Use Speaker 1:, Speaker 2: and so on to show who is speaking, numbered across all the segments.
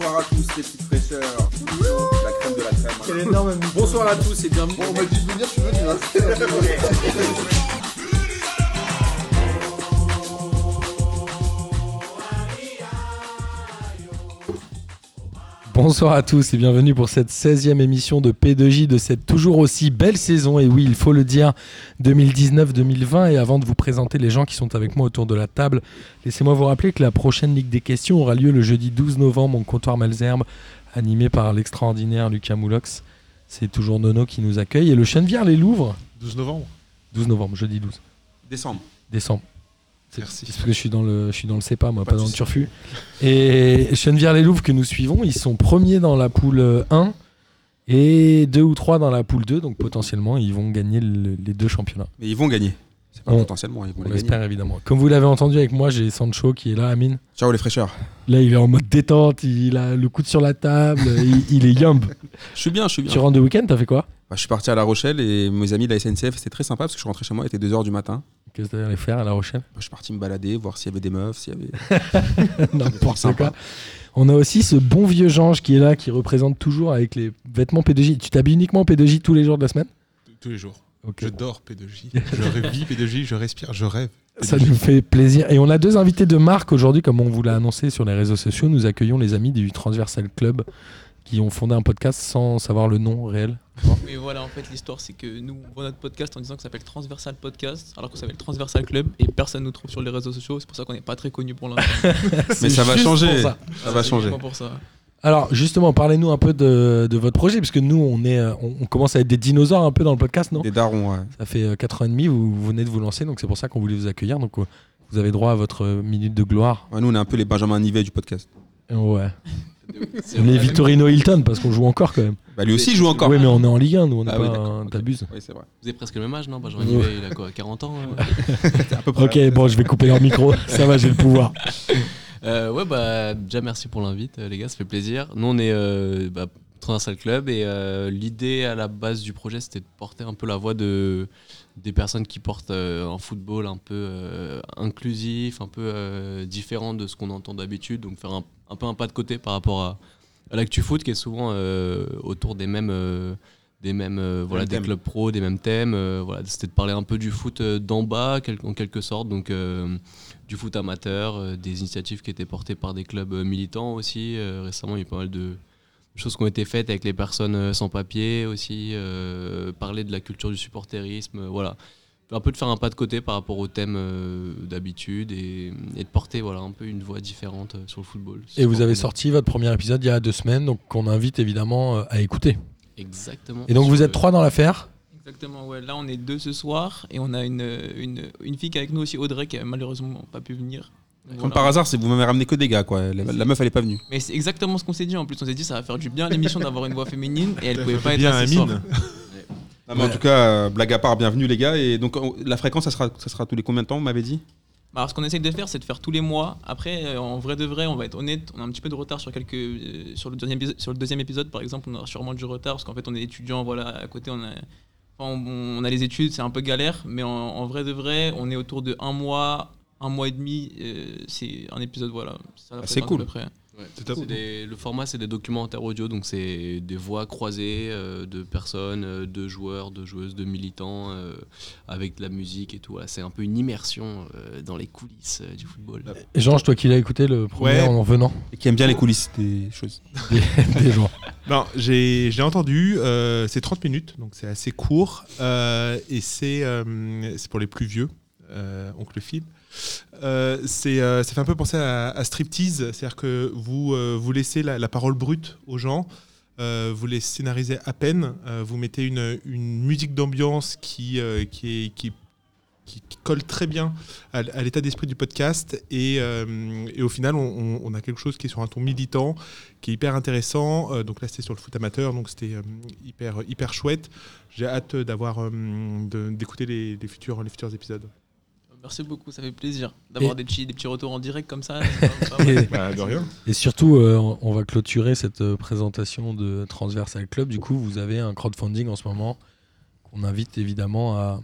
Speaker 1: Bonsoir à tous les petites fraîcheurs. La crème de la crème. hein.
Speaker 2: Quel énorme
Speaker 1: Bonsoir à tous et bienvenue.
Speaker 3: Bon, on m'a dit de venir, je suis venu. Hein.
Speaker 4: Bonsoir à tous et bienvenue pour cette 16e émission de P2J de cette toujours aussi belle saison. Et oui, il faut le dire, 2019-2020. Et avant de vous présenter les gens qui sont avec moi autour de la table, laissez-moi vous rappeler que la prochaine Ligue des questions aura lieu le jeudi 12 novembre au comptoir Malzerbe, animé par l'extraordinaire Lucas Moulox. C'est toujours Nono qui nous accueille. Et le Chenevière les Louvres,
Speaker 5: 12 novembre.
Speaker 4: 12 novembre, jeudi 12
Speaker 1: Décembre.
Speaker 4: décembre. C'est-
Speaker 5: Merci.
Speaker 4: C'est parce que je suis dans le, je suis dans le CEPA, moi,
Speaker 5: Pas
Speaker 4: pas,
Speaker 5: de
Speaker 4: dans le
Speaker 5: souci.
Speaker 4: Turfu. Et Chenevière-les-Louvres que nous suivons, ils sont premiers dans la poule 1 et 2 ou 3 dans la poule 2, donc potentiellement ils vont gagner le- les deux championnats.
Speaker 1: Mais ils vont gagner. C'est pas
Speaker 4: On-
Speaker 1: potentiellement, ils vont
Speaker 4: On
Speaker 1: les
Speaker 4: l'espère
Speaker 1: gagner.
Speaker 4: évidemment. Comme vous l'avez entendu avec moi, j'ai Sancho qui est là, Amine.
Speaker 1: Ciao les fraîcheurs.
Speaker 4: Là, il est en mode détente, il a le coude sur la table, il, il est yumb.
Speaker 1: Je suis bien, je suis bien.
Speaker 4: Tu rentres de week-end, t'as fait quoi
Speaker 1: Bah, je suis parti à La Rochelle et mes amis de la SNCF, c'était très sympa parce que je suis rentré chez moi, il était 2h du matin.
Speaker 4: Qu'est-ce que t'es allé faire à La Rochelle
Speaker 1: Bah, je suis parti me balader, voir s'il y avait des meufs, s'il y avait.
Speaker 4: N'importe
Speaker 1: Sympa.
Speaker 4: quoi. On a aussi ce bon vieux Jange qui est là, qui représente toujours avec les vêtements P2J. Tu t'habilles uniquement en P2J tous les jours de la semaine
Speaker 5: Tous les jours.
Speaker 4: Ok.
Speaker 5: Je dors P2J. Je vis P2J, je respire, je rêve.
Speaker 4: Ça nous fait plaisir. Et on a deux invités de marque aujourd'hui, comme on vous l'a annoncé sur les réseaux sociaux. Nous accueillons les amis du Transversal Club qui ont fondé un podcast sans savoir le nom réel.
Speaker 6: Mais voilà, en fait, l'histoire, c'est que nous, on voit notre podcast en disant que ça s'appelle Transversal Podcast, alors qu'on s'appelle Transversal Club, et personne nous trouve sur les réseaux sociaux, c'est pour ça qu'on n'est pas très connu pour l'instant.
Speaker 1: Mais ça va
Speaker 4: juste pour
Speaker 1: changer.
Speaker 4: ça.
Speaker 1: Ça va
Speaker 6: C'est
Speaker 1: changer.
Speaker 6: uniquement pour ça.
Speaker 4: Alors justement, parlez-nous un peu de, de votre projet, parce que nous, on, est, euh, on, on commence à être des dinosaures un peu dans le podcast, non
Speaker 1: Des darons, ouais.
Speaker 4: Ça fait euh, quatre ans et demi, vous, vous venez de vous lancer, donc c'est pour ça qu'on voulait vous accueillir. Donc euh, vous avez droit à votre euh, minute de gloire.
Speaker 1: Ouais, Nous, on est un peu les Benjamin Nivet du podcast.
Speaker 4: Ouais.
Speaker 6: C'est
Speaker 4: Les
Speaker 6: vrai.
Speaker 4: Vittorino Hilton, parce qu'on joue encore quand même.
Speaker 1: Bah, lui aussi, il joue encore.
Speaker 4: Oui, mais on est en Ligue 1, nous, on n'est
Speaker 1: Ah oui,
Speaker 4: pas...
Speaker 1: d'accord,
Speaker 4: un-
Speaker 1: ok.
Speaker 4: T'abuses.
Speaker 1: Oui, c'est vrai.
Speaker 7: Vous avez presque le même âge, non Benjamin
Speaker 4: Ouais.
Speaker 7: Nivet, il a quoi 40 ans euh
Speaker 1: À peu près.
Speaker 4: Ok, bon, je vais couper leur micro. Ça va, j'ai le pouvoir.
Speaker 7: Euh, Ouais, bah, déjà merci pour l'invite, euh, les gars, ça fait plaisir. Nous, on est euh, bah, Transversal Club et euh, l'idée à la base du projet, c'était de porter un peu la voix de, des personnes qui portent euh, un football un peu euh, inclusif, un peu euh, différent de ce qu'on entend d'habitude, donc faire un, un peu un pas de côté par rapport à, à l'actu foot qui est souvent euh, autour des mêmes. euh, des mêmes euh, voilà
Speaker 1: Mêmes
Speaker 7: des
Speaker 1: thèmes.
Speaker 7: clubs pro des mêmes thèmes euh, voilà c'était de parler un peu du foot euh, d'en bas quel- en quelque sorte donc euh, du foot amateur, euh, des initiatives qui étaient portées par des clubs euh, militants aussi. Euh, récemment, il y a eu pas mal de choses qui ont été faites avec les personnes euh, sans papier aussi, euh, parler de la culture du supporterisme, euh, voilà. Un peu de faire un pas de côté par rapport au thème euh, d'habitude et, et de porter voilà, un peu une voix différente euh, sur le football.
Speaker 4: Et vous avez
Speaker 7: Sur-
Speaker 4: sorti votre premier épisode il y a deux semaines, donc qu'on invite évidemment euh, à écouter.
Speaker 7: Exactement.
Speaker 4: Et donc vous
Speaker 7: Sur-
Speaker 4: êtes trois dans l'affaire.
Speaker 6: Exactement, ouais. Là, on est deux ce soir, et on a une, une, une fille qui est avec nous aussi, Audrey, qui a malheureusement pas pu venir. Donc
Speaker 1: Comme
Speaker 6: voilà.
Speaker 1: par hasard, c'est vous m'avez ramené que des gars, quoi. La, la meuf, elle est pas venue.
Speaker 6: Mais c'est exactement ce qu'on s'est dit en plus. On s'est dit ça va faire du bien à l'émission d'avoir une voix féminine et elle pouvait
Speaker 5: Fais
Speaker 6: pas être
Speaker 5: bien
Speaker 6: là ce soir.
Speaker 5: Amine.
Speaker 1: Non, mais En tout cas, euh, blague à part, bienvenue les gars. Et donc, on- la fréquence, ça sera, ça sera tous les combien de temps, vous m'avez dit
Speaker 6: Bah, Alors, ce qu'on essaye de faire, c'est de faire tous les mois. Après, euh, en vrai de vrai, on va être honnête, on a un petit peu de retard sur quelques, euh, sur le deuxième épisode, sur le deuxième épisode, par exemple, on aura sûrement du retard parce qu'en fait, on est étudiant, voilà, à côté, on a, enfin, on, on a les études, c'est un peu galère, mais en, en vrai de vrai, on est autour de un mois, un mois et demi, euh, c'est un épisode, voilà. Ça, la
Speaker 1: Ah, c'est
Speaker 6: fréquence, à
Speaker 1: cool.
Speaker 6: peu près.
Speaker 7: Ouais.
Speaker 5: C'est top.
Speaker 7: C'est des- le format, c'est des documentaires audio, donc c'est des voix croisées euh, de personnes, euh, de joueurs, de joueuses, de militants, euh, avec de la musique et tout. Voilà, c'est un peu une immersion euh, dans les coulisses euh, du football.
Speaker 4: Et Georges, toi qui l'as écouté le premier
Speaker 5: Ouais.
Speaker 4: en en venant
Speaker 1: Et qui aime bien les coulisses des choses.
Speaker 4: des, des gens.
Speaker 5: Non, Ben, j'ai j'ai entendu, euh, c'est 30 minutes, donc c'est assez court, euh, et c'est euh, c'est pour les plus vieux, euh, oncle Phil. Euh, c'est, euh, ça fait un peu penser à, à striptease, c'est-à-dire que vous, euh, vous laissez la, la parole brute aux gens, euh, vous les scénarisez à peine, euh, vous mettez une, une musique d'ambiance qui, euh, qui, est- qui, qui- qui colle très bien à, l- à l'état d'esprit du podcast, et, euh, et au final, on- on- on a quelque chose qui est sur un ton militant, qui est hyper intéressant. Euh, donc là, c'était sur le foot amateur, donc c'était euh, hyper, hyper chouette. J'ai hâte d'avoir euh, de- d'écouter les, les futurs, les futurs épisodes.
Speaker 6: Merci beaucoup, ça fait plaisir d'avoir
Speaker 4: Et-
Speaker 6: des petits, des petits retours en direct comme ça. c'est pas- pas mal.
Speaker 4: Et,
Speaker 1: Ah,
Speaker 5: de rien.
Speaker 4: et surtout, euh, on- on va clôturer cette euh, présentation de Transversal Club. Du coup, vous avez un crowdfunding en ce moment qu'on invite évidemment à,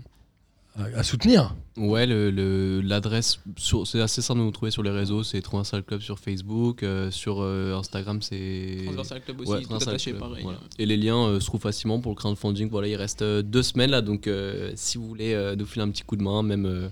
Speaker 4: à, à soutenir.
Speaker 7: Ouais, le- le- l'adresse, sur- c'est assez simple de nous trouver sur les réseaux, c'est Transversal Club sur Facebook, euh, sur euh, Instagram c'est...
Speaker 6: Transversal Club aussi,
Speaker 7: Ouais,
Speaker 6: tout
Speaker 7: Transversal
Speaker 6: attaché
Speaker 7: Club,
Speaker 6: pareil.
Speaker 7: voilà. Et les liens euh, se trouvent facilement pour le crowdfunding, voilà, il reste euh, deux semaines là, donc euh, si vous voulez euh, nous filer un petit coup de main, même euh,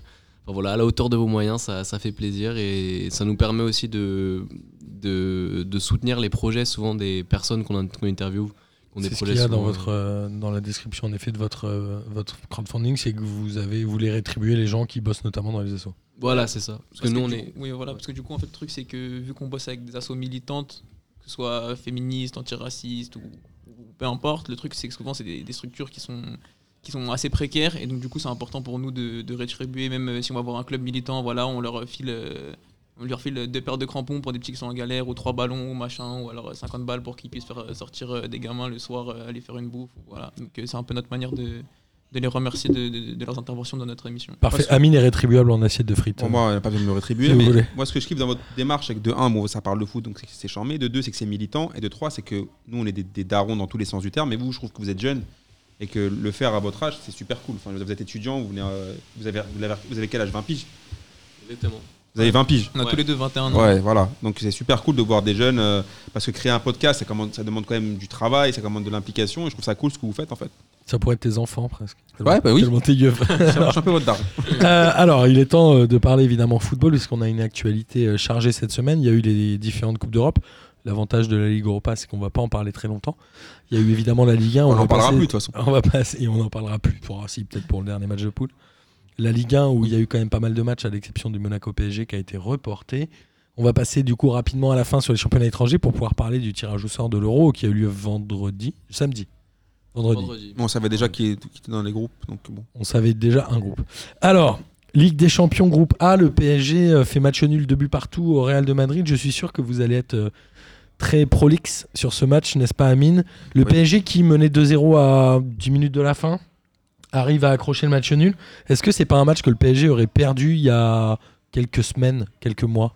Speaker 7: enfin, voilà, à la hauteur de vos moyens, ça, ça fait plaisir et ça nous permet aussi de, de, de soutenir les projets souvent des personnes qu'on qu'on interviewe. qui ont des
Speaker 4: C'est ce
Speaker 7: projets
Speaker 4: qu'il y a dans,
Speaker 7: souvent, euh,
Speaker 4: votre, euh, dans la description en effet de votre, euh, votre crowdfunding, c'est que vous, avez, vous voulez rétribuer les gens qui bossent notamment dans les assos.
Speaker 7: Voilà, c'est ça. Parce, que nous, on
Speaker 6: du
Speaker 7: est.
Speaker 6: coup- oui, voilà, parce que du coup, en fait, le truc, c'est que vu qu'on bosse avec des assos militantes, que ce soit féministes, antiracistes ou, ou peu importe, le truc, c'est que souvent, c'est des, des structures qui sont, qui sont assez précaires. Et donc, du coup, c'est important pour nous de, de rétribuer, même euh, si on va avoir un club militant, voilà, on leur file. euh, on leur file deux paires de crampons pour des petits qui sont en galère, ou trois ballons, ou machin, ou alors euh, 50 balles pour qu'ils puissent faire euh, sortir euh, des gamins le soir, euh, aller faire une bouffe. Voilà. Donc, euh, c'est un peu notre manière de, de les remercier de- de- de leurs interventions dans notre émission.
Speaker 4: Parfait,
Speaker 1: Parce que-
Speaker 4: Amine est rétribuable en assiette de frites.
Speaker 1: Pour moi, elle n'a pas besoin de me rétribuer.
Speaker 4: Si vous
Speaker 1: mais
Speaker 4: voulez.
Speaker 1: moi, ce que je kiffe dans votre démarche, c'est que de un, bon, ça parle de foot, donc c'est- c'est charmé. De deux, c'est que c'est militant. Et de trois, c'est que nous, on est des, des darons dans tous les sens du terme. Mais vous, je trouve que vous êtes jeunes et que le faire à votre âge, c'est super cool. Enfin, vous êtes étudiant, vous, venez, euh, vous, avez, vous, avez, vous avez quel âge 20 piges
Speaker 7: Exactement.
Speaker 1: Vous avez 20 piges
Speaker 6: On a
Speaker 7: Ouais.
Speaker 6: tous les deux 21 ans.
Speaker 1: Ouais, voilà. Donc c'est super cool de voir des jeunes euh, parce que créer un podcast, ça, commande, ça demande quand même du travail, ça commande de l'implication. Et je trouve ça cool ce que vous faites en fait.
Speaker 4: Ça pourrait être tes enfants presque.
Speaker 1: Ouais, bah oui.
Speaker 4: Tellement t'es gueux.
Speaker 1: Ça marche un peu votre daron.
Speaker 4: Euh, alors, il est temps euh, de parler évidemment football, puisqu'on a une actualité euh, chargée cette semaine. Il y a eu les différentes Coupes d'Europe. L'avantage de la Ligue Europa, c'est qu'on va pas en parler très longtemps. Il y a eu évidemment la Ligue 1.
Speaker 1: On
Speaker 4: va
Speaker 1: en parlera
Speaker 4: passer-
Speaker 1: plus de toute façon.
Speaker 4: On va passer et on en parlera plus. Pour, si, peut-être pour le dernier match de poule. La Ligue 1, où il y a eu quand même pas mal de matchs, à l'exception du Monaco PSG qui a été reporté. On va passer du coup rapidement à la fin sur les championnats étrangers pour pouvoir parler du tirage au sort de l'Euro qui a eu lieu vendredi, samedi. vendredi.
Speaker 7: Vendredi.
Speaker 1: On savait déjà qu'il qu'il était dans les groupes, donc bon.
Speaker 4: On savait déjà un groupe. Alors, Ligue des Champions, groupe A, le PSG euh, fait match nul, deux buts partout au Real de Madrid. Je suis sûr que vous allez être euh, très prolixe sur ce match, n'est-ce pas, Amine Le
Speaker 1: Oui.
Speaker 4: PSG qui menait 2-0 à 10 minutes de la fin arrive à accrocher le match nul. Est-ce que c'est pas un match que le PSG aurait perdu il y a quelques semaines, quelques mois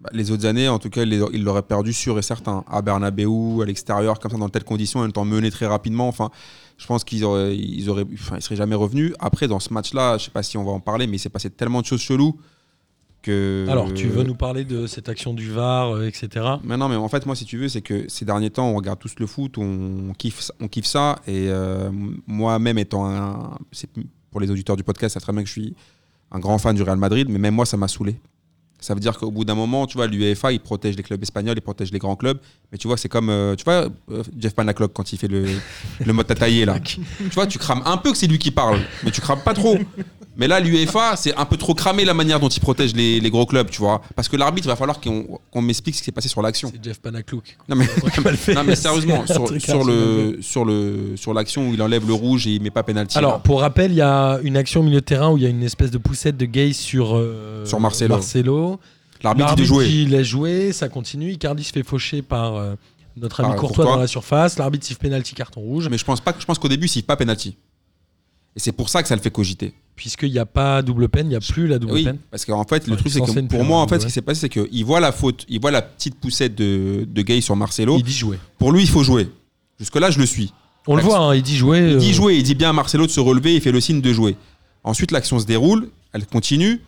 Speaker 1: Bah, les autres années, en tout cas, il les- il l'aurait perdu sûr et certain. À Bernabeu, à l'extérieur, comme ça, dans de telles conditions, en étant mené très rapidement. Enfin, je pense qu'ils auraient, ils auraient, enfin, ils seraient jamais revenus. Après, dans ce match-là, je sais pas si on va en parler, mais il s'est passé tellement de choses cheloues que.
Speaker 4: Alors, tu veux nous parler de cette action du VAR, euh, etc.
Speaker 1: Mais non, mais en fait, moi, si tu veux, c'est que ces derniers temps, on regarde tous le foot, on kiffe, ça- on kiffe ça. Et euh, m- moi-même, étant un. c'est- Pour les auditeurs du podcast, ça très bien que je suis un grand fan du Real Madrid, mais même moi, ça m'a saoulé. Ça veut dire qu'au bout d'un moment, tu vois, l'UEFA, il protège les clubs espagnols, il protège les grands clubs. Mais tu vois, c'est comme. euh, tu vois, euh, Jeff Panaclock, quand il fait le, le mode tataillé, là. tu vois, tu crames un peu que c'est lui qui parle, mais tu crames pas trop. Mais là, l'UEFA, c'est un peu trop cramé la manière dont ils protègent les, les gros clubs, tu vois. Parce que l'arbitre, il va falloir qu'on qu'on m'explique ce qui s'est passé sur l'action.
Speaker 4: C'est Jeff Panaclouk.
Speaker 1: Non mais,
Speaker 4: qui m'a le fait.
Speaker 1: non, mais sérieusement,
Speaker 4: C'est un
Speaker 1: sur,
Speaker 4: truc
Speaker 1: sur
Speaker 4: archi-dingue.
Speaker 1: le sur le sur l'action où il enlève le rouge et il met pas pénalty.
Speaker 4: Alors, pour rappel, il y a une action au milieu de terrain où il y a une espèce de poussette de Gay sur, euh,
Speaker 1: Sur Marcelo. l'arbitre dit de
Speaker 4: L'arbitre
Speaker 1: jouer.
Speaker 4: qui laisse jouer, ça continue. Icardi se fait faucher par euh, notre ami
Speaker 1: Par
Speaker 4: Courtois,
Speaker 1: Courtois.
Speaker 4: dans la surface. L'arbitre siffle penalty carton rouge,
Speaker 1: Mais je pense pas que- je pense qu'au début c'est pas pénalty. Et c'est pour ça que ça le fait cogiter.
Speaker 4: puisqu'il n'y a pas double peine, il n'y a plus la double
Speaker 1: Oui,
Speaker 4: peine.
Speaker 1: parce qu'en fait, le
Speaker 4: Ouais,
Speaker 1: truc c'est
Speaker 4: censé
Speaker 1: que
Speaker 4: ne
Speaker 1: pour
Speaker 4: plus
Speaker 1: moi en
Speaker 4: avoir
Speaker 1: fait,
Speaker 4: de
Speaker 1: ce qui s'est passé c'est que il voit la faute, il voit la petite poussette de de Gay sur Marcelo.
Speaker 4: Il dit jouer.
Speaker 1: Pour lui, il faut jouer. Jusque là, je le suis.
Speaker 4: On le
Speaker 1: L'action-
Speaker 4: voit, hein, il dit jouer.
Speaker 1: Il dit
Speaker 4: euh,
Speaker 1: jouer, il dit bien à Marcelo de se relever, il fait le signe de jouer. Ensuite, l'action se déroule, elle continue.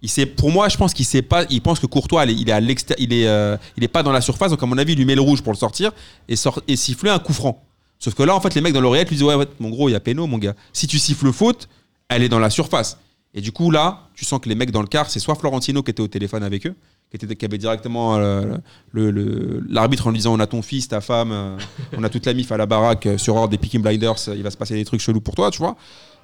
Speaker 1: Il sait, pour moi, je pense qu'il sait pas. Il pense que Courtois, il est, il est à l'exté- il est, euh, il est pas dans la surface. Donc, à mon avis, il lui met le rouge pour le sortir et, sort, et siffler un coup franc. Sauf que là, en fait, les mecs dans l'oreillette lui disent ouais, ouais, mon gros, il y a péno, mon gars. Si tu siffles faute, elle est dans la surface. Et du coup, là, tu sens que les mecs dans le quart, c'est soit Florentino qui était au téléphone avec eux, qui, était, qui avait directement euh, le- le- l'arbitre en lui disant on a ton fils, ta femme, euh, on a toute la mif à la baraque euh, sur ordre des Peaky Blinders, euh, il va se passer des trucs chelous pour toi, tu vois.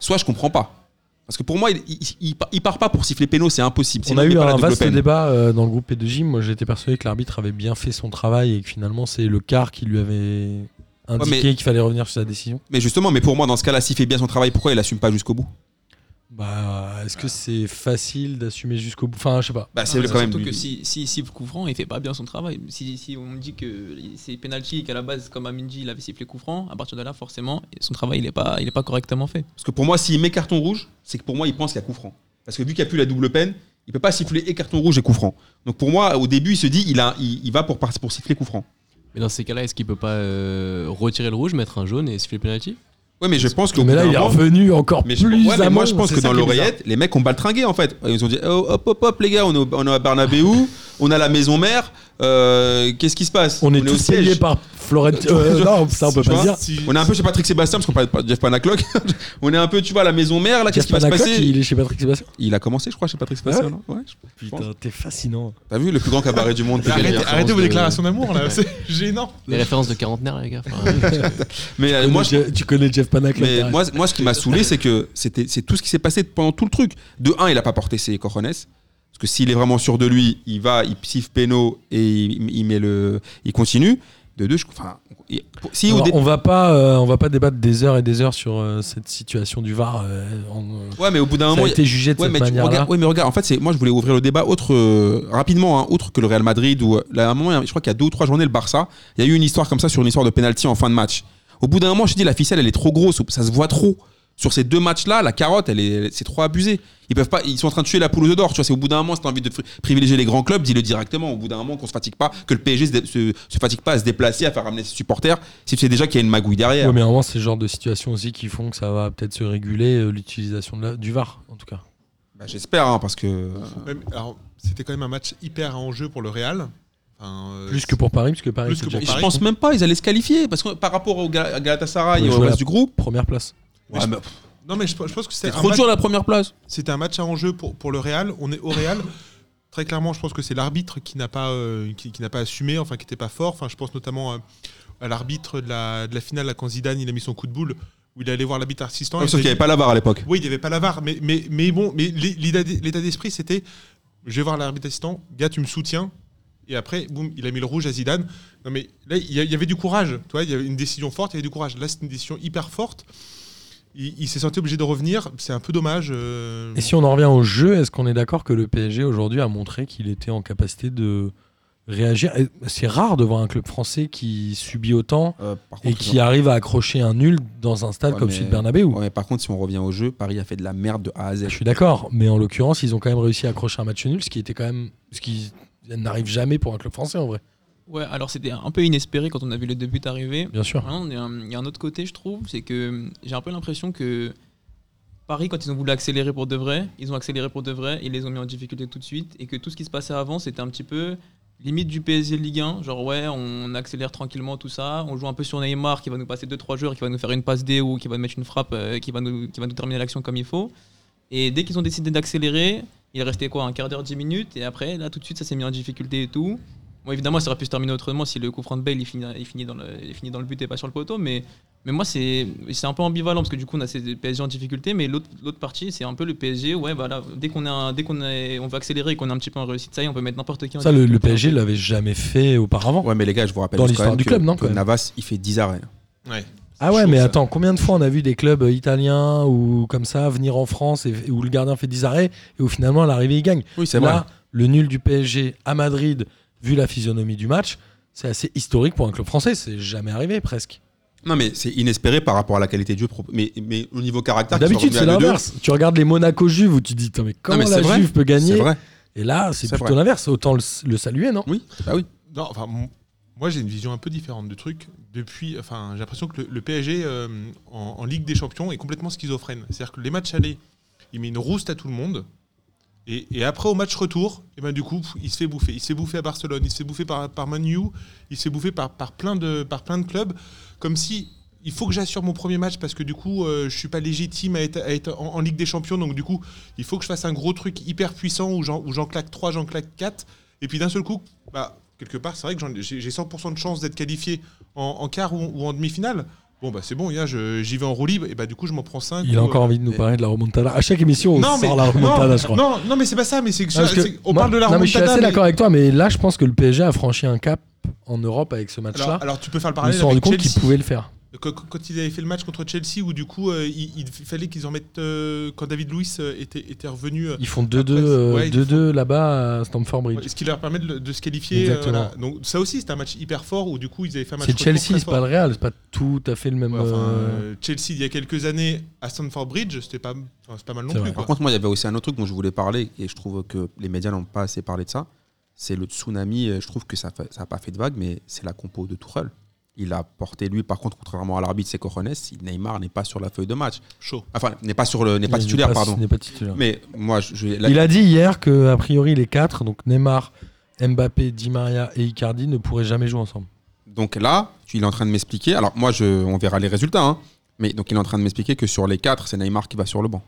Speaker 1: Soit je comprends pas. Parce que pour moi, il, il, il part- il part pas pour siffler péno, c'est impossible.
Speaker 4: On
Speaker 1: Sinon,
Speaker 4: a
Speaker 1: met
Speaker 4: eu
Speaker 1: pas la
Speaker 4: un
Speaker 1: double
Speaker 4: vaste
Speaker 1: peine.
Speaker 4: débat euh, dans le groupe P2J. Moi, j'étais persuadé que l'arbitre avait bien fait son travail et que finalement, c'est le quart qui lui avait indiqué
Speaker 1: mais-
Speaker 4: qu'il fallait revenir sur sa décision.
Speaker 1: Mais justement, mais pour moi, dans ce cas-là, s'il fait bien son travail, pourquoi il assume pas jusqu'au bout
Speaker 4: Bah, est-ce
Speaker 1: Ah.
Speaker 4: que c'est facile d'assumer jusqu'au bout Enfin, je sais pas.
Speaker 1: Bah,
Speaker 6: Ah,
Speaker 1: c'est
Speaker 6: mais
Speaker 1: quand même.
Speaker 6: Surtout
Speaker 1: du-
Speaker 6: que si, si, si coup franc, il fait pas bien son travail. Si, si on dit que c'est penalty et qu'à la base, comme Aminji, il avait sifflé coup franc, à partir de là, forcément, son travail, il est pas, il est pas correctement fait.
Speaker 1: Parce que pour moi, s'il met carton rouge, c'est que pour moi, il pense qu'il y a coup franc. Parce que vu qu'il n'y a plus la double peine, il peut pas siffler et carton rouge et coup franc. Donc pour moi, au début, il se dit, il, a, il, il va pour, par- pour siffler coup franc.
Speaker 7: Mais dans ces cas-là, est-ce qu'il peut pas euh, retirer le rouge, mettre un jaune et siffler le penalty
Speaker 1: Ouais, mais je pense que.
Speaker 4: Mais là, il est revenu encore
Speaker 1: Mais je,
Speaker 4: plus
Speaker 1: ouais, mais moi,
Speaker 4: amont,
Speaker 1: je pense
Speaker 4: c'est
Speaker 1: que
Speaker 4: ça
Speaker 1: dans
Speaker 4: qui est bizarre.
Speaker 1: l'oreillette, les mecs ont baltringué en fait. Ils ont dit oh, hop, hop, hop, les gars, on est, au- on est à Bernabeu, on a la maison mère. euh, Qu'est-ce qui se passe
Speaker 4: On est
Speaker 1: au
Speaker 4: tous
Speaker 1: siège.
Speaker 4: payés par Florentino.
Speaker 1: Tu
Speaker 4: Euh,
Speaker 1: vois,
Speaker 4: non, ça on peut
Speaker 1: tu
Speaker 4: pas
Speaker 1: vois,
Speaker 4: dire.
Speaker 5: Si-
Speaker 1: On est un peu chez Patrick Sébastien, parce qu'on parle de Jeff Panaclock. on est un peu, tu vois, à la maison mère, là, qu'est-ce qui va se
Speaker 4: Jaspanacoc,
Speaker 1: passer il...
Speaker 4: Il est chez Patrick Sébastien.
Speaker 1: a commencé, je crois, chez Patrick Sébastien.
Speaker 4: Ah ouais
Speaker 1: non Ouais, je- je pense.
Speaker 4: Putain, t'es fascinant.
Speaker 1: T'as vu le plus grand cabaret du monde
Speaker 5: Mais
Speaker 7: Quelle
Speaker 5: Arrêtez,
Speaker 7: référence
Speaker 5: arrêtez vos
Speaker 7: de-
Speaker 5: déclarations d'amour là,
Speaker 7: Ouais.
Speaker 5: c'est gênant.
Speaker 7: Les références de quarantenaire, les gars. Enfin,
Speaker 1: Mais euh, moi, je-
Speaker 4: Connais Je- tu connais Jeff Panaclock.
Speaker 1: Mais
Speaker 4: t'arrêtes.
Speaker 1: moi, moi, ce qui m'a saoulé, c'est que c'était, c'est tout ce qui s'est passé pendant tout le truc. De un, il a pas porté ses cojones. Parce que s'il est vraiment sûr de lui, il va, il psiffe Péno et il, il met le, il continue. De deux, je, enfin, il- pour- si au
Speaker 4: Alors,
Speaker 1: dé-
Speaker 4: on va pas, euh, on va pas débattre des heures et des heures sur euh, cette situation du Var. euh, en, euh,
Speaker 1: ouais, mais au bout d'un
Speaker 4: ça
Speaker 1: moment,
Speaker 4: a
Speaker 1: il-
Speaker 4: été jugé de
Speaker 1: ouais, mais
Speaker 4: cette
Speaker 1: tu-
Speaker 4: manière-là.
Speaker 1: regarde, ouais, mais regarde, en fait, c'est, moi, je voulais ouvrir le débat autre euh, rapidement, hein, autre que le Real Madrid ou là, à un moment, il y a- je crois qu'il y a deux ou trois journées le Barça, il y a eu une histoire comme ça sur une histoire de penalty en fin de match. Au bout d'un moment, je dis la ficelle, elle est trop grosse, ça se voit trop. Sur ces deux matchs-là, la carotte, elle est, c'est trop abusé. Ils peuvent pas, ils sont en train de tuer la poule aux œufs d'or. Tu vois, c'est au bout d'un moment, si t'as envie de fri- privilégier les grands clubs, dis-le directement. Au bout d'un moment, qu'on se fatigue pas, que le PSG se, dé- se, se fatigue pas à se déplacer, à faire ramener ses supporters, si tu sais déjà qu'il y a une magouille derrière.
Speaker 4: Ouais, mais à un moment, c'est le genre de situation aussi qui font que ça va peut-être se réguler euh, l'utilisation de la- du VAR, en tout cas.
Speaker 1: Bah, j'espère, hein, parce que.
Speaker 5: Ouais, mais alors, c'était quand même un match hyper à enjeu pour le Real. Enfin, euh,
Speaker 4: Plus que pour Paris, puisque Paris,
Speaker 5: Plus
Speaker 4: c'est
Speaker 5: que
Speaker 4: déjà
Speaker 5: pour
Speaker 1: Et
Speaker 4: la
Speaker 5: Paris.
Speaker 1: je pense même pas, ils allaient se qualifier, parce que par rapport au Gal- à Galatasaray
Speaker 4: Ouais,
Speaker 1: et au
Speaker 4: jouer
Speaker 1: reste
Speaker 4: la-
Speaker 1: du groupe.
Speaker 4: première place.
Speaker 1: Ouais, mais pff,
Speaker 5: Non, mais je, je pense que
Speaker 1: c'est
Speaker 5: c'était un,
Speaker 1: trop
Speaker 5: match-
Speaker 1: dur la première place.
Speaker 5: c'était un match à enjeu pour, pour le Real. On est au Real. Très clairement, je pense que c'est l'arbitre qui n'a pas, euh, qui, qui n'a pas assumé, enfin qui n'était pas fort. Enfin, je pense notamment euh, à l'arbitre de la, de la finale là, quand Zidane il a mis son coup de boule où il est allé voir l'arbitre assistant.
Speaker 1: Ah, sauf qu'il
Speaker 5: il
Speaker 1: n'y
Speaker 5: a
Speaker 1: avait pas la barre à l'époque.
Speaker 5: Oui, il n'y avait pas la VAR, mais, mais, mais bon, mais l'i- l'état d- l'état d'esprit, c'était je vais voir l'arbitre assistant, gars, tu me soutiens. Et après, boum, il a mis le rouge à Zidane. Non, mais là, il y a- il y avait du courage. Tu vois, il y avait une décision forte, il y avait du courage. Là, c'est une décision hyper forte. Il, il s'est senti obligé de revenir. C'est un peu dommage. euh.
Speaker 1: Mm.
Speaker 4: Et si on en revient au jeu, est-ce qu'on est d'accord que le PSG aujourd'hui a montré qu'il était en capacité de réagir Et C'est rare de voir un club français qui subit autant
Speaker 1: Euh, par
Speaker 4: et
Speaker 1: contre,
Speaker 4: qui arrive à accrocher un nul dans un stade
Speaker 1: Ouais,
Speaker 4: comme
Speaker 1: mais-
Speaker 4: celui de Bernabeu.
Speaker 1: ouais, mais par contre, si on revient au jeu, Paris a fait de la merde de A à Z.
Speaker 4: Je suis d'accord, mais en l'occurrence, ils ont quand même réussi à accrocher un match nul, ce qui était quand même ce qui n'arrive jamais pour un club français en vrai.
Speaker 6: Ouais, alors c'était un peu inespéré quand on a vu les deux buts arriver.
Speaker 4: Bien sûr.
Speaker 6: Maintenant, on est un- il y a un autre côté, je trouve, c'est que euh, j'ai un peu l'impression que Paris, quand ils ont voulu accélérer pour de vrai, ils ont accéléré pour de vrai, ils les ont mis en difficulté tout de suite, et que tout ce qui se passait avant, c'était un petit peu limite du PSG Ligue 1, genre ouais, on accélère tranquillement tout ça, on joue un peu sur Neymar qui va nous passer 2-3 joueurs, qui va nous faire une passe D ou qui va nous mettre une frappe, euh, qui, va nous, qui va nous terminer l'action comme il faut. Et dès qu'ils ont décidé d'accélérer, il restait quoi, un quart d'heure, 10 minutes, et après, là, tout de suite, ça s'est mis en difficulté et tout. Bon, évidemment, ça aurait pu se terminer autrement si le coup franc de Bale il finit, il finit dans le, il finit dans le but et pas sur le poteau. Mais, mais moi, c'est c'est un peu ambivalent parce que du coup, on a ces PSG en difficulté. Mais l'autre l'autre partie, c'est un peu le PSG. Ouais, voilà, dès qu'on est un- dès qu'on est- on veut accélérer et qu'on est un petit peu en réussite, ça y est, on peut mettre n'importe qui en
Speaker 4: Ça, le, le
Speaker 6: difficulté.
Speaker 4: PSG l'avait jamais fait auparavant.
Speaker 1: Ouais, mais les gars, je vous rappelle
Speaker 4: Dans
Speaker 1: juste
Speaker 4: l'histoire
Speaker 1: quand même
Speaker 4: du
Speaker 1: que-
Speaker 4: club, non, quand
Speaker 1: que
Speaker 4: même.
Speaker 1: Navas, il fait 10 arrêts.
Speaker 5: Ouais.
Speaker 4: ah ouais,
Speaker 5: chaud,
Speaker 4: mais
Speaker 5: ça.
Speaker 4: attends, combien de fois on a vu des clubs euh, italiens ou comme ça venir en France et, et où le gardien fait 10 arrêts et où finalement à l'arrivée il gagne
Speaker 1: Oui, c'est
Speaker 4: Là,
Speaker 1: vrai.
Speaker 4: le nul du PSG à Madrid, vu la physionomie du match, c'est assez historique pour un club français. C'est jamais arrivé presque.
Speaker 1: Non, mais c'est inespéré par rapport à la qualité du jeu. pro- Mais, mais au niveau caractère,
Speaker 4: D'habitude, c'est
Speaker 1: la
Speaker 4: l'inverse. Tu regardes les Monaco-Juve où tu te dis, Putain, mais comment
Speaker 1: mais
Speaker 4: la
Speaker 1: c'est vrai.
Speaker 4: Juve peut
Speaker 1: C'est
Speaker 4: gagner
Speaker 1: vrai.
Speaker 4: Et là, c'est
Speaker 1: C'est
Speaker 4: plutôt
Speaker 1: vrai.
Speaker 4: l'inverse. Autant le, le saluer, non
Speaker 1: Oui, bah oui.
Speaker 5: Non, enfin, m- moi, j'ai une vision un peu différente du truc. Depuis, enfin, j'ai l'impression que le, le PSG euh, en, en Ligue des Champions est complètement schizophrène. C'est-à-dire que les matchs allés, il met une rouste à tout le monde. Et, et après, au match retour, et ben, du coup, pff, il se fait bouffer. Il se fait bouffer à Barcelone, il se fait bouffer par, par Manu, il se fait bouffer par, par, plein de, par plein de clubs. Comme si il faut que j'assure mon premier match parce que du coup, euh, je suis pas légitime à être, à être en, en Ligue des Champions. Donc, du coup, il faut que je fasse un gros truc hyper puissant où j'en où j'en claque 3, j'en claque 4. Et puis d'un seul coup, bah, quelque part, c'est vrai que j'en- j'ai j'ai 100% de chance d'être qualifié en, en quart ou, ou en demi-finale. Bon, bah c'est bon, gars, je- j'y vais en roue libre, et bah du coup, je m'en prends euh, 5.
Speaker 4: Il a encore envie de nous parler de la remontada. À chaque émission, on sort Oh, la remontada,
Speaker 5: non,
Speaker 4: je crois.
Speaker 5: non, non, mais c'est pas ça, mais c'est que,
Speaker 4: Non, parce que
Speaker 5: c'est- on
Speaker 4: moi-
Speaker 5: parle de la
Speaker 4: non, mais je suis
Speaker 5: remontada,
Speaker 4: assez
Speaker 5: mais-
Speaker 4: d'accord avec toi, mais là, je pense que le PSG a franchi un cap en Europe avec ce
Speaker 5: Alors,
Speaker 4: match-là.
Speaker 5: alors, tu peux faire
Speaker 4: Ils
Speaker 5: le parallèle
Speaker 4: se sont rendus
Speaker 5: avec
Speaker 4: compte
Speaker 5: Chelsea.
Speaker 4: qu'ils pouvaient le faire.
Speaker 5: Quand, quand ils avaient fait le match contre Chelsea, où du coup, euh, il, il fallait qu'ils en mettent. euh, quand David Luiz euh, était, était revenu. euh,
Speaker 4: Ils font 2-2
Speaker 5: Après,
Speaker 4: euh,
Speaker 5: ouais, ils
Speaker 4: 2-2 là-bas à Stamford Bridge.
Speaker 5: ce qui leur permet de, le- de se qualifier. euh,
Speaker 4: Exactement.
Speaker 5: voilà. Donc, ça aussi, c'était un match hyper fort où du coup, ils avaient fait un match.
Speaker 4: C'est
Speaker 5: retour
Speaker 4: Chelsea,
Speaker 5: très
Speaker 4: c'est
Speaker 5: fort.
Speaker 4: pas le Real, c'est pas tout à fait le même.
Speaker 5: Ouais, enfin,
Speaker 4: euh,
Speaker 5: euh, Chelsea il y a quelques années à Stamford Bridge, c'était pas, enfin, c'est pas mal
Speaker 4: C'est
Speaker 5: non plus.
Speaker 4: vrai.
Speaker 5: quoi.
Speaker 1: Par contre, moi, il y avait aussi un autre truc dont je voulais parler, et je trouve que les médias n'ont pas assez parlé de ça. C'est le tsunami. euh, Je trouve que ça n'a ça a pas fait de vague, mais c'est la compo de Tourelle. Il a porté, lui, par contre, contrairement à l'arbitre, c'est Corones. Neymar n'est pas sur la feuille de match.
Speaker 5: Chaud.
Speaker 1: Enfin, n'est pas sur le, n'est pas
Speaker 4: Il
Speaker 1: titulaire,
Speaker 4: pas-
Speaker 1: pardon.
Speaker 4: il n'est pas titulaire.
Speaker 1: Mais moi, je, je- là-
Speaker 4: Il a dit hier que a priori les quatre, donc Neymar, Mbappé, Di Maria et Icardi ne pourraient jamais jouer ensemble.
Speaker 1: donc là, tu- il est en train de m'expliquer. Alors moi, je, on verra les résultats. hein. mais donc il est en train de m'expliquer que sur les quatre, c'est Neymar qui va sur le banc.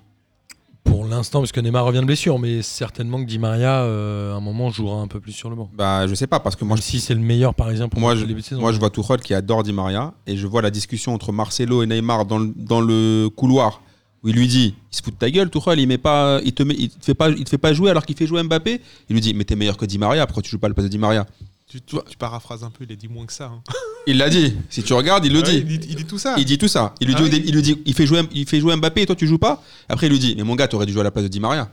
Speaker 4: Pour l'instant, parce que Neymar revient de blessure, mais certainement que Di Maria, euh, à un moment, jouera un peu plus sur le banc.
Speaker 1: Bah, je sais pas parce que moi,
Speaker 4: Moi,
Speaker 1: je,
Speaker 4: si c'est le meilleur parisien pour
Speaker 1: moi,
Speaker 4: moi,
Speaker 1: je,
Speaker 4: début de saison.
Speaker 1: moi, je vois Tuchel qui adore Di Maria et je vois la discussion entre Marcelo et Neymar dans le, dans le couloir où il lui dit, il se fout de ta gueule, Tuchel, il met pas, il te met- il te fait pas, il te fait pas jouer alors qu'il fait jouer Mbappé. Il lui dit, mais t'es meilleur que Di Maria, pourquoi tu joues pas le poste de Di Maria
Speaker 5: Tu, tu- tu paraphrases un peu, il a dit moins que ça. hein.
Speaker 1: Il l'a dit. Si tu regardes, il le
Speaker 5: Ouais,
Speaker 1: dit.
Speaker 5: il, il dit tout ça.
Speaker 1: Il dit tout ça. Il lui
Speaker 5: Ah
Speaker 1: dit, au
Speaker 5: oui.
Speaker 1: début- il lui dit, il fait jouer, il fait jouer Mbappé et toi tu joues pas. Après il lui dit, mais mon gars, t'aurais dû jouer à la place de Di Maria.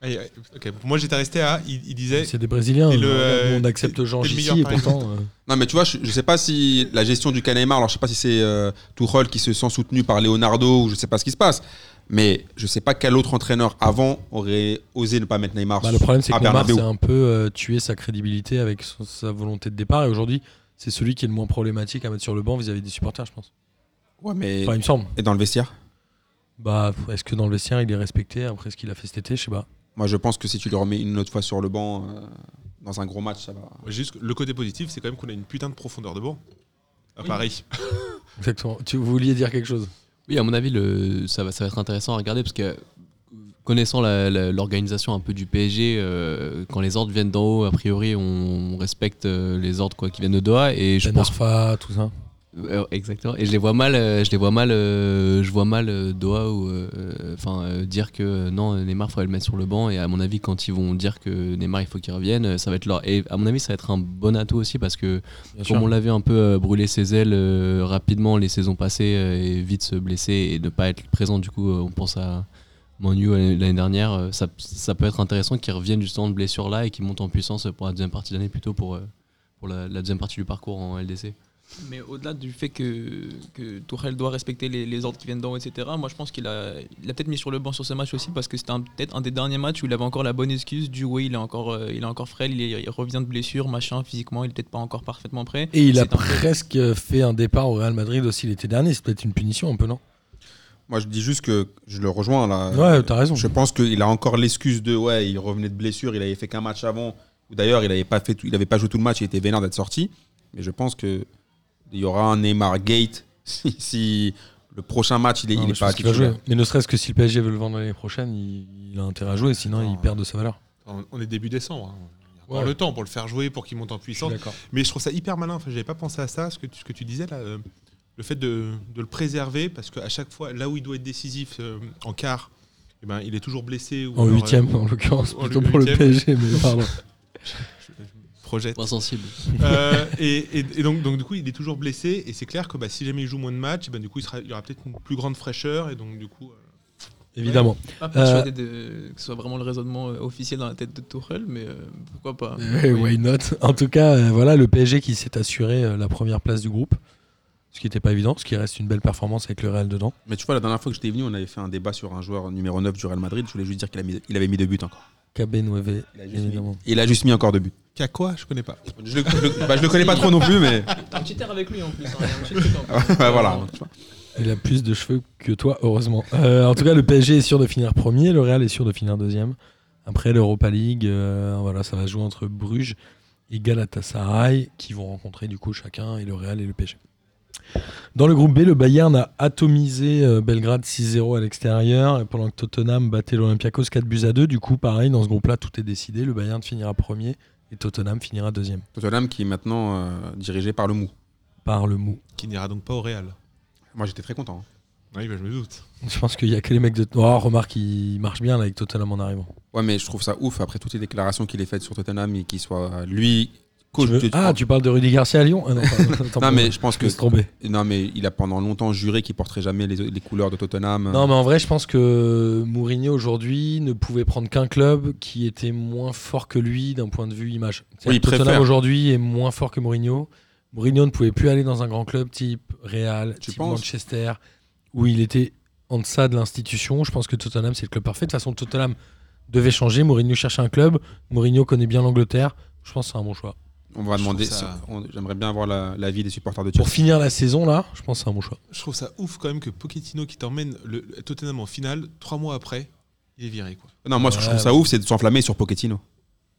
Speaker 5: Ah, il- ok, pour moi, j'étais resté à. Il, il disait.
Speaker 4: C'est des Brésiliens.
Speaker 5: Et le,
Speaker 4: on-
Speaker 5: euh,
Speaker 4: on accepte
Speaker 5: t'es-
Speaker 4: Jean
Speaker 5: t'es le
Speaker 4: ici
Speaker 5: meilleur
Speaker 4: et
Speaker 5: parisien.
Speaker 4: pourtant. euh,
Speaker 1: Non mais tu vois, je, je sais pas si la gestion du cas Neymar, alors je sais pas si c'est euh, Tuchel qui se sent soutenu par Leonardo ou je sais pas ce qui se passe, mais je sais pas quel autre entraîneur avant aurait osé ne pas mettre Neymar.
Speaker 4: bah, le problème, c'est
Speaker 1: à
Speaker 4: que Neymar
Speaker 1: Ah, Bernabeu.
Speaker 4: s'est un peu euh, tué sa crédibilité avec son- sa volonté de départ. Et aujourd'hui, c'est celui qui est le moins problématique à mettre sur le banc vis-à-vis des supporters, je pense.
Speaker 1: Ouais, mais
Speaker 4: Enfin, il me semble.
Speaker 1: et dans le vestiaire.
Speaker 4: Bah, est-ce que dans le vestiaire, il est respecté après ce qu'il a fait cet été Je sais pas.
Speaker 1: Moi je pense que si tu le remets une autre fois sur le banc euh, dans un gros match, ça va.
Speaker 5: Moi, Juste, le côté positif, c'est quand même qu'on a une putain de profondeur de banc à Paris.
Speaker 4: Exactement. Tu vous vouliez dire quelque chose
Speaker 7: Oui, à mon avis, le, ça, va, ça va être intéressant à regarder parce que connaissant la- la- l'organisation un peu du PSG, euh, quand les ordres viennent d'en haut, a priori, on respecte euh, les ordres quoi, qui viennent de Doha. Et je
Speaker 4: Ben
Speaker 7: pense
Speaker 4: Arfa, tout ça.
Speaker 7: Euh, exactement. Et je les vois mal, euh, je les vois mal, euh, je vois mal euh, Doha ou euh, enfin euh, dire que euh, non Neymar faudrait le mettre sur le banc. Et à mon avis, quand ils vont dire que Neymar il faut qu'il revienne, euh, ça va être leur. Et à mon avis, ça va être un bon atout aussi parce que
Speaker 4: Bien
Speaker 7: comme
Speaker 4: sûr.
Speaker 7: on l'avait un peu euh, brûlé ses ailes euh, rapidement les saisons passées euh, et vite se blesser et ne pas être présent, du coup, euh, on pense à Manu euh, l'année dernière. euh, ça, ça peut être intéressant qu'il revienne justement de blessure là et qu'il monte en puissance pour la deuxième partie de l'année plutôt pour, euh, pour la, la deuxième partie du parcours en LDC.
Speaker 6: Mais au-delà du fait que, que Tourelle doit respecter les, les ordres qui viennent d'en haut, etc., moi je pense qu'il a, il a peut-être mis sur le banc sur ce match aussi parce que c'était un- peut-être un des derniers matchs où il avait encore la bonne excuse du oui, il est encore, euh, il est encore frêle, il, est- il revient de blessure, machin, physiquement, il est peut-être pas encore parfaitement prêt.
Speaker 4: Et il a
Speaker 6: C'est un peu-
Speaker 4: presque fait un départ au Real Madrid aussi l'été dernier. C'est peut-être une punition un peu, non
Speaker 1: Moi je dis juste que je le rejoins là.
Speaker 4: Ouais, t'as raison.
Speaker 1: Euh, Je pense qu'il a encore l'excuse de ouais, il revenait de blessure, il avait fait qu'un match avant. Ou d'ailleurs, il n'avait pas fait, tout- il avait pas joué tout le match, il était vénère d'être sorti. Mais je pense que il y aura un Neymar Gate si, si le prochain match il est,
Speaker 4: Non,
Speaker 1: il
Speaker 4: mais
Speaker 1: est
Speaker 4: je
Speaker 1: pas
Speaker 4: pense qu'il va
Speaker 1: titulaire.
Speaker 4: jouer. Mais ne serait-ce que si le PSG veut le vendre l'année prochaine, il, il a intérêt à jouer, sinon
Speaker 5: Attends,
Speaker 4: il perd de sa valeur.
Speaker 5: On on est début décembre. hein. Il y a
Speaker 4: Ouais.
Speaker 5: encore le temps pour le faire jouer, pour qu'il monte en puissance. Mais je trouve ça hyper malin. Enfin, j'avais pas pensé à ça, ce que tu, ce que tu disais là. euh, le fait de, de le préserver, parce qu'à chaque fois, là où il doit être décisif euh, en quart, eh ben, il est toujours blessé. Ou
Speaker 4: En
Speaker 5: alors, euh,
Speaker 4: huitième, en l'occurrence,
Speaker 5: en
Speaker 4: plutôt pour le
Speaker 5: huitième.
Speaker 4: PSG, mais pardon.
Speaker 5: projette.
Speaker 7: Point sensible.
Speaker 5: Euh, et, et- et donc, donc, du coup, il est toujours blessé. Et c'est clair que bah, si jamais il joue moins de matchs, eh ben, du coup, il, sera- il y aura peut-être une plus grande fraîcheur. Et donc, du coup, euh,
Speaker 4: Évidemment.
Speaker 6: Pas persuadé
Speaker 4: Euh,
Speaker 6: de, que ce soit vraiment le raisonnement euh, officiel dans la tête de Tourelle, mais euh, pourquoi pas.
Speaker 4: Eh, why not En tout cas, euh, voilà le PSG qui s'est assuré euh, la première place du groupe, ce qui n'était pas évident, ce qui reste une belle performance avec le Real dedans.
Speaker 1: Mais tu vois, la dernière fois que j'étais venu, on avait fait un débat sur un joueur numéro 9 du Real Madrid. Je voulais juste dire qu'il a mis- il avait mis deux buts encore.
Speaker 4: KB Nueve,
Speaker 1: Il a juste, mis,
Speaker 4: évidemment.
Speaker 1: il a juste mis encore deux buts.
Speaker 5: qu'à quoi Je connais pas.
Speaker 1: Je le, je le- bah, je le connais pas trop non plus, mais
Speaker 6: T'as un petit air avec lui en plus. hein, il y a un petit truc en plus.
Speaker 1: bah, voilà.
Speaker 4: Il a plus de cheveux que toi, heureusement. Euh, en tout cas, le PSG est sûr de finir premier, le Real est sûr de finir deuxième. Après l'Europa League, euh, voilà, ça va se jouer entre Bruges et Galatasaray, qui vont rencontrer du coup chacun, et le Real et le PSG. Dans le groupe B, le Bayern a atomisé euh, Belgrade 6-0 à l'extérieur, et pendant que Tottenham battait l'Olympiakos 4 buts à 2. Du coup, pareil, dans ce groupe-là, tout est décidé. Le Bayern finira premier et Tottenham finira deuxième.
Speaker 1: Tottenham qui est maintenant euh, dirigé par le Mou.
Speaker 4: Par le mou.
Speaker 5: Qui n'ira donc pas au Real.
Speaker 1: Moi, j'étais très content. hein.
Speaker 5: Oui, bah, je me doute.
Speaker 4: Je pense qu'il y a que les mecs de. Oh, remarque, il marche bien là, avec Tottenham en arrivant.
Speaker 1: Ouais, mais je trouve ça ouf après toutes les déclarations qu'il ait faites sur Tottenham et qu'il soit euh, lui
Speaker 4: Tu
Speaker 1: coach
Speaker 4: veux-
Speaker 1: de
Speaker 4: Ah, tu parles de Rudy Garcia à Lyon Ah Non, pardon. Attends,
Speaker 1: Non, mais
Speaker 4: pardon.
Speaker 1: je pense
Speaker 4: Je
Speaker 1: que.
Speaker 4: me suis trompé.
Speaker 1: Non, mais il a pendant longtemps juré qu'il porterait jamais les, les couleurs de Tottenham.
Speaker 4: Non, mais en vrai, je pense que Mourinho aujourd'hui ne pouvait prendre qu'un club qui était moins fort que lui d'un point de vue image. C'est-à-dire
Speaker 1: Oui, il
Speaker 4: que Tottenham
Speaker 1: préfère.
Speaker 4: aujourd'hui est moins fort que Mourinho. Mourinho ne pouvait plus aller dans un grand club type Real,
Speaker 1: Tu
Speaker 4: type
Speaker 1: penses
Speaker 4: Manchester, où il était en deçà de l'institution. Je pense que Tottenham, c'est le club parfait. De toute façon, Tottenham devait changer. Mourinho cherchait un club. Mourinho connaît bien l'Angleterre. Je pense que c'est un bon choix.
Speaker 1: on va
Speaker 5: Je trouve
Speaker 1: demander.
Speaker 5: ça-
Speaker 1: on- J'aimerais bien avoir la- l'avis des supporters de
Speaker 4: Pour
Speaker 1: Chelsea.
Speaker 4: finir la saison, là, je pense que c'est un bon choix.
Speaker 5: Je trouve ça ouf quand même que Pochettino qui t'emmène le, le Tottenham en finale, trois mois après, il est viré. Quoi.
Speaker 1: Non, moi, ce que je trouve
Speaker 4: Ouais.
Speaker 1: ça ouf, c'est de s'enflammer sur Pochettino.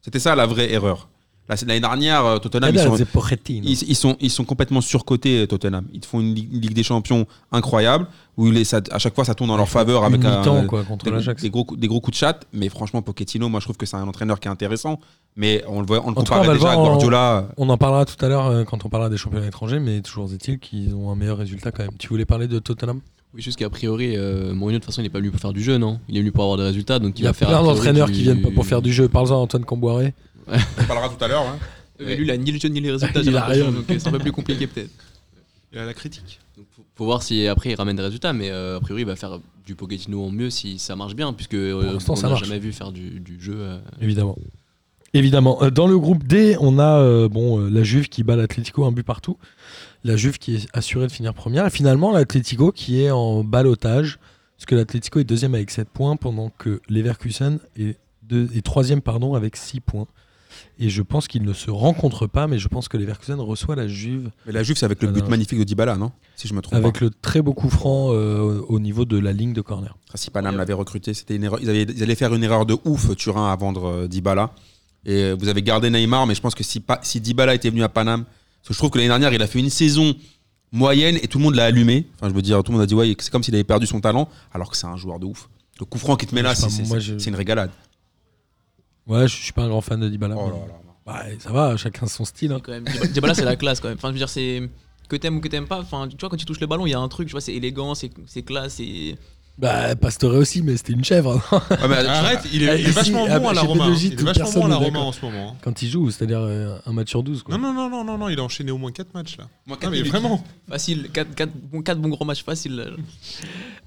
Speaker 1: C'était ça la vraie erreur. La- L'année dernière, euh, Tottenham,
Speaker 4: Eh
Speaker 1: ils
Speaker 4: bien,
Speaker 1: sont,
Speaker 4: c'est Pochettino.
Speaker 1: ils, ils sont, ils sont complètement surcotés, euh, Tottenham. Ils te font une ligue, une Ligue des champions incroyable, où les- ça- à chaque fois, ça tourne en leur faveur avec
Speaker 4: Une
Speaker 1: un,
Speaker 4: mi-temps, quoi, contre
Speaker 1: des,
Speaker 4: l'Ajax.
Speaker 1: des gros, coups- des gros coups de chat. Mais franchement, Pochettino, moi, je trouve que c'est un entraîneur qui est intéressant. Mais on le, voit, on le
Speaker 4: En tout cas, on
Speaker 1: compare
Speaker 4: va le
Speaker 1: déjà à
Speaker 4: voir en-
Speaker 1: Guardiola.
Speaker 4: On en parlera tout à l'heure euh, quand on parlera des championnats étrangers, mais toujours est-il qu'ils ont un meilleur résultat quand même. Tu voulais parler de Tottenham
Speaker 7: Oui, juste qu'a priori, euh, Mourinho, de toute façon, il n'est pas venu pour faire du jeu, non Il est venu pour avoir des résultats, donc il,
Speaker 4: Il y a
Speaker 7: va faire.
Speaker 4: plein
Speaker 7: a priori
Speaker 4: d'entraîneurs
Speaker 7: du-
Speaker 4: qui viennent pas pour faire du jeu. Parle-en à Antoine Camboiré.
Speaker 1: On en parlera tout à l'heure. hein.
Speaker 6: Mais lui, il a ni le jeu ni les résultats,
Speaker 4: Il
Speaker 6: j'ai
Speaker 4: a
Speaker 6: l'impression,
Speaker 4: rien.
Speaker 6: donc euh, c'est un peu plus compliqué peut-être.
Speaker 5: Il a la critique.
Speaker 7: Donc, faut, faut voir si après il ramène des résultats, mais euh, a priori, il va faire du Pochettino en mieux si ça marche bien, puisque euh,
Speaker 4: l'instant, ça
Speaker 7: on n'a
Speaker 4: marche.
Speaker 7: jamais vu faire du, du jeu. euh,
Speaker 4: Évidemment. Évidemment. Euh, Dans le groupe D, on a euh, bon, euh, la Juve qui bat l'Atlético un but partout. La Juve qui est assurée de finir première. Et finalement, l'Atlético qui est en balotage. Parce que l'Atlético est deuxième avec 7 points, pendant que l'Everkusen est, deux, est troisième pardon, avec 6 points. Et je pense qu'ils ne se rencontrent pas, mais je pense que l'Everkusen reçoit la Juve
Speaker 1: Mais la Juve, c'est avec le
Speaker 4: Ah,
Speaker 1: but
Speaker 4: non.
Speaker 1: magnifique de Dybala, non Si je me trompe
Speaker 4: avec
Speaker 1: pas.
Speaker 4: le très beau coup franc euh, au au niveau de la ligne de corner.
Speaker 1: Ah, Si Paname l'avait recruté, c'était une erreur. Ils, avaient- ils allaient faire une erreur de ouf, Turin, à vendre euh, Dybala. Et euh, vous avez gardé Neymar, mais je pense que si, pa- si Dybala était venu à Paname, parce que je trouve que l'année dernière, il a fait une saison moyenne et tout le monde l'a allumé. Enfin, je veux dire, tout le monde a dit, ouais, c'est comme s'il avait perdu son talent, alors que c'est un joueur de ouf. Le coup franc qui te met là,
Speaker 4: Je sais
Speaker 1: c'est
Speaker 4: pas, moi,
Speaker 1: c'est-
Speaker 4: je-
Speaker 1: c'est une régalade.
Speaker 4: Ouais, je suis pas un grand fan de Dybala.
Speaker 1: Oh
Speaker 4: mais-
Speaker 1: là là.
Speaker 4: Bah, ça va, chacun son style. hein.
Speaker 6: Quand même, Dib- Dybala, c'est la classe quand même. Enfin, je veux dire, c'est que t'aimes ou que t'aimes pas. Enfin, tu vois, quand tu touches le ballon, il y a un truc, tu vois, c'est élégant, c'est c'est classe, c'est.
Speaker 4: Bah, Pastore aussi, mais c'était une chèvre. hein.
Speaker 1: Ouais, mais
Speaker 5: Arrête, il
Speaker 4: Ah,
Speaker 5: est, il est
Speaker 4: ici,
Speaker 5: vachement
Speaker 4: ah,
Speaker 5: bon à la
Speaker 4: chez
Speaker 5: Roma. hein.
Speaker 4: PDG,
Speaker 5: Il est
Speaker 4: toute
Speaker 5: vachement
Speaker 4: personne
Speaker 5: bon à la
Speaker 4: est
Speaker 5: Roma
Speaker 4: d'accord.
Speaker 5: en ce moment. hein.
Speaker 4: Quand il joue, c'est-à-dire euh, un match sur 12. Quoi.
Speaker 5: Non, non, non, non, non, non, il a enchaîné au moins 4 matchs là.
Speaker 1: Moi,
Speaker 5: Non,
Speaker 1: quatre
Speaker 5: mais
Speaker 1: minutes.
Speaker 5: vraiment.
Speaker 6: Facile, 4 bons, quatre bons gros matchs faciles.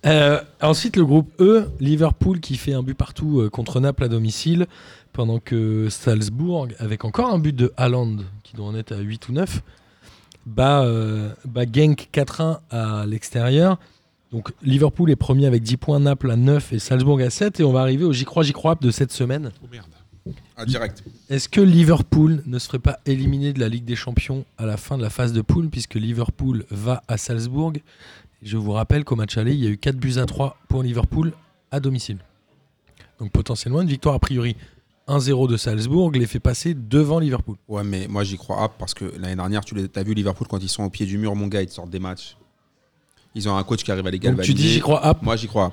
Speaker 4: Euh, ensuite, le groupe E, Liverpool qui fait un but partout euh, contre Naples à domicile, pendant que Salzbourg, avec encore un but de Haaland, qui doit en être à 8 ou 9, bat, euh, bat Genk 4-1 à l'extérieur. Donc Liverpool est premier avec 10 points, Naples à 9 et Salzbourg à 7. Et on va arriver au J'y crois, J'y crois de cette semaine.
Speaker 5: Oh merde.
Speaker 1: Ah, direct.
Speaker 4: Est-ce que Liverpool ne se ferait pas éliminer de la Ligue des Champions à la fin de la phase de poule, puisque Liverpool va à Salzbourg Je vous rappelle qu'au match aller, il y a eu 4 buts à 3 pour Liverpool à domicile. Donc potentiellement une victoire a priori. 1-0 de Salzbourg les fait passer devant Liverpool.
Speaker 1: Ouais, mais moi, j'y crois, pas parce que l'année dernière, tu as vu Liverpool quand ils sont au pied du mur, mon gars, ils te sortent des matchs. Ils ont un coach qui arrive à les
Speaker 4: Donc
Speaker 1: galvaniser.
Speaker 4: tu dis j'y crois, hop,
Speaker 1: Moi, j'y crois.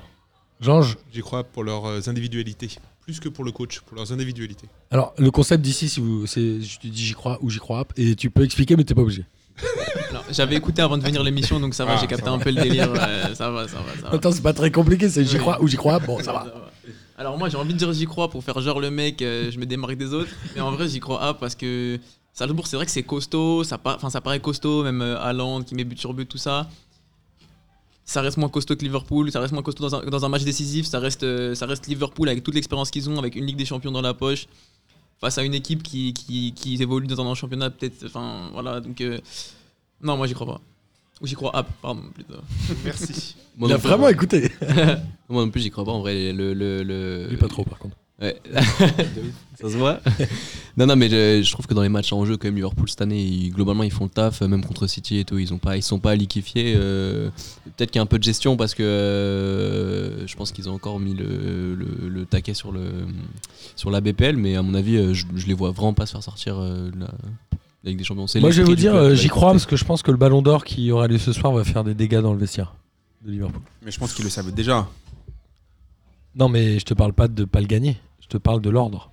Speaker 4: Georges.
Speaker 5: J'y crois pour leurs euh, individualités. Plus que pour le coach, pour leurs individualités.
Speaker 4: Alors le concept d'ici, si vous, c'est je te dis j'y crois ou j'y crois, hop, et tu peux expliquer mais t'es pas obligé.
Speaker 6: Alors, J'avais écouté avant de venir l'émission, donc ça va,
Speaker 1: Ah,
Speaker 6: j'ai capté un peu le délire. euh, ça va, ça va, ça va.
Speaker 4: Attends, c'est pas très compliqué, c'est j'y
Speaker 6: Oui.
Speaker 4: crois ou j'y crois, bon ça
Speaker 6: Ouais,
Speaker 4: va.
Speaker 6: Alors moi j'ai envie de dire j'y crois pour faire genre le mec, euh, je me démarque des autres, mais en vrai j'y crois pas parce que Salzbourg c'est vrai que c'est costaud, ça, par- enfin, ça paraît costaud, même euh, Haaland qui met but sur but, tout ça. Ça reste moins costaud que Liverpool, ça reste moins costaud dans un, dans un match décisif, ça reste, euh, ça reste Liverpool avec toute l'expérience qu'ils ont, avec une Ligue des Champions dans la poche, face à une équipe qui, qui, qui évolue dans un championnat peut-être, enfin voilà, donc euh, non moi j'y crois pas. Ou j'y crois, ah, pardon, plutôt.
Speaker 5: Merci.
Speaker 7: Moi
Speaker 4: Il a
Speaker 7: non plus,
Speaker 4: vraiment
Speaker 7: ouais.
Speaker 4: écouté.
Speaker 7: Moi non plus, j'y crois pas en vrai. Le, le, le...
Speaker 4: Lui pas trop par contre.
Speaker 7: Ouais. ça se voit. non, non, mais je, je trouve que dans les matchs en jeu, quand même, Liverpool cette année, ils- globalement, ils font le taf, euh, même contre City et tout. Ils ont pas, ils sont pas liquéfiés. euh, Peut-être qu'il y a un peu de gestion parce que euh, je pense qu'ils ont encore mis le, le- le taquet sur le sur la BPL, mais à mon avis, euh, je, je les vois vraiment pas se faire sortir euh, la, la Ligue des Champions. C'est
Speaker 4: Moi, je vais
Speaker 7: l'esprit
Speaker 4: vous
Speaker 7: du
Speaker 4: dire,
Speaker 7: bah, club,
Speaker 4: euh,
Speaker 7: ouais.
Speaker 4: j'y crois parce que je pense que le ballon d'or qui aura lieu ce soir va faire des dégâts dans le vestiaire de Liverpool.
Speaker 1: Mais je pense qu'ils le savent déjà.
Speaker 4: Non, mais je te parle pas de pas le gagner. Je te parle de l'ordre.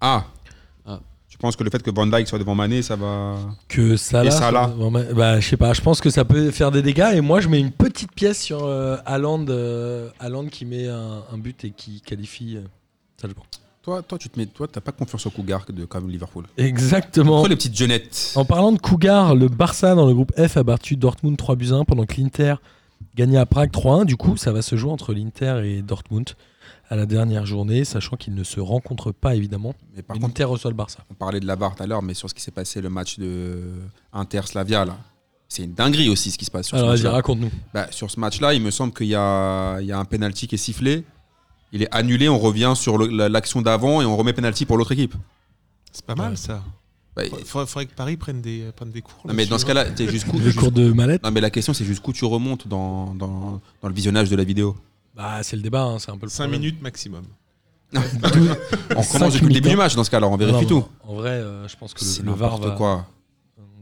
Speaker 1: Ah.
Speaker 7: Ah.
Speaker 1: Tu penses que le fait que Van Dyke soit devant Mané, ça va.
Speaker 4: Que Salah.
Speaker 1: Et Salah.
Speaker 4: Bah, bah, je sais pas. Je pense que ça peut faire des dégâts. Et moi, je mets une petite pièce sur euh, Haaland, euh, Haaland qui met un, un but et qui qualifie. euh, Salzbourg.
Speaker 1: Toi, toi, tu te mets, toi, t'as pas confiance au Cougar de comme Liverpool. Oh.
Speaker 4: Exactement.
Speaker 1: Entre les petites jeunettes.
Speaker 4: En parlant de Cougar, le Barça dans le groupe F a battu Dortmund 3 buts 1 pendant que l'Inter gagnait à Prague 3-1. Du coup, ça va se jouer entre l'Inter et Dortmund à la dernière journée, sachant qu'ils ne se rencontrent pas évidemment.
Speaker 1: Mais par
Speaker 4: Mais
Speaker 1: contre,
Speaker 4: L'Inter reçoit le Barça.
Speaker 1: on parlait de la VAR tout à l'heure, mais sur ce qui s'est passé le match de Inter Slavia là, c'est une dinguerie aussi ce qui se passe sur
Speaker 4: Alors
Speaker 1: ce
Speaker 4: vas-y,
Speaker 1: match-là.
Speaker 4: raconte-nous.
Speaker 1: Bah, sur ce match-là, il me semble qu'il y a, il y a un penalty qui est sifflé. Il est annulé, on revient sur le- la- l'action d'avant et on remet penalty pour l'autre équipe.
Speaker 5: C'est pas
Speaker 4: Ouais.
Speaker 5: mal ça.
Speaker 1: Bah,
Speaker 5: Il faudrait, faudrait que Paris prenne des, euh, prenne des cours.
Speaker 1: non, mais dans ce
Speaker 5: là-dessus,
Speaker 1: cas-là, t'es jusqu'où
Speaker 4: Le
Speaker 1: jusqu'où-
Speaker 4: cours de mallette
Speaker 1: Non, mais la question, c'est jusqu'où tu remontes dans, dans, dans le visionnage de la vidéo.
Speaker 4: Bah, c'est le débat, hein, c'est un peu
Speaker 5: hein.
Speaker 4: le
Speaker 5: Cinq
Speaker 4: problème.
Speaker 5: minutes maximum.
Speaker 1: On commence depuis le
Speaker 4: minutes,
Speaker 1: début du
Speaker 4: hein.
Speaker 1: match dans ce cas-là, on vérifie
Speaker 4: Non,
Speaker 1: tout.
Speaker 4: En vrai, euh, je pense que
Speaker 1: C'est
Speaker 4: le, le VAR va,
Speaker 1: n'importe quoi.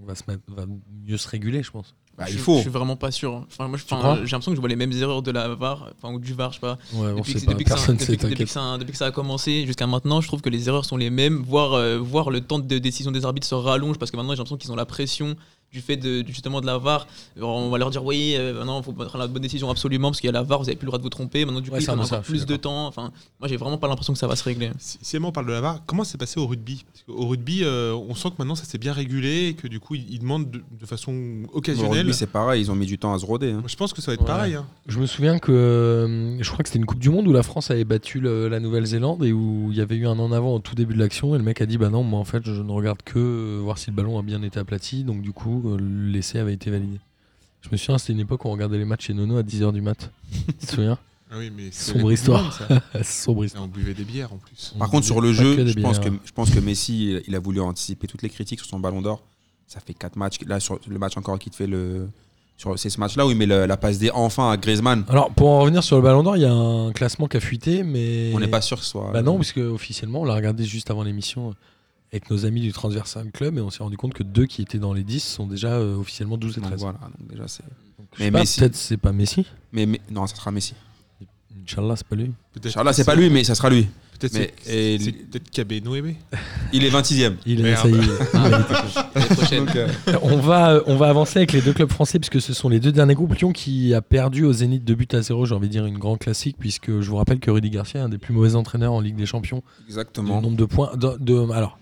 Speaker 4: on va, se mettre- va mieux se réguler, je pense.
Speaker 1: Bah,
Speaker 6: je,
Speaker 1: il faut.
Speaker 6: je suis vraiment pas sûr. Enfin, moi, je- enfin,
Speaker 4: crois
Speaker 6: j'ai l'impression que je vois les mêmes erreurs de la VAR, enfin, ou du VAR, je sais pas.
Speaker 4: Ouais, on
Speaker 6: Depuis
Speaker 4: sait
Speaker 6: que,
Speaker 4: pas,
Speaker 6: depuis que ça-
Speaker 4: personne
Speaker 6: depuis
Speaker 4: sait,
Speaker 6: que- depuis que
Speaker 4: t'inquiète.
Speaker 6: ça, depuis que ça a commencé jusqu'à maintenant, je trouve que les erreurs sont les mêmes, voire, euh, voire le temps de décision des arbitres se rallonge parce que maintenant j'ai l'impression qu'ils ont la pression du fait de, du- justement de la VAR. Alors, on va leur dire oui, euh, non, faut prendre la bonne décision absolument parce qu'il y a la VAR, vous avez plus le droit de vous tromper. Maintenant du coup,
Speaker 4: Ouais,
Speaker 6: ils
Speaker 4: c'est un
Speaker 6: prennent
Speaker 4: peu ça,
Speaker 6: encore
Speaker 4: je suis
Speaker 6: plus de temps. Enfin, moi j'ai vraiment pas l'impression que ça va se régler.
Speaker 5: Si, si Emma, on parle de la VAR, comment c'est passé au rugby Parce qu'au rugby, euh, on sent que maintenant ça s'est bien régulé et que du coup, ils ils demandent de, de façon
Speaker 1: Au
Speaker 5: occasionnelle.
Speaker 1: rugby, c'est pareil, ils ont mis du temps à se roder. hein.
Speaker 5: Moi, je pense que ça va être
Speaker 4: Ouais.
Speaker 5: pareil. hein.
Speaker 4: Je me souviens que euh, je crois que c'était une Coupe du Monde où la France avait battu le- la Nouvelle-Zélande et où il y avait eu un en avant au tout début de l'action et le mec a dit bah non moi en fait je ne regarde que euh, voir si le ballon a bien été aplati donc du coup euh, l'essai avait été validé. Je me souviens c'était une époque où on regardait les matchs chez Nono à 10h du mat. tu te souviens
Speaker 5: Ah oui, mais c'est-
Speaker 4: Sombre histoire.
Speaker 5: Ça.
Speaker 4: Sombre
Speaker 5: Et on buvait des bières en plus.
Speaker 1: Par contre, sur le
Speaker 4: Pas que
Speaker 1: jeu,
Speaker 4: des
Speaker 1: je pense, que,
Speaker 4: bières.
Speaker 1: je pense que Messi, il- il a voulu anticiper toutes les critiques sur son ballon d'or. Ça fait 4 matchs. Là, sur le match encore qui te fait le. sur- C'est ce match-là où il met le- la passe des enfin à Griezmann.
Speaker 4: Alors pour en revenir sur le Ballon d'Or, il y a un classement qui a fuité mais
Speaker 1: On n'est pas sûr que ce soit.
Speaker 4: Bah non, puisque officiellement, on l'a regardé juste avant l'émission euh, avec nos amis du Transversal Club et on s'est rendu compte que deux qui étaient dans les 10 sont déjà euh, officiellement 12 et
Speaker 1: Donc
Speaker 4: 13.
Speaker 1: voilà, donc déjà, c'est-
Speaker 4: Donc, je
Speaker 1: Mais
Speaker 4: sais pas,
Speaker 1: Messi-
Speaker 4: Peut-être c'est pas Messi.
Speaker 1: mais, mais- non, ça sera Messi.
Speaker 4: Inch'Allah, c'est pas lui.
Speaker 5: Peut-être
Speaker 1: Charles, là, c'est pas lui, mais ça sera lui.
Speaker 5: Peut-être
Speaker 1: Mais-
Speaker 5: c'est-
Speaker 1: et-
Speaker 5: c'est peut-être KB Noémé.
Speaker 1: Il est 26ème.
Speaker 4: Il est,
Speaker 5: Merde.
Speaker 4: ça y est.
Speaker 6: L'année prochaine.
Speaker 1: euh,
Speaker 4: on, va, euh, on va avancer avec les deux clubs français puisque ce sont les deux derniers groupes. Lyon qui a perdu au Zénith de but à zéro, j'ai envie de dire une grande classique puisque je vous rappelle que Rudy Garcia est un des plus mauvais entraîneurs en Ligue des Champions. Le
Speaker 1: Exactement.
Speaker 4: nombre de points. de- de- alors,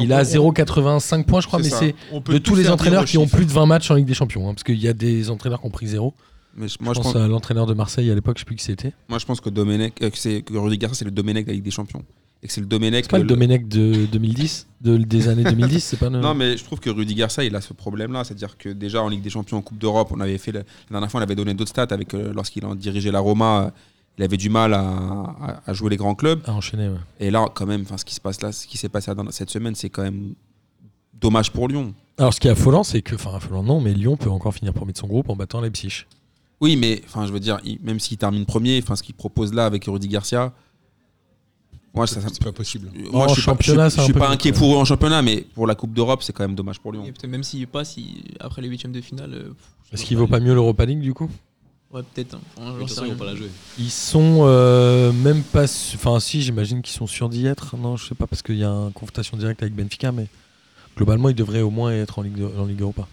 Speaker 4: il a 0,85 points, je crois, mais c'est de tous les entraîneurs qui ont plus de 20 matchs en Ligue des Champions. hein, parce qu'il y a des entraîneurs qui ont pris zéro.
Speaker 1: Mais je- moi,
Speaker 4: je pense, à l'entraîneur de Marseille à l'époque, je sais plus qui c'était.
Speaker 1: moi, je pense que, Domenech, euh, que, c'est- que Rudy Garcia, c'est le Domenech de la Ligue des Champions. Et que c'est le Domenech.
Speaker 4: C'est pas le
Speaker 1: le-
Speaker 4: Domenech de 2010, de- des années 2010, c'est pas le...
Speaker 1: Non, mais je trouve que Rudy Garcia, il a ce problème-là. C'est-à-dire que déjà en Ligue des Champions, en Coupe d'Europe, on avait fait le- la dernière fois, on avait donné d'autres stats avec euh, lorsqu'il en dirigeait la Roma. euh, Il avait du mal à, à- à jouer les grands clubs.
Speaker 4: à enchaîner. Ah, ouais.
Speaker 1: Et là, quand même, enfin, ce qui se passe là, ce qui s'est passé dans- cette semaine, c'est quand même dommage pour Lyon.
Speaker 4: Alors ce qui est affolant, c'est que, enfin affolant non, mais Lyon peut encore finir premier de son groupe en battant Leipzig.
Speaker 1: Oui, mais enfin, je veux dire, il- même s'il termine premier, enfin, ce qu'il propose là avec Rudy Garcia, moi, ça, ça-
Speaker 5: C'est pas possible.
Speaker 1: moi,
Speaker 4: En
Speaker 1: je suis pas- je
Speaker 4: championnat,
Speaker 1: suis-
Speaker 4: c'est un
Speaker 1: je suis
Speaker 4: peu
Speaker 1: pas
Speaker 4: mieux,
Speaker 1: inquiet
Speaker 4: quand
Speaker 1: pour eux en championnat, mais pour la Coupe d'Europe, c'est quand même dommage pour
Speaker 6: Et
Speaker 1: Lyon.
Speaker 6: peut-être même s'il passe, il- après les huitièmes de finale, euh, pff, je
Speaker 4: Est-ce
Speaker 6: vois
Speaker 4: qu'il vaut pas mieux l'Europa League du coup
Speaker 6: Ouais, peut-être. hein. Enfin, j'en
Speaker 7: De toute
Speaker 6: sais
Speaker 7: façon, ils
Speaker 6: rien.
Speaker 7: vont pas la jouer.
Speaker 4: Ils sont euh, même pas... su- Enfin si, j'imagine qu'ils sont sûrs d'y être. Non, je sais pas, parce qu'il y a une confrontation directe avec Benfica, mais globalement, ils devraient au moins être en Ligue, de- en Ligue Europa.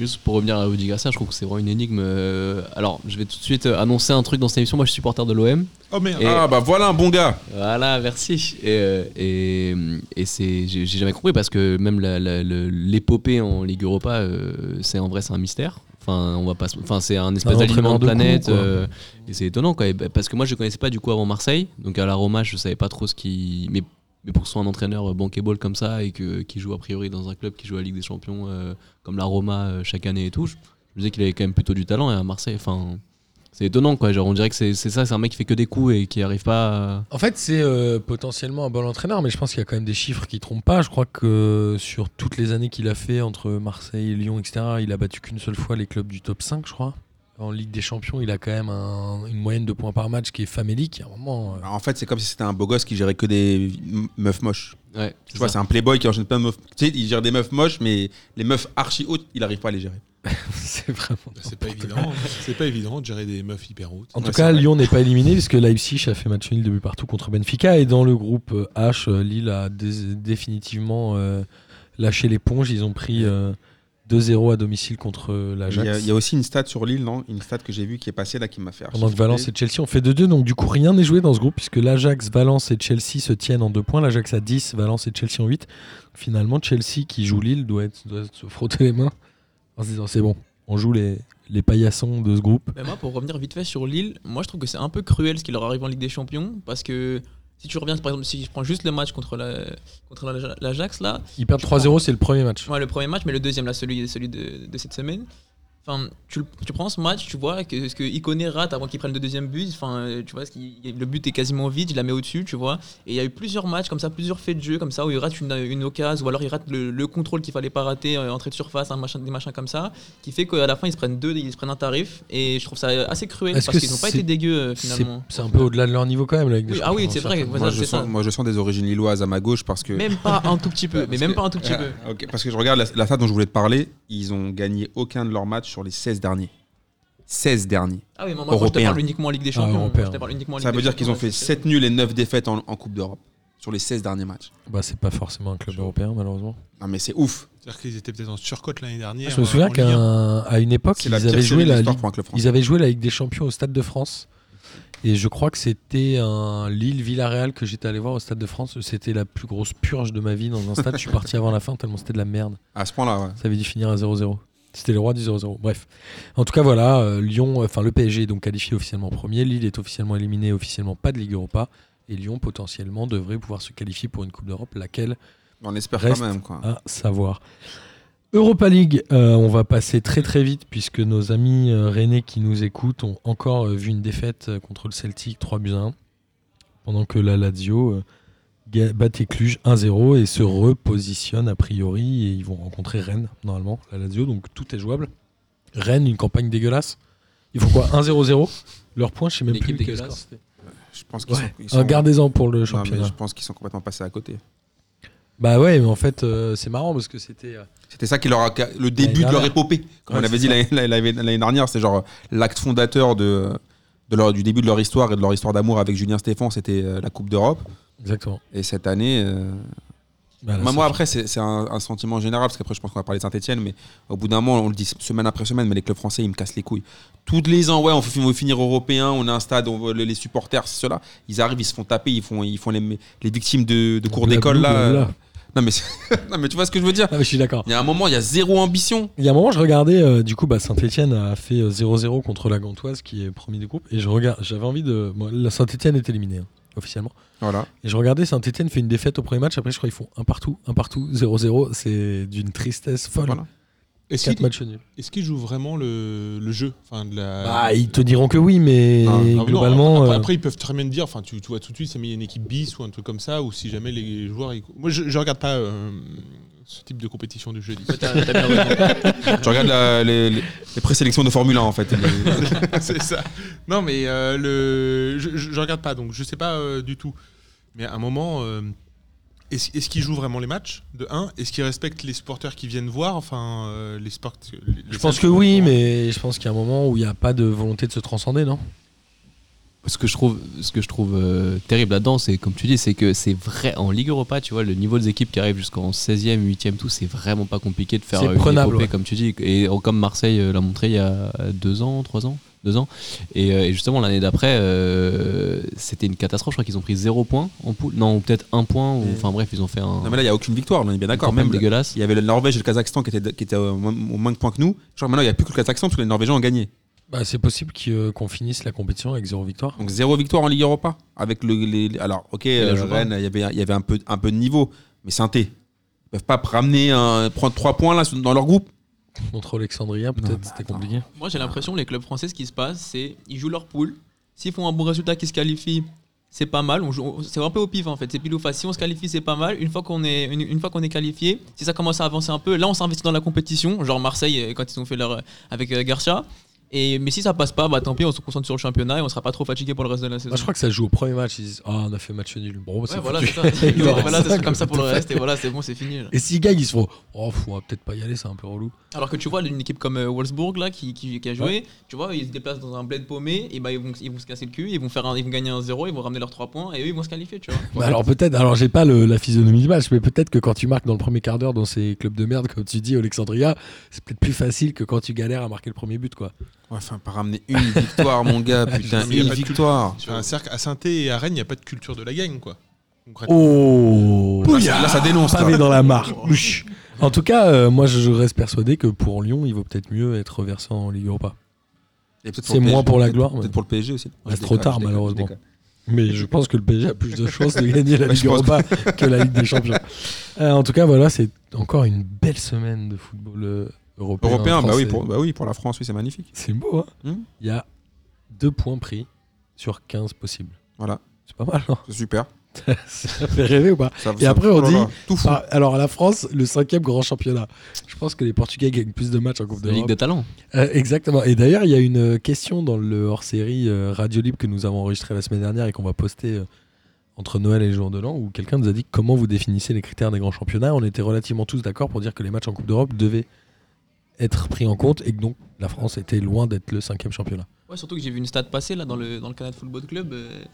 Speaker 7: Juste pour revenir à Rudy Garcia, je trouve que c'est vraiment une énigme. euh, Alors, je vais tout de suite euh, annoncer un truc dans cette émission. Moi, je suis supporter de l'OM.
Speaker 5: Oh merde.
Speaker 7: Et-
Speaker 1: Ah bah voilà un bon gars.
Speaker 7: Voilà, merci. Et, euh, et, et c'est, j'ai j'ai jamais compris parce que même la- la- le- l'épopée en Ligue Europa, euh, c'est en vrai c'est un mystère. Enfin, on va pas, se- enfin c'est un espèce
Speaker 4: Un
Speaker 7: d'alignement
Speaker 4: entraîneur
Speaker 7: de
Speaker 4: de con,
Speaker 7: planète.
Speaker 4: quoi.
Speaker 7: euh, et c'est étonnant quoi, Et bah, parce que moi je connaissais pas du coup avant Marseille, donc euh, à la Roma je savais pas trop ce qui, mais, mais pour que ce soit un entraîneur euh, bankable comme ça et que qui joue a priori dans un club qui joue la Ligue des Champions euh, comme la Roma euh, chaque année et tout, je, je me disais qu'il avait quand même plutôt du talent et à Marseille, enfin. C'est étonnant quoi, genre on dirait que c'est c'est ça, c'est un mec qui fait que des coups et qui arrive pas à-
Speaker 4: En fait, c'est euh, potentiellement un bon entraîneur, mais je pense qu'il y a quand même des chiffres qui trompent pas. Je crois que sur toutes les années qu'il a fait entre Marseille, Lyon, etc., il a battu qu'une seule fois les clubs du top 5, je crois. En Ligue des Champions, il a quand même un- une moyenne de points par match qui est famélique. À un moment, euh,
Speaker 1: Alors, en fait, c'est comme si c'était un beau gosse qui gérait que des m- meufs moches.
Speaker 7: Ouais,
Speaker 1: Tu vois, c'est un playboy qui enchaîne plein de meufs. Tu sais, il gère des meufs moches, mais les meufs archi hautes, il arrive pas à les gérer.
Speaker 4: c'est vraiment.
Speaker 5: C'est pas évident. hein. C'est pas évident de gérer des meufs hyper hautes.
Speaker 4: En tout
Speaker 1: Ouais,
Speaker 4: cas,
Speaker 1: c'est vrai.
Speaker 4: Lyon n'est pas éliminé puisque Leipzig a fait match nul de but partout contre Benfica. Et dans le groupe euh, H, euh, Lille a dé- définitivement euh, lâché l'éponge. Ils ont pris euh, 2-0 à domicile contre euh,
Speaker 1: Il y, a,
Speaker 4: l'Ajax.
Speaker 1: il y a aussi une stat sur l'île, non Une stat que j'ai vue qui est passée là qui m'a fait. archi
Speaker 4: Pendant que
Speaker 1: flipper.
Speaker 4: Valence et Chelsea ont fait 2-2, donc du coup rien n'est joué dans ce groupe puisque l'Ajax, Valence et Chelsea se tiennent en 2 points. L'Ajax à 10, Valence et Chelsea en 8. Finalement, Chelsea qui joue Lille doit, être- doit se frotter les mains en se disant c'est bon, on joue les, les paillassons de ce groupe.
Speaker 6: Ben moi, pour revenir vite fait sur Lille, moi je trouve que c'est un peu cruel ce qui leur arrive en Ligue des Champions parce que si tu reviens, par exemple, si je prends juste le match contre la contre la- l'Ajax là,
Speaker 4: Ils perdent 3-0, c'est le premier match.
Speaker 6: ouais, le premier match, mais le deuxième là, celui celui de, de cette semaine, Enfin, tu, le- tu prends ce match, tu vois que ce que Ikoné rate avant qu'il prenne le deuxième but. Enfin, euh, tu vois, ce qui- le but est quasiment vide, il la met au-dessus, tu vois. Et il y a eu plusieurs matchs comme ça, plusieurs faits de jeu comme ça où il rate une, une occasion ou alors il rate le, le contrôle qu'il fallait pas rater, euh, entrée de surface, un machin, des machins comme ça, qui fait qu'à la fin ils se prennent deux, ils se prennent un tarif. Et je trouve ça assez cruel
Speaker 4: Est-ce
Speaker 6: parce
Speaker 4: que
Speaker 6: qu'ils n'ont pas
Speaker 4: c'est-
Speaker 6: été dégueux euh,
Speaker 4: C'est
Speaker 6: finalement.
Speaker 4: c'est un peu au-delà de leur niveau quand même. Là, avec des
Speaker 6: Oui, ah oui,
Speaker 4: champions,
Speaker 6: c'est vrai.
Speaker 4: certains.
Speaker 6: ouais,
Speaker 1: moi,
Speaker 6: ça,
Speaker 1: je
Speaker 6: c'est ça.
Speaker 1: sens, moi, je sens des origines lilloises à ma gauche parce que.
Speaker 6: Même pas un tout petit peu, mais
Speaker 1: Parce
Speaker 6: même
Speaker 1: que-
Speaker 6: pas un tout
Speaker 4: euh,
Speaker 6: petit peu.
Speaker 1: Ah, ok, parce que je regarde la, la stat dont je voulais te parler, ils ont gagné aucun de leurs matchs sur les 16 derniers. 16 derniers.
Speaker 6: Ah oui, mais moi, moi, je te
Speaker 1: Européen.
Speaker 6: parle uniquement en Ligue des
Speaker 4: Ah,
Speaker 6: Champions.
Speaker 4: européen.
Speaker 6: je te parle uniquement en
Speaker 1: Ça
Speaker 6: Ligue
Speaker 1: veut
Speaker 6: des
Speaker 1: dire qu'ils ont
Speaker 6: Champions,
Speaker 1: fait
Speaker 6: c'est-
Speaker 1: 7 nuls et 9 défaites en, en Coupe d'Europe sur les 16 derniers matchs.
Speaker 4: Bah, c'est pas forcément un club européen, malheureusement.
Speaker 1: Non mais c'est ouf.
Speaker 5: C'est-à-dire qu'ils étaient peut-être en surcote l'année dernière.
Speaker 4: je me souviens
Speaker 5: euh, en Ligue un.
Speaker 4: qu'à une époque,
Speaker 1: C'est
Speaker 4: ils
Speaker 1: la
Speaker 4: avaient,
Speaker 1: pire
Speaker 4: joué
Speaker 1: série de
Speaker 4: la
Speaker 1: l'histoire
Speaker 4: Ligue,
Speaker 1: pour un club français.
Speaker 4: ils avaient joué la Ligue des Champions au Stade de France. Et je crois que c'était un Lille-Villarreal que j'étais allé voir au Stade de France. C'était la plus grosse purge de ma vie dans un stade. je suis parti avant la fin tellement c'était de la merde.
Speaker 1: À ce point-là, ouais.
Speaker 4: Ça avait dû finir à 0-0. C'était le roi du 0-0. Bref. En tout cas, voilà, euh, Lyon, euh, enfin le PSG est donc qualifié officiellement premier. Lille est officiellement éliminé, officiellement pas de Ligue Europa. Et Lyon potentiellement devrait pouvoir se qualifier pour une Coupe d'Europe, laquelle
Speaker 1: on espère
Speaker 4: Reste
Speaker 1: quand
Speaker 4: Ah.
Speaker 1: même. Quoi.
Speaker 4: à savoir. Europa League, euh, on va passer très très vite puisque nos amis euh, rennais qui nous écoutent ont encore euh, vu une défaite euh, contre le Celtic 3 buts à 1 pendant que la Lazio euh, ga- battait Cluj 1-0 et se repositionne a priori et ils vont rencontrer Rennes normalement, la Lazio donc tout est jouable. Rennes une campagne dégueulasse. Ils font quoi 1-0-0 Leur point, je sais même
Speaker 7: Une
Speaker 4: plus
Speaker 7: équipe
Speaker 4: quel
Speaker 7: dégueulasse.
Speaker 4: score c'était.
Speaker 1: Je pense qu'ils
Speaker 4: Ouais.
Speaker 1: sont, ils sont-
Speaker 4: Regardez-en pour le
Speaker 1: Non, mais
Speaker 4: championnat.
Speaker 1: je pense qu'ils sont complètement passés à côté.
Speaker 4: Bah ouais, mais en fait euh, c'est marrant parce que c'était euh,
Speaker 1: C'était ça qui leur a, le début de leur
Speaker 4: dernière.
Speaker 1: épopée. Comme
Speaker 4: Ouais,
Speaker 1: on avait
Speaker 4: c'est
Speaker 1: dit l'année- l'année l'année dernière, c'est genre euh, l'acte fondateur de, de leur- du début de leur histoire et de leur histoire d'amour avec Julien Stéphan, c'était euh, la Coupe d'Europe.
Speaker 4: exactement.
Speaker 1: Et cette année, euh,
Speaker 4: Bah, là,
Speaker 1: Moi,
Speaker 4: ça
Speaker 1: moi, après, c'est c'est un, un sentiment général, parce qu'après, je pense qu'on va parler de Saint-Etienne, mais au bout d'un moment, on le dit semaine après semaine, mais les clubs français, ils me cassent les couilles. Tous les ans, ouais, on fait- on veut finir européen, on a un stade, on veut- les supporters, c'est cela. Ils arrivent, ils se font taper, ils font, ils font les, les victimes de, de cours
Speaker 4: Bla-
Speaker 1: d'école,
Speaker 4: bla-
Speaker 1: là. euh.
Speaker 4: bla-
Speaker 1: Non mais, c'est- non, mais tu vois ce que je veux dire
Speaker 4: Ah, mais je suis d'accord.
Speaker 1: Il y a un moment, il y a zéro ambition.
Speaker 4: Il y a un moment, je regardais, euh, du coup, bah, Saint-Etienne a fait euh, 0-0 contre la Gantoise, qui est premier du groupe, et je regarde, j'avais envie de. moi, la Saint-Etienne est éliminée, hein, officiellement.
Speaker 1: Voilà.
Speaker 4: Et je regardais, Saint-Etienne fait une défaite au premier match, après, je crois qu'ils font un partout, un partout, 0-0, c'est d'une tristesse folle.
Speaker 1: Voilà.
Speaker 5: Est-ce
Speaker 4: Quatre
Speaker 5: qu'ils
Speaker 4: matchs nuls.
Speaker 5: est-ce qu'ils jouent vraiment le, le jeu enfin, de la...
Speaker 4: Bah, ils te diront que oui, mais
Speaker 1: Euh. Non, non,
Speaker 5: Ah, mais non,
Speaker 4: globalement.
Speaker 5: après,
Speaker 4: euh,
Speaker 5: après, ils peuvent très bien te dire, enfin, tu, tu vois tout de suite, ça met une équipe bis ou un truc comme ça, ou si jamais les joueurs. ils- Moi, je, je regarde pas euh, ce type de compétition du jeudi.
Speaker 6: Ouais, t'as- t'as bien raison.
Speaker 1: Tu regardes la- les, les- les présélections de Formule 1, en fait. Les-
Speaker 5: c'est ça. Non, mais euh, le, je, je- je regarde pas, donc je sais pas euh, du tout. Mais à un moment, euh, est-ce est-ce qu'ils jouent vraiment les matchs De 1 Est-ce qu'ils respectent les supporters qui viennent voir Enfin, euh, les sports.
Speaker 4: je pense que oui, mais je pense qu'il y a un moment où il n'y a pas de volonté de se transcender, non
Speaker 7: ce que je trouve, ce que je trouve euh, terrible là-dedans, c'est comme tu dis, c'est que c'est vrai en Ligue Europa, tu vois, le niveau des équipes qui arrivent jusqu'en 16e, 8e, tout, c'est vraiment pas compliqué de faire
Speaker 4: C'est
Speaker 7: une
Speaker 4: prenable,
Speaker 7: épopée,
Speaker 4: ouais.
Speaker 7: comme tu dis. Et euh, comme Marseille euh, l'a montré il y a deux ans, trois ans, deux ans. Et, euh, et justement, l'année d'après, euh, c'était une catastrophe. Je crois qu'ils ont pris zéro point en poule. Non, ou peut-être un point. ou-
Speaker 1: Mm.
Speaker 7: Enfin bref, ils ont fait un.
Speaker 1: non mais là, il n'y a aucune victoire, on est bien d'accord. Même,
Speaker 7: dégueulasse.
Speaker 1: il y avait la Norvège et le Kazakhstan qui étaient, qui étaient au, même- au même point que nous. Genre maintenant, il n'y a plus que le Kazakhstan parce que les Norvégiens ont gagné.
Speaker 4: bah, C'est possible qu'il- euh, qu'on finisse la compétition avec zéro victoire.
Speaker 1: Donc zéro victoire en Ligue Europa. Avec le, les- les- alors, ok, euh,
Speaker 7: joue
Speaker 4: hein.
Speaker 7: pas.
Speaker 1: Rennes, il y avait, il y avait un, peu, un peu de niveau, mais synthé. Ils peuvent pas ramener un- prendre trois points là, dans leur groupe.
Speaker 4: Contre Alexandria, peut-être,
Speaker 1: mais
Speaker 4: c'était
Speaker 1: attends.
Speaker 4: compliqué.
Speaker 6: Moi, j'ai l'impression, les clubs français, ce qui se passe, c'est ils jouent leur poule. S'ils font un bon résultat, qu'ils se qualifient, c'est pas mal. On joue- on- C'est un peu au pif, en fait. C'est pile ou face. Si on se qualifie, c'est pas mal. Une fois qu'on est, une, une fois qu'on est qualifié, si ça commence à avancer un peu, là, on s'investit dans la compétition. Genre Marseille, euh, quand ils ont fait leur. euh, avec euh, Garcia. Et, mais si ça passe pas, bah tant pis, on se concentre sur le championnat et on sera pas trop fatigué pour le reste de la saison.
Speaker 4: Moi, Bah, je crois que ça joue au premier match. Ils disent Ah, on a fait match nul. Bon, bah,
Speaker 6: Ouais,
Speaker 4: c'est
Speaker 6: voilà,
Speaker 4: foutu.
Speaker 6: c'est ça.
Speaker 4: Il aura
Speaker 6: Voilà,
Speaker 4: ça,
Speaker 6: c'est comme ça pour le
Speaker 4: quoi.
Speaker 6: reste. Et voilà, c'est bon, c'est fini. là.
Speaker 4: Et s'ils gagnent, ils se font Oh, faut on va peut-être pas y aller, c'est un peu relou.
Speaker 6: Alors que tu vois, une équipe comme euh, Wolfsburg là, qui, qui, qui a joué, tu vois, ils se déplacent dans un bled paumé, et bah, ils, vont, ils vont se casser le cul, ils vont, faire un- ils vont gagner un 0, ils vont ramener leurs 3 points, et eux ils vont se qualifier, tu vois.
Speaker 4: Bah, alors, peut-être, alors j'ai pas le- la physionomie du match, mais peut-être que quand tu marques dans le premier quart d'heure dans ces clubs de merde, comme tu dis, Alexandria, c'est peut-être plus facile que quand tu galères à marquer le premier but, quoi.
Speaker 1: Ouais, enfin, pas ramener une victoire, mon gars, putain,
Speaker 5: Non, mais y a
Speaker 1: une
Speaker 5: pas de
Speaker 1: victoire.
Speaker 5: Sur un cercle à saint et à Rennes, il n'y a pas de culture de la gagne, quoi. Concrètement.
Speaker 4: Oh
Speaker 1: Là, ça- là, ça dénonce. là.
Speaker 4: Pavé dans la mare. Ouch. En tout cas, euh, moi, je reste persuadé que pour Lyon, il vaut peut-être mieux être reversé en Ligue Europa.
Speaker 1: Et peut-être
Speaker 4: C'est
Speaker 1: le
Speaker 4: moins
Speaker 1: PSG,
Speaker 4: pour la
Speaker 1: peut-être-
Speaker 4: gloire, mais-
Speaker 1: Peut-être pour le PSG aussi.
Speaker 4: Ouais, c'est
Speaker 1: Je déconne,
Speaker 4: trop tard,
Speaker 1: je déconne, je
Speaker 4: malheureusement.
Speaker 1: déconne.
Speaker 4: Mais je pense que le PSG a plus de chances de gagner la
Speaker 1: Bah, je
Speaker 4: Ligue
Speaker 1: pense
Speaker 4: Europa que la Ligue des Champions. Euh, en tout cas, voilà, c'est encore une belle semaine de football euh, européen.
Speaker 1: Européen, bah oui,
Speaker 4: français.
Speaker 1: pour, bah oui, pour la France, oui, c'est magnifique.
Speaker 4: C'est beau, hein Il
Speaker 1: Hmm.
Speaker 4: y a deux points pris sur 15 possibles.
Speaker 1: Voilà,
Speaker 4: C'est pas mal, non
Speaker 1: c'est super.
Speaker 4: Ça fait rêver ou pas
Speaker 1: Ça-
Speaker 4: Et
Speaker 1: ça-
Speaker 4: après, on
Speaker 1: oh là
Speaker 4: dit-
Speaker 1: là, tout fou.
Speaker 4: Ah, Alors, à la France, le cinquième grand championnat. Je pense que les Portugais gagnent plus de matchs en Coupe
Speaker 7: La Ligue
Speaker 4: d'Europe.
Speaker 7: des Talents.
Speaker 4: Euh, exactement. Et d'ailleurs, il y a une euh, question dans le hors-série euh, Radio Libre que nous avons enregistré la semaine dernière et qu'on va poster euh, entre Noël et le jour de l'an, où quelqu'un nous a dit comment vous définissez les critères des grands championnats. On était relativement tous d'accord pour dire que les matchs en Coupe d'Europe devaient être pris en compte et que donc la France était loin d'être le cinquième championnat.
Speaker 6: Ouais, surtout que j'ai vu une stat passer là dans le, dans le Canada Football Club. euh,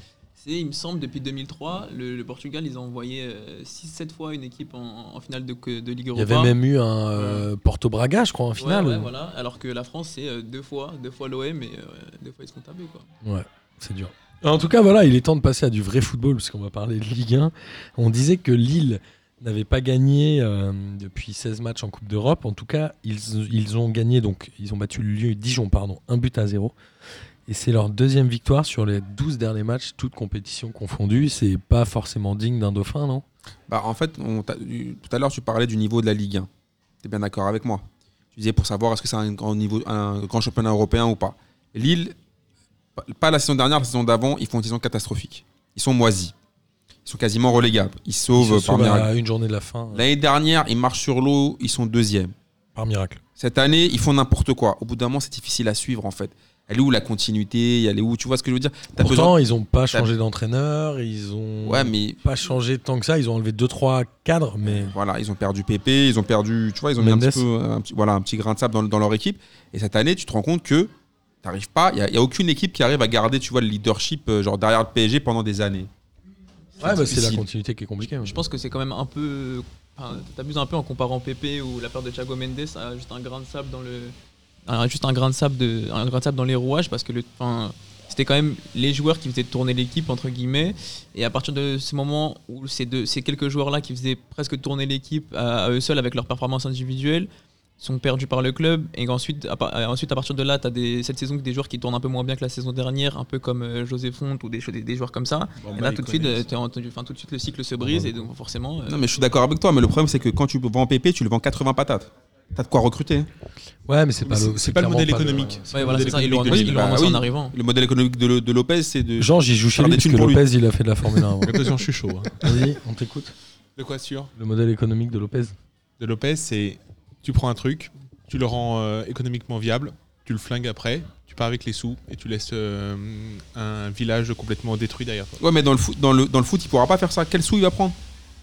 Speaker 6: c'est, il me semble, depuis 2003, le, le Portugal, ils ont envoyé 6-7 fois une équipe en, en finale de, que- de Ligue
Speaker 4: Il
Speaker 6: Europa.
Speaker 4: y avait même eu un euh, Porto Braga, je crois, en
Speaker 6: Ouais,
Speaker 4: finale.
Speaker 6: ouais, voilà. Alors que la France, c'est euh, deux fois, deux fois l'OM et euh, deux fois ils se font taper quoi.
Speaker 4: Ouais, c'est dur. En tout cas, voilà, il est temps de passer à du vrai football, parce qu'on va parler de Ligue 1. On disait que Lille n'avait pas gagné euh, depuis 16 matchs en Coupe d'Europe. En tout cas, ils, ils ont gagné, donc ils ont battu le lieu Dijon, pardon, un but à zéro. Et c'est leur deuxième victoire sur les 12 derniers matchs, toutes compétitions confondues. C'est pas forcément digne d'un dauphin, non
Speaker 1: Bah, en fait, on t'a- tout à l'heure, tu parlais du niveau de la Ligue 1. Tu es bien d'accord avec moi Tu disais pour savoir est-ce que c'est un grand, niveau, un grand championnat européen ou pas. Lille, pa- pas la saison dernière, la saison d'avant, ils font une saison catastrophique. Ils sont moisis. Ils sont quasiment relégables. Ils
Speaker 4: Ils
Speaker 1: sauvent
Speaker 4: se
Speaker 1: euh, par
Speaker 4: sauvent
Speaker 1: miracle.
Speaker 4: à une journée de la fin, euh,
Speaker 1: L'année dernière, ils marchent sur l'eau, ils sont deuxième.
Speaker 4: par miracle.
Speaker 1: Cette année, ils font n'importe quoi. Au bout d'un moment, c'est difficile à suivre en fait. Elle est où la continuité Elle est où Tu vois ce que je veux dire T'as
Speaker 4: Pourtant,
Speaker 1: besoin-
Speaker 4: ils ont pas changé d'entraîneur, ils ont
Speaker 1: Ouais, mais
Speaker 4: pas changé tant que ça. Ils ont enlevé 2-3 cadres, mais
Speaker 1: Voilà, ils ont perdu Pépé, ils ont perdu, tu vois, ils ont mis un
Speaker 4: Mendes.
Speaker 1: petit, peu- un petit- voilà, un petit grain de sable dans, dans leur équipe. Et cette année, tu te rends compte que t'arrives pas, il n'y a, aucune équipe qui arrive à garder, tu vois, le leadership euh, genre derrière le PSG pendant des années.
Speaker 4: Ouais, bah, c'est la
Speaker 1: difficile.
Speaker 4: continuité qui est compliquée. ouais.
Speaker 6: Je pense que c'est quand même un peu. Enfin, t'abuses un peu en comparant Pepe ou la perte de Thiago Mendes à juste un grain de sable dans le. un- juste un grain de sable de, un grain de sable dans les rouages parce que le. enfin, c'était quand même les joueurs qui faisaient tourner l'équipe entre guillemets et à partir de ce moment où ces deux, ces quelques joueurs là qui faisaient presque tourner l'équipe à, à eux seuls avec leur performance individuelle sont perdus par le club et ensuite à, par- euh, ensuite à partir de là tu as des, cette saison que des joueurs qui tournent un peu moins bien que la saison dernière un peu comme euh, José Fonte ou des, des, des joueurs comme ça
Speaker 4: Oh.
Speaker 6: et là, tout de, suite, euh, t'es entendu- enfin, tout de suite, le cycle se brise et donc forcément. euh,
Speaker 1: Non, mais je suis d'accord avec toi, mais le problème, c'est que quand tu vends Pépé, tu le vends 80 patates. T'as de quoi recruter.
Speaker 4: Ouais, mais c'est
Speaker 5: Mais
Speaker 4: pas,
Speaker 5: C'est
Speaker 4: le,
Speaker 5: c'est pas le
Speaker 4: clairement
Speaker 5: modèle
Speaker 4: pas le-
Speaker 5: économique.
Speaker 6: ouais, voilà, c'est ça, ils l'ont
Speaker 1: économique de
Speaker 6: ils
Speaker 1: Lille,
Speaker 6: l'ont
Speaker 1: bah
Speaker 6: annoncé
Speaker 1: oui.
Speaker 6: en arrivant.
Speaker 1: Le modèle économique de, le- de Lopez, c'est de.
Speaker 4: Jean, j'y joue chez
Speaker 1: Faire
Speaker 4: lui
Speaker 1: des
Speaker 4: parce que
Speaker 1: thunes pour lui.
Speaker 4: Lopez, il a fait de la Formule 1. avant.
Speaker 5: Attention, je suis chaud. hein.
Speaker 4: Vas-y, on t'écoute.
Speaker 5: De quoi sûr
Speaker 4: Le modèle économique de Lopez.
Speaker 5: de Lopez, c'est tu prends un truc, tu le rends euh, économiquement viable, tu le flingues après, tu pars avec les sous et tu laisses euh, un village complètement détruit derrière toi.
Speaker 1: Ouais, mais dans le, foot, dans, le, dans le foot, il pourra pas faire ça. Quel sou il va prendre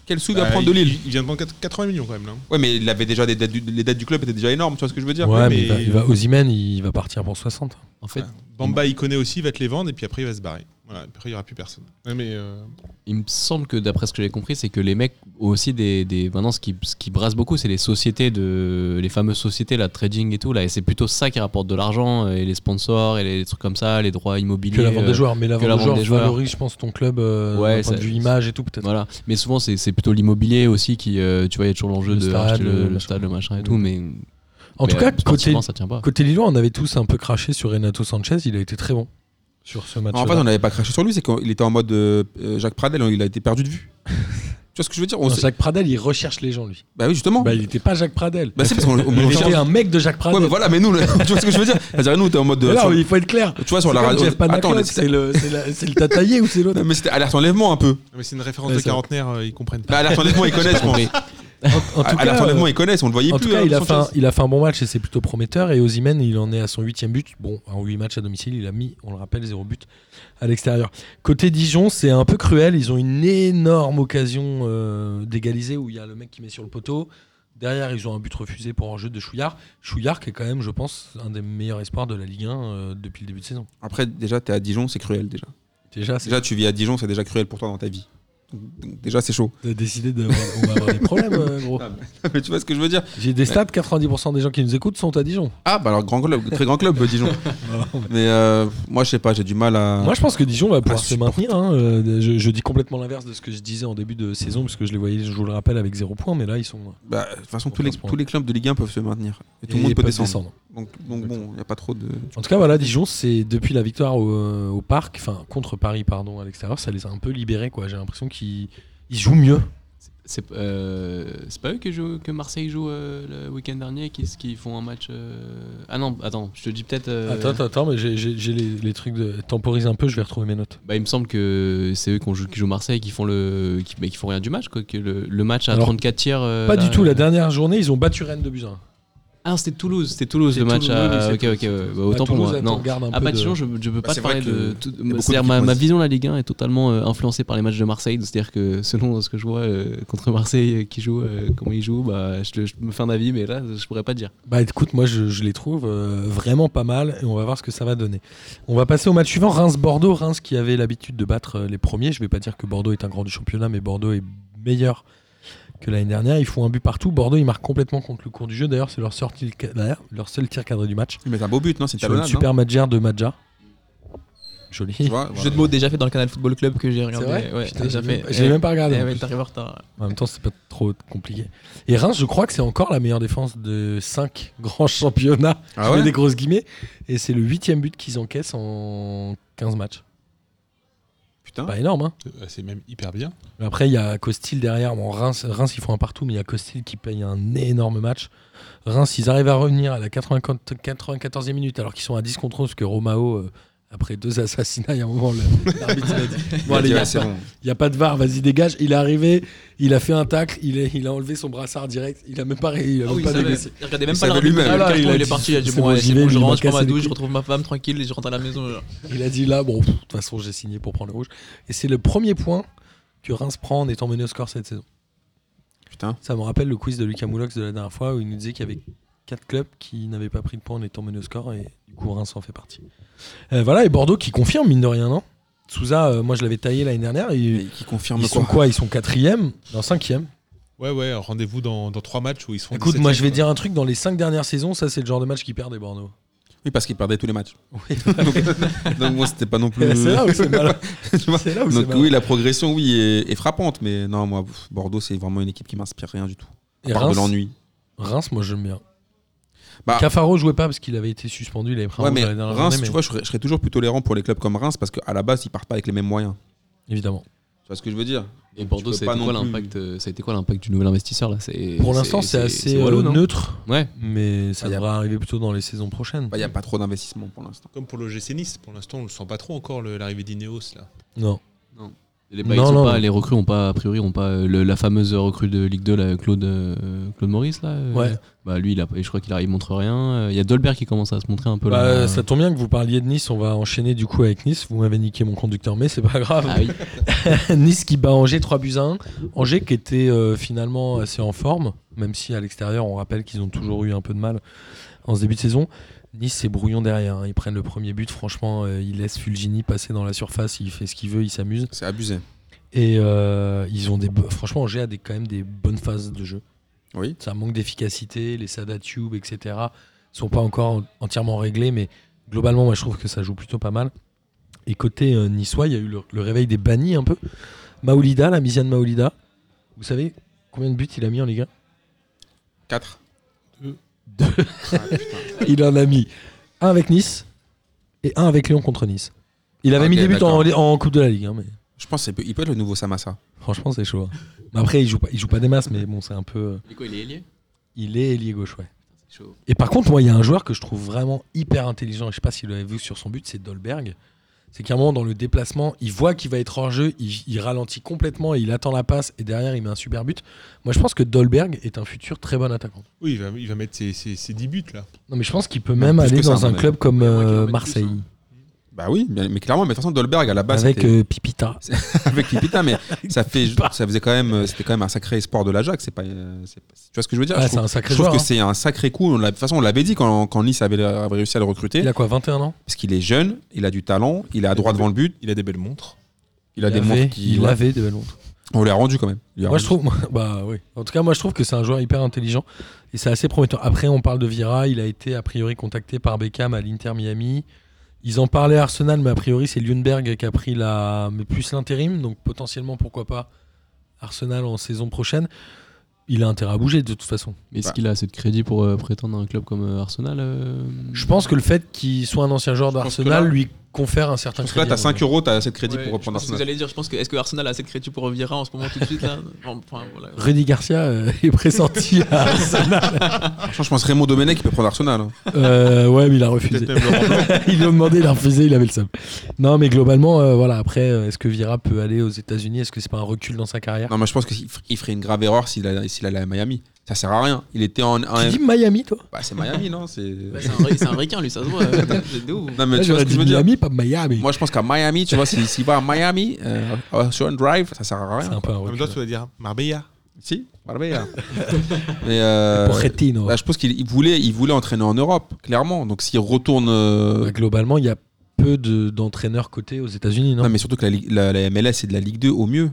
Speaker 1: Quel sou il va
Speaker 5: Bah,
Speaker 1: prendre de Lille
Speaker 5: il, il vient de prendre 80 millions quand même. Là.
Speaker 1: Ouais, mais il avait déjà des dettes du- les dettes du club étaient déjà énormes, tu vois ce que je veux dire
Speaker 4: Ouais, mais,
Speaker 5: mais-
Speaker 4: il va, il va- Osimhen, il va partir pour 60.
Speaker 7: En fait,
Speaker 5: Bamba, il connaît aussi, il va te les vendre et puis après il va se barrer. Voilà, après il n'y aura plus personne. Ouais, mais euh,
Speaker 7: Il me semble que d'après ce que j'ai compris, c'est que les mecs ont aussi des, des maintenant ce qui, ce qui brasse beaucoup, c'est les sociétés de les fameuses sociétés la trading et tout là, et c'est plutôt ça qui rapporte de l'argent euh, et les sponsors et les, les trucs comme ça, les droits immobiliers.
Speaker 4: Que la vente
Speaker 7: euh,
Speaker 4: des joueurs. Mais la
Speaker 7: que
Speaker 4: vente des
Speaker 7: la vente
Speaker 4: joueurs
Speaker 7: des joueurs.
Speaker 4: valorise, je pense, ton club euh,
Speaker 7: Ouais,
Speaker 4: d'un point de
Speaker 7: ça-
Speaker 4: vue image et tout, peut-être.
Speaker 7: euh, Voilà, mais souvent c'est c'est plutôt l'immobilier aussi qui, euh, tu vois, il y a toujours l'enjeu
Speaker 4: Le
Speaker 7: de
Speaker 4: stade,
Speaker 7: acheter
Speaker 4: le
Speaker 7: le, le
Speaker 4: machin.
Speaker 7: stade, le machin et tout, mais
Speaker 4: En
Speaker 7: mais,
Speaker 4: tout
Speaker 7: euh,
Speaker 4: cas, côté,
Speaker 7: sportivement, ça tient pas.
Speaker 4: côté Lillois, on avait tous un peu craché sur Renato Sanchez. Il a été très bon sur ce match.
Speaker 1: Non, en fait, on n'avait pas craché sur lui, c'est qu'il était en mode euh, euh, Jacques Pradel, il a été perdu de vue. tu vois ce que je veux dire On s'est-
Speaker 4: Jacques Pradel, il recherche les gens, lui.
Speaker 1: Bah oui, justement.
Speaker 4: Bah, il était pas Jacques Pradel.
Speaker 1: Bah, c'est parce qu'on on
Speaker 4: il
Speaker 1: recherche-
Speaker 4: était un mec de Jacques
Speaker 1: Ouais,
Speaker 4: Pradel.
Speaker 1: mais voilà, mais nous, le- tu vois ce que je veux dire C'est-à-dire, nous, t'es en mode. euh,
Speaker 4: Mais là,
Speaker 1: sur-
Speaker 4: il faut être clair.
Speaker 1: Tu vois, sur
Speaker 4: C'est
Speaker 1: la
Speaker 4: comme
Speaker 1: radio.
Speaker 4: Jeff Panaclock,
Speaker 1: Attends,
Speaker 4: c'est
Speaker 1: c'est
Speaker 4: le, c'est la- c'est le tataillé ou c'est l'autre
Speaker 1: mais c'était alerte enlèvement un peu.
Speaker 5: Ah, mais c'est une référence
Speaker 4: Ouais,
Speaker 5: de
Speaker 4: ça va.
Speaker 5: quarantenaire, euh, ils comprennent pas.
Speaker 1: Bah, alerte enlèvement, ils connaissent, je pense.
Speaker 7: compris.
Speaker 4: En- en tout
Speaker 1: Alerte
Speaker 4: cas, euh,
Speaker 1: enlèvement, ils connaissent, on le voyait
Speaker 4: En
Speaker 1: plus.
Speaker 4: tout cas,
Speaker 1: hein,
Speaker 4: il a,
Speaker 1: Sanchez.
Speaker 4: fait un, il a fait un bon match et c'est plutôt prometteur. Et Osimhen, il en est à son huitième but. Bon, en huit matchs à domicile, il a mis, on le rappelle, zéro but à l'extérieur. Côté Dijon, c'est un peu cruel. Ils ont une énorme occasion euh, d'égaliser où il y a le mec qui met sur le poteau. Derrière, ils ont un but refusé pour un jeu de Chouillard. Chouillard, qui est quand même, je pense, un des meilleurs espoirs de la Ligue 1 euh, depuis le début de saison.
Speaker 1: Après, déjà, t'es à Dijon, c'est cruel déjà.
Speaker 4: Déjà, c'est-
Speaker 1: Déjà, tu vis à Dijon, c'est déjà cruel pour toi dans ta vie. Donc, Déjà, c'est chaud.
Speaker 4: t'as décidé d'avoir on va avoir des problèmes, euh, gros.
Speaker 1: mais tu vois ce que je veux dire
Speaker 4: J'ai des stats 90% des gens qui nous écoutent sont à Dijon.
Speaker 1: Ah, bah alors, grand club, très grand club, Dijon. mais euh, moi, je sais pas, j'ai du mal à.
Speaker 4: Bah, Moi, je pense que Dijon va pouvoir se
Speaker 1: supporter.
Speaker 4: maintenir. hein. Euh, Je, je dis complètement l'inverse de ce que je disais en début de saison, parce que je les voyais, je vous le rappelle, avec zéro point, mais là, ils sont.
Speaker 1: Bah, de toute façon, tous les,
Speaker 4: Aucun point.
Speaker 1: tous les clubs de Ligue 1 peuvent se maintenir. Et tout le
Speaker 4: et
Speaker 1: monde peut
Speaker 4: peuvent
Speaker 1: descendre. Donc, donc bon, il n'y a pas trop de.
Speaker 4: En tout cas, voilà, Dijon, c'est depuis la victoire au, euh, au parc, enfin contre Paris, pardon, à l'extérieur, ça les a un peu libérés, quoi. J'ai l'impression qu'ils ils jouent mieux.
Speaker 7: C'est euh, c'est pas eux qui jouent, que Marseille joue euh, le week-end dernier, qui, qui font un match. euh, Ah non, attends, je te dis peut-être. euh,
Speaker 4: Attends, attends, attends, mais j'ai- j'ai j'ai les, les trucs de. Temporise un peu, je vais retrouver mes notes.
Speaker 7: Bah, il me semble que c'est eux qu'on joue- qui jouent Marseille qui font le qui, mais qui font rien du match quoi, que le, le match à
Speaker 4: Alors,
Speaker 7: 34 tirs. euh,
Speaker 4: Pas
Speaker 7: là,
Speaker 4: du tout,
Speaker 7: euh,
Speaker 4: la dernière journée, ils ont battu Rennes de Buzyn.
Speaker 7: Ah non, c'était Toulouse, c'était Toulouse
Speaker 6: C'est
Speaker 7: le match
Speaker 6: Toulouse, oui,
Speaker 7: à.
Speaker 6: oui,
Speaker 7: ok
Speaker 6: c'est
Speaker 7: ok, ouais, bah, autant pour
Speaker 1: hein.
Speaker 7: moi. Non. Ah bah Dijon, je, je peux pas
Speaker 1: c'est
Speaker 7: te
Speaker 1: vrai
Speaker 7: parler
Speaker 1: que
Speaker 7: de. tout-
Speaker 1: beaucoup
Speaker 7: c'est-à-dire
Speaker 1: d'équipes
Speaker 7: ma, ma
Speaker 1: posées.
Speaker 7: vision de la Ligue 1 est totalement euh, influencée par les matchs de Marseille. C'est-à-dire que selon ce que je vois euh, contre Marseille euh, qui joue, euh, comment ils jouent, bah, je, te- je me fais un avis, mais là je pourrais pas te dire.
Speaker 4: Bah écoute, moi je, je les trouve euh, vraiment pas mal et on va voir ce que ça va donner. On va passer au match suivant, Reims-Bordeaux. Reims qui avait l'habitude de battre euh, les premiers. Je vais pas dire que Bordeaux est un grand du championnat, mais Bordeaux est meilleur que l'année dernière. Ils font un but partout. Bordeaux, ils marquent complètement contre le cours du jeu. D'ailleurs, c'est leur, sortie- leur seul tir cadré du match.
Speaker 1: Ils mettent un beau but, non C'est
Speaker 4: Sur une
Speaker 1: talonnade.
Speaker 4: super Madjar de Madja.
Speaker 1: Tu
Speaker 4: Joli.
Speaker 1: vois, voilà.
Speaker 6: Jeu de mots déjà fait dans le canal Football Club que j'ai regardé.
Speaker 4: vrai
Speaker 6: ouais,
Speaker 4: Putain,
Speaker 6: déjà
Speaker 4: j'ai même-
Speaker 6: fait.
Speaker 4: j'ai
Speaker 6: Eh,
Speaker 4: même pas Ah regardé,
Speaker 6: eh
Speaker 4: en
Speaker 6: ouais,
Speaker 4: plus.
Speaker 6: t'arrives en retard.
Speaker 4: En même temps, c'est pas trop compliqué. Et Reims, je crois que c'est encore la meilleure défense de 5 grands championnats.
Speaker 1: Ah
Speaker 4: je mets
Speaker 1: ouais
Speaker 4: des grosses guillemets. Et c'est le huitième but qu'ils encaissent en 15 matchs.
Speaker 1: Putain.
Speaker 4: Pas énorme, hein
Speaker 5: Euh, C'est même hyper bien.
Speaker 4: Mais Après, il y a Costil derrière. Bon, Reims, Reims, ils font un partout, mais il y a Costil qui paye un énorme match. Reims, ils arrivent à revenir à la 95 94e minute, alors qu'ils sont à 10 contre 11, parce que Romao, euh, après deux assassinats, il y a un moment, le- l'arbitre il a dit Bon,
Speaker 1: Il a dit,
Speaker 4: allez, il y a
Speaker 1: ouais, c'est
Speaker 4: pas-
Speaker 1: bon.
Speaker 4: il n'y a pas de VAR, vas-y dégage. Il est arrivé, il a fait un tacle, il, est- il a enlevé son brassard direct, il a même pas, ré- il a
Speaker 6: Ah
Speaker 4: même
Speaker 6: oui,
Speaker 4: pas
Speaker 6: il savait.
Speaker 4: négocié.
Speaker 6: Il regardait même
Speaker 1: Il
Speaker 6: pas
Speaker 1: savait
Speaker 6: l'arbitre.
Speaker 1: lui-même.
Speaker 6: le
Speaker 4: Ah là,
Speaker 6: carton,
Speaker 4: il a
Speaker 6: il est
Speaker 4: dit,
Speaker 6: parti, il a dit
Speaker 4: c'est
Speaker 6: bon,
Speaker 4: bon,
Speaker 6: ouais,
Speaker 4: j'y
Speaker 6: c'est
Speaker 4: vais,
Speaker 6: bon,
Speaker 4: lui,
Speaker 6: je
Speaker 4: il m'a
Speaker 6: rentre, je prends ma
Speaker 4: cassé les
Speaker 6: douche, je
Speaker 4: couilles.
Speaker 6: retrouve ma femme tranquille et je rentre à la maison. genre.
Speaker 4: Il a dit là, bon, pff, de toute façon, j'ai signé pour prendre le rouge. Et c'est le premier point que Reims prend en étant mené au score cette saison.
Speaker 1: Putain.
Speaker 4: Ça me rappelle le quiz de Lucas Moulox de la dernière fois où il nous disait qu'il y avait quatre clubs qui n'avaient pas pris de points en étant menés au score et du coup Reims en fait partie. Euh, voilà, et Bordeaux qui confirme, mine de rien, non Souza, euh, moi je l'avais taillé l'année dernière.
Speaker 1: Et
Speaker 4: Ils,
Speaker 1: qui confirme
Speaker 4: ils sont quoi Ils sont quatrième Non, cinquième.
Speaker 5: Ouais, ouais, rendez-vous dans, dans trois matchs où ils seront.
Speaker 4: Écoute, moi
Speaker 5: 17e,
Speaker 4: je vais
Speaker 5: quoi.
Speaker 4: dire un truc, dans les cinq dernières saisons, ça c'est le genre de match qui perd des Bordeaux.
Speaker 1: Oui, parce qu'ils perdaient tous les matchs. donc, donc moi, c'était pas non plus.
Speaker 4: C'est là où c'est malin.
Speaker 1: Tu vois
Speaker 4: C'est là où c'est
Speaker 1: Donc
Speaker 4: malin.
Speaker 1: oui, la progression, oui, est, est frappante. Mais non, moi, pff, Bordeaux, c'est vraiment une équipe qui m'inspire rien du tout. À
Speaker 4: Et
Speaker 1: part
Speaker 4: Reims,
Speaker 1: de l'ennui.
Speaker 4: Reims, moi j'aime bien.
Speaker 1: Bah-
Speaker 4: Cafaro jouait pas parce qu'il avait été suspendu, il avait pris un
Speaker 1: Ouais,
Speaker 4: rouge
Speaker 1: mais
Speaker 4: la dernière
Speaker 1: Reims,
Speaker 4: journée,
Speaker 1: tu
Speaker 4: mais
Speaker 1: vois, je serais, je serais toujours plus tolérant pour les clubs comme Reims parce qu'à la base, ils partent pas avec les mêmes moyens.
Speaker 4: évidemment.
Speaker 1: Tu vois ce que je veux dire
Speaker 7: Et Bordeaux,
Speaker 1: peux
Speaker 7: ça
Speaker 1: pas
Speaker 7: a, été
Speaker 1: non
Speaker 7: quoi,
Speaker 1: plus.
Speaker 7: l'impact, euh, ça a été quoi l'impact du nouvel investisseur là C'est-
Speaker 4: Pour l'instant, c'est assez
Speaker 7: Wallo,
Speaker 4: euh,
Speaker 7: non
Speaker 4: neutre,
Speaker 7: Ouais.
Speaker 4: mais ça
Speaker 1: Bah, y a-
Speaker 4: devrait arriver plutôt dans les saisons prochaines.
Speaker 1: Il n'y Bah, a pas trop d'investissement pour l'instant.
Speaker 5: Comme pour le GC Nice, pour l'instant, on le sent pas trop encore le- l'arrivée d'Ineos là.
Speaker 4: Non.
Speaker 7: Les,
Speaker 4: Non,
Speaker 7: bah, ils sont
Speaker 4: non,
Speaker 7: pas,
Speaker 4: mais-
Speaker 7: les recrues ont pas, a priori, ont pas euh, le- la fameuse recrue de Ligue 2, là, Claude, euh, Claude Maurice. Là, euh,
Speaker 4: Ouais.
Speaker 7: Bah, lui, il a, je crois qu'il arrive, il montre rien. Euh, Il y a Dolbert qui commence à se montrer un peu
Speaker 4: Bah,
Speaker 7: là.
Speaker 4: Ça tombe bien que vous parliez de Nice, on va enchaîner du coup avec Nice. Vous m'avez niqué mon conducteur, mais c'est pas grave.
Speaker 7: Ah oui.
Speaker 4: nice qui bat Angers 3 buts à 1. Angers qui était euh, finalement assez en forme, même si à l'extérieur, on rappelle qu'ils ont toujours eu un peu de mal en ce début de saison. Nice, c'est brouillon derrière. hein. Ils prennent le premier but, franchement, euh, ils laissent Fulgini passer dans la surface, il fait ce qu'il veut, il s'amuse.
Speaker 1: C'est abusé.
Speaker 4: Et euh, ils ont des. bo- Franchement, Angers a des, quand même des bonnes phases de jeu.
Speaker 1: Oui.
Speaker 4: Ça manque d'efficacité, les Sada Tube, etc. sont pas encore entièrement réglés, mais globalement, moi, je trouve que ça joue plutôt pas mal. Et côté euh, niçois, il y a eu le, le réveil des bannis un peu. Maoulida, la Misiane Maoulida. Vous savez combien de buts il a mis en Ligue 1
Speaker 1: 4.
Speaker 4: Il en a mis un avec Nice et un avec Lyon contre Nice. Il avait
Speaker 1: Ah, Ok,
Speaker 4: mis des buts en,
Speaker 1: d'accord.
Speaker 4: en Coupe de la Ligue, hein, mais
Speaker 1: Je pense qu'il peut être le nouveau Samassa.
Speaker 4: franchement, c'est chaud. hein. Mais après, il joue, pas, il joue pas des masses, mais bon, c'est un peu. euh,
Speaker 7: Il est quoi, il est ailier
Speaker 4: Il est ailier gauche, ouais.
Speaker 7: C'est chaud.
Speaker 4: Et par contre, moi, il y a un joueur que je trouve vraiment hyper intelligent, et je sais pas si vous l'avez vu sur son but, c'est Dolberg. C'est qu'à un moment, dans le déplacement, il voit qu'il va être hors jeu, il, il ralentit complètement, il attend la passe, et derrière, il met un super but. Moi, je pense que Dolberg est un futur très bon attaquant.
Speaker 5: Oui, il va, il va mettre ses, ses, ses 10 buts là.
Speaker 4: Non, mais je pense qu'il peut
Speaker 1: Même
Speaker 4: même
Speaker 1: plus
Speaker 4: aller
Speaker 1: que ça,
Speaker 4: dans
Speaker 1: à
Speaker 4: un
Speaker 1: mon
Speaker 4: club comme
Speaker 7: Ouais, moi, qui
Speaker 4: euh,
Speaker 7: en mette
Speaker 4: Marseille,
Speaker 7: plus, hein.
Speaker 1: Bah oui, mais, mais clairement, mais de toute façon, Dolberg à
Speaker 7: Bah,
Speaker 1: la base,
Speaker 4: avec
Speaker 1: c'était
Speaker 4: euh, Pipita.
Speaker 1: avec Pipita, mais ça, fait, ça faisait quand même, euh, c'était quand même un sacré espoir de l'Ajax. C'est pas, euh, c'est pas- tu vois ce que je veux dire
Speaker 4: Ah,
Speaker 1: Je
Speaker 4: c'est
Speaker 1: trouve,
Speaker 4: un sacré
Speaker 1: je trouve
Speaker 4: joueur,
Speaker 1: que
Speaker 4: hein.
Speaker 1: c'est un sacré coup. On l'a- De toute façon, on l'avait dit quand, quand Nice avait, avait réussi à le recruter,
Speaker 4: Il a quoi, 21 ans
Speaker 1: parce qu'il est jeune, il a du talent, il est à droit devant le but,
Speaker 5: Il a des belles montres.
Speaker 1: il a des
Speaker 4: avait-
Speaker 1: manques qui.
Speaker 4: Il
Speaker 1: ouais.
Speaker 4: avait des belles montres.
Speaker 1: On l'a rendu quand même. Il l'a
Speaker 4: Moi, je
Speaker 1: rendu.
Speaker 4: trouve, bah oui. En tout cas, moi, je trouve que c'est un joueur hyper intelligent et c'est assez prometteur. Après, on parle de Vira. Il a été a priori contacté par Beckham à l'Inter Miami. Ils en parlaient à Arsenal, mais a priori, c'est Lundberg qui a pris la, mais plus l'intérim. Donc, potentiellement, pourquoi pas Arsenal en saison prochaine. Il a intérêt à bouger de toute façon.
Speaker 7: Mais est-ce
Speaker 1: Bah.
Speaker 7: qu'il a assez de crédit pour euh, prétendre à un club comme euh, Arsenal euh,
Speaker 4: Je pense que le fait qu'il soit un ancien joueur
Speaker 1: pense que
Speaker 4: d'Arsenal
Speaker 1: là-
Speaker 4: lui confère un certain
Speaker 1: Parce que là, t'as
Speaker 4: crédit.
Speaker 1: 5 euros, t'as assez de crédit
Speaker 6: Ouais,
Speaker 1: pour reprendre
Speaker 6: je pense que vous
Speaker 1: Arsenal.
Speaker 6: allez dire, je pense que est-ce que Arsenal a assez de crédit pour Vieira en ce moment tout de suite là Enfin, voilà.
Speaker 4: Rudy Garcia euh, est pressenti à Arsenal.
Speaker 1: Franchement, je pense Raymond Domenech qui peut prendre Arsenal. hein.
Speaker 4: Euh, ouais, mais il a refusé.
Speaker 5: Peut-être même Laurent Blanc.
Speaker 4: ils l'ont demandé, il a refusé, il avait le seum. Non, mais globalement, euh, voilà. Après, euh, est-ce que Vira peut aller aux États-Unis Est-ce que c'est pas un recul dans sa carrière
Speaker 1: Non, mais je pense qu'il f- il ferait une grave erreur s'il allait s'il allait à Miami. Ça sert à rien. Il était en. en-
Speaker 4: Tu dis Miami, toi
Speaker 1: Bah, c'est Miami, non C'est.
Speaker 6: Ouais, c'est un vrai- c'est un ricain lui, ça se voit. Vous êtes des ouf.
Speaker 1: Non, mais
Speaker 4: Là,
Speaker 1: tu vois
Speaker 4: J'aurais
Speaker 1: ce que
Speaker 4: dit
Speaker 1: je veux dire
Speaker 4: Miami, pas Miami.
Speaker 1: Moi, je pense qu'à Miami, tu vois, s'il s'il va à Miami, euh, euh, sur un drive, ça sert à
Speaker 4: c'est
Speaker 1: rien.
Speaker 4: un peu un
Speaker 5: En même
Speaker 4: recul.
Speaker 5: temps, tu vas dire Marbella.
Speaker 1: Si, Marbella. mais. euh,
Speaker 4: Pour Retino.
Speaker 1: bah, je pense qu'il il voulait, il voulait entraîner en Europe, clairement. Donc s'il retourne. euh,
Speaker 4: Bah, globalement, il y a peu de- d'entraîneurs cotés aux États-Unis, non, Bah,
Speaker 1: Non, mais surtout que la, Ligue- la- la MLS, c'est de la Ligue 2 au mieux.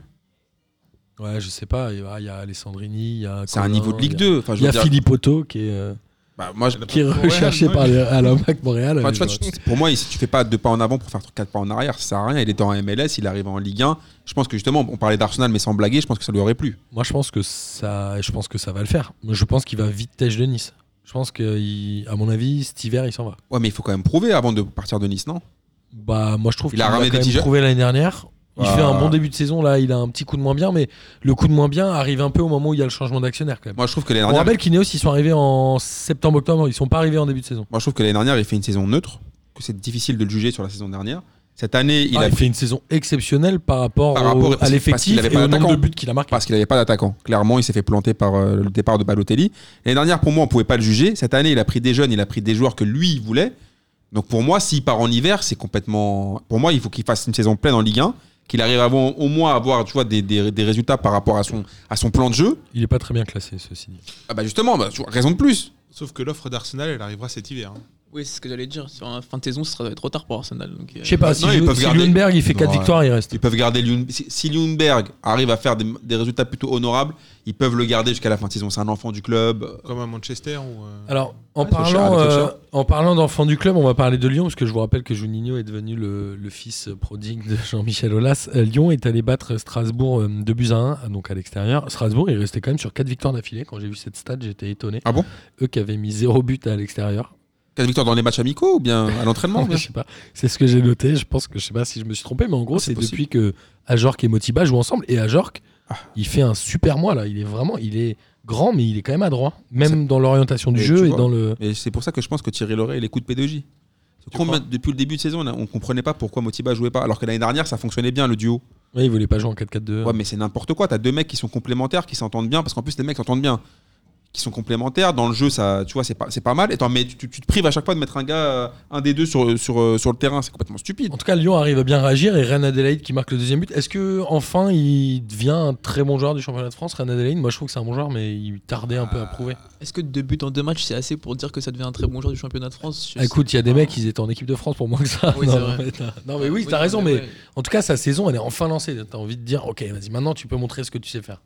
Speaker 4: Ouais, je sais pas. Il y a- il y a Alessandrini, il y a.
Speaker 1: C'est un
Speaker 4: Colin,
Speaker 1: niveau de Ligue
Speaker 4: il y a-
Speaker 1: 2. Enfin, je
Speaker 4: euh, Il y
Speaker 1: veux
Speaker 4: a
Speaker 1: dire,
Speaker 4: Philippe Otto qui est, euh,
Speaker 1: bah, moi, je-
Speaker 4: qui est
Speaker 5: Montréal,
Speaker 4: recherché
Speaker 5: ouais.
Speaker 4: par les- à l'Impact Montréal.
Speaker 1: enfin,
Speaker 4: euh,
Speaker 1: tu vois,
Speaker 4: genre.
Speaker 1: tu- pour moi, si tu fais pas deux pas en avant pour faire quatre pas en arrière, ça sert à rien. Il est en MLS, il arrive en Ligue 1. Je pense que justement, on parlait d'Arsenal, mais sans blaguer, je pense que ça lui aurait plu.
Speaker 4: Moi, je pense que ça, je pense que ça va le faire. Moi, Je pense qu'il va vite tèche de Nice. Je pense que, il- à mon avis, cet hiver, il s'en va.
Speaker 1: Ouais, mais il faut quand même prouver avant de partir de Nice, non
Speaker 4: Bah, moi, je trouve
Speaker 1: Il
Speaker 4: qu'il
Speaker 1: a
Speaker 4: a,
Speaker 1: ramené
Speaker 4: quand
Speaker 1: des
Speaker 4: même
Speaker 1: petits jeunes.
Speaker 4: prouvé l'année dernière. Il
Speaker 1: Bah.
Speaker 4: fait un bon début de saison là. Il a un petit coup de moins bien, mais le coup de moins bien arrive un peu au moment où il y a le changement d'actionnaire quand même.
Speaker 1: Moi, je trouve que l'année
Speaker 4: On
Speaker 1: dernière,
Speaker 4: rappelle qu'Ineos, ils sont arrivés en septembre-octobre. Ils sont pas arrivés en début de saison.
Speaker 1: moi, je trouve que l'année dernière, il fait une saison neutre, que c'est difficile de le juger sur la saison dernière. Cette année, il
Speaker 4: Ah,
Speaker 1: a
Speaker 4: fait une saison exceptionnelle par rapport,
Speaker 1: Par
Speaker 4: au-
Speaker 1: rapport-
Speaker 4: à
Speaker 1: parce- parce qu'il
Speaker 4: l'effectif
Speaker 1: avait
Speaker 4: et
Speaker 1: pas
Speaker 4: au nombre de
Speaker 1: d'attaquant.
Speaker 4: buts qu'il a marqué.
Speaker 1: parce qu'il n'avait pas d'attaquant. Clairement, il s'est fait planter par euh, le départ de Balotelli. L'année dernière, pour moi, on pouvait pas le juger. Cette année, il a pris des jeunes, il a pris des joueurs que lui il voulait. Donc pour moi, s'il part en hiver, c'est complètement. Pour moi, il faut qu'il fasse une saison pleine en Ligue 1, qu'il arrive avant, au moins à avoir tu vois, des, des- des résultats par rapport à son, à son plan de jeu.
Speaker 4: Il est pas très bien classé, ceci dit.
Speaker 1: Ah bah justement, bah, tu vois, raison de plus.
Speaker 5: Sauf que l'offre d'Arsenal, elle arrivera cet hiver. hein.
Speaker 6: Oui, c'est ce que j'allais dire. Sur la fin de saison, ce sera trop tard pour Arsenal. Donc, euh,
Speaker 4: Je sais pas, si,
Speaker 1: Maintenant, ils
Speaker 4: Lu-
Speaker 1: peuvent
Speaker 4: si
Speaker 1: garder-
Speaker 4: Lundberg, Ah, il fait 4
Speaker 1: Ouais.
Speaker 4: victoires, il reste.
Speaker 1: Ils peuvent garder Lund- Si, si Lundberg arrive à faire des, des résultats plutôt honorables, ils peuvent le garder jusqu'à la fin de saison. C'est un enfant du club. euh,
Speaker 5: Comme à Manchester. Ou, euh,
Speaker 4: Alors, en
Speaker 1: Ouais, c'est
Speaker 4: parlant,
Speaker 1: cher, c'est
Speaker 4: euh,
Speaker 1: cher.
Speaker 4: en parlant d'enfants du club, on va parler de Lyon, parce que je vous rappelle que Juninho est devenu le, le fils prodigue de Jean-Michel Aulas. Euh, Lyon est allé battre Strasbourg euh, 2 buts à 1, donc à l'extérieur. Strasbourg, il restait quand même sur 4 victoires d'affilée. Quand j'ai vu cette stat, j'étais étonné.
Speaker 1: Ah bon
Speaker 4: Eux qui avaient mis 0 but à l'extérieur.
Speaker 1: 4 victoires dans les matchs amicaux ou bien à l'entraînement bien
Speaker 4: je
Speaker 1: sûr.
Speaker 4: sais pas. C'est ce que j'ai noté. Je pense que je sais pas si je me suis trompé, mais en gros,
Speaker 1: Ah, c'est
Speaker 4: c'est
Speaker 1: possible.
Speaker 4: depuis que Ajorc et Motiba jouent ensemble. Et Ajorc,
Speaker 1: Ah.
Speaker 4: il fait un super mois là. Il est vraiment, il est grand, mais il est quand même adroit, même dans l'orientation du
Speaker 1: Et
Speaker 4: jeu
Speaker 1: tu
Speaker 4: et
Speaker 1: vois.
Speaker 4: dans le.
Speaker 1: Et c'est pour ça que je pense que Thierry Loret, il est coup de P2J. Combien- depuis le début de saison, on a- on comprenait pas pourquoi Motiba jouait pas. Alors que l'année dernière, ça fonctionnait bien le duo.
Speaker 4: Ouais, il voulait pas jouer en 4-4-2.
Speaker 1: Ouais, mais c'est n'importe quoi. T'as deux mecs qui sont complémentaires, qui s'entendent bien, parce qu'en plus les mecs s'entendent bien, qui sont complémentaires dans le jeu. Ça, tu vois, c'est pas, c'est pas mal. Et t'en mets- tu, tu te prives à chaque fois de mettre un gars, euh, un des deux sur sur euh, sur le terrain. C'est complètement stupide.
Speaker 4: En tout cas, Lyon arrive à bien réagir et Reine Adelaide qui marque le deuxième but. Est-ce que enfin il devient un très bon joueur du championnat de France, Reine Adelaide Moi, je trouve que c'est un bon joueur, mais il tardait un peu à prouver.
Speaker 6: Est-ce que deux buts en deux matchs, c'est assez pour dire que ça devient un très bon joueur du championnat de France Je
Speaker 4: Ah, écoute, il y a des
Speaker 6: pas.
Speaker 4: mecs, ils étaient en équipe de France pour moins que ça.
Speaker 6: Oui,
Speaker 4: non,
Speaker 6: c'est vrai.
Speaker 4: mais t'as- non, mais oui, t'as raison, mais En tout cas, sa saison, elle est enfin lancée. T'as envie de dire, ok, vas-y, maintenant tu peux montrer ce que tu sais faire.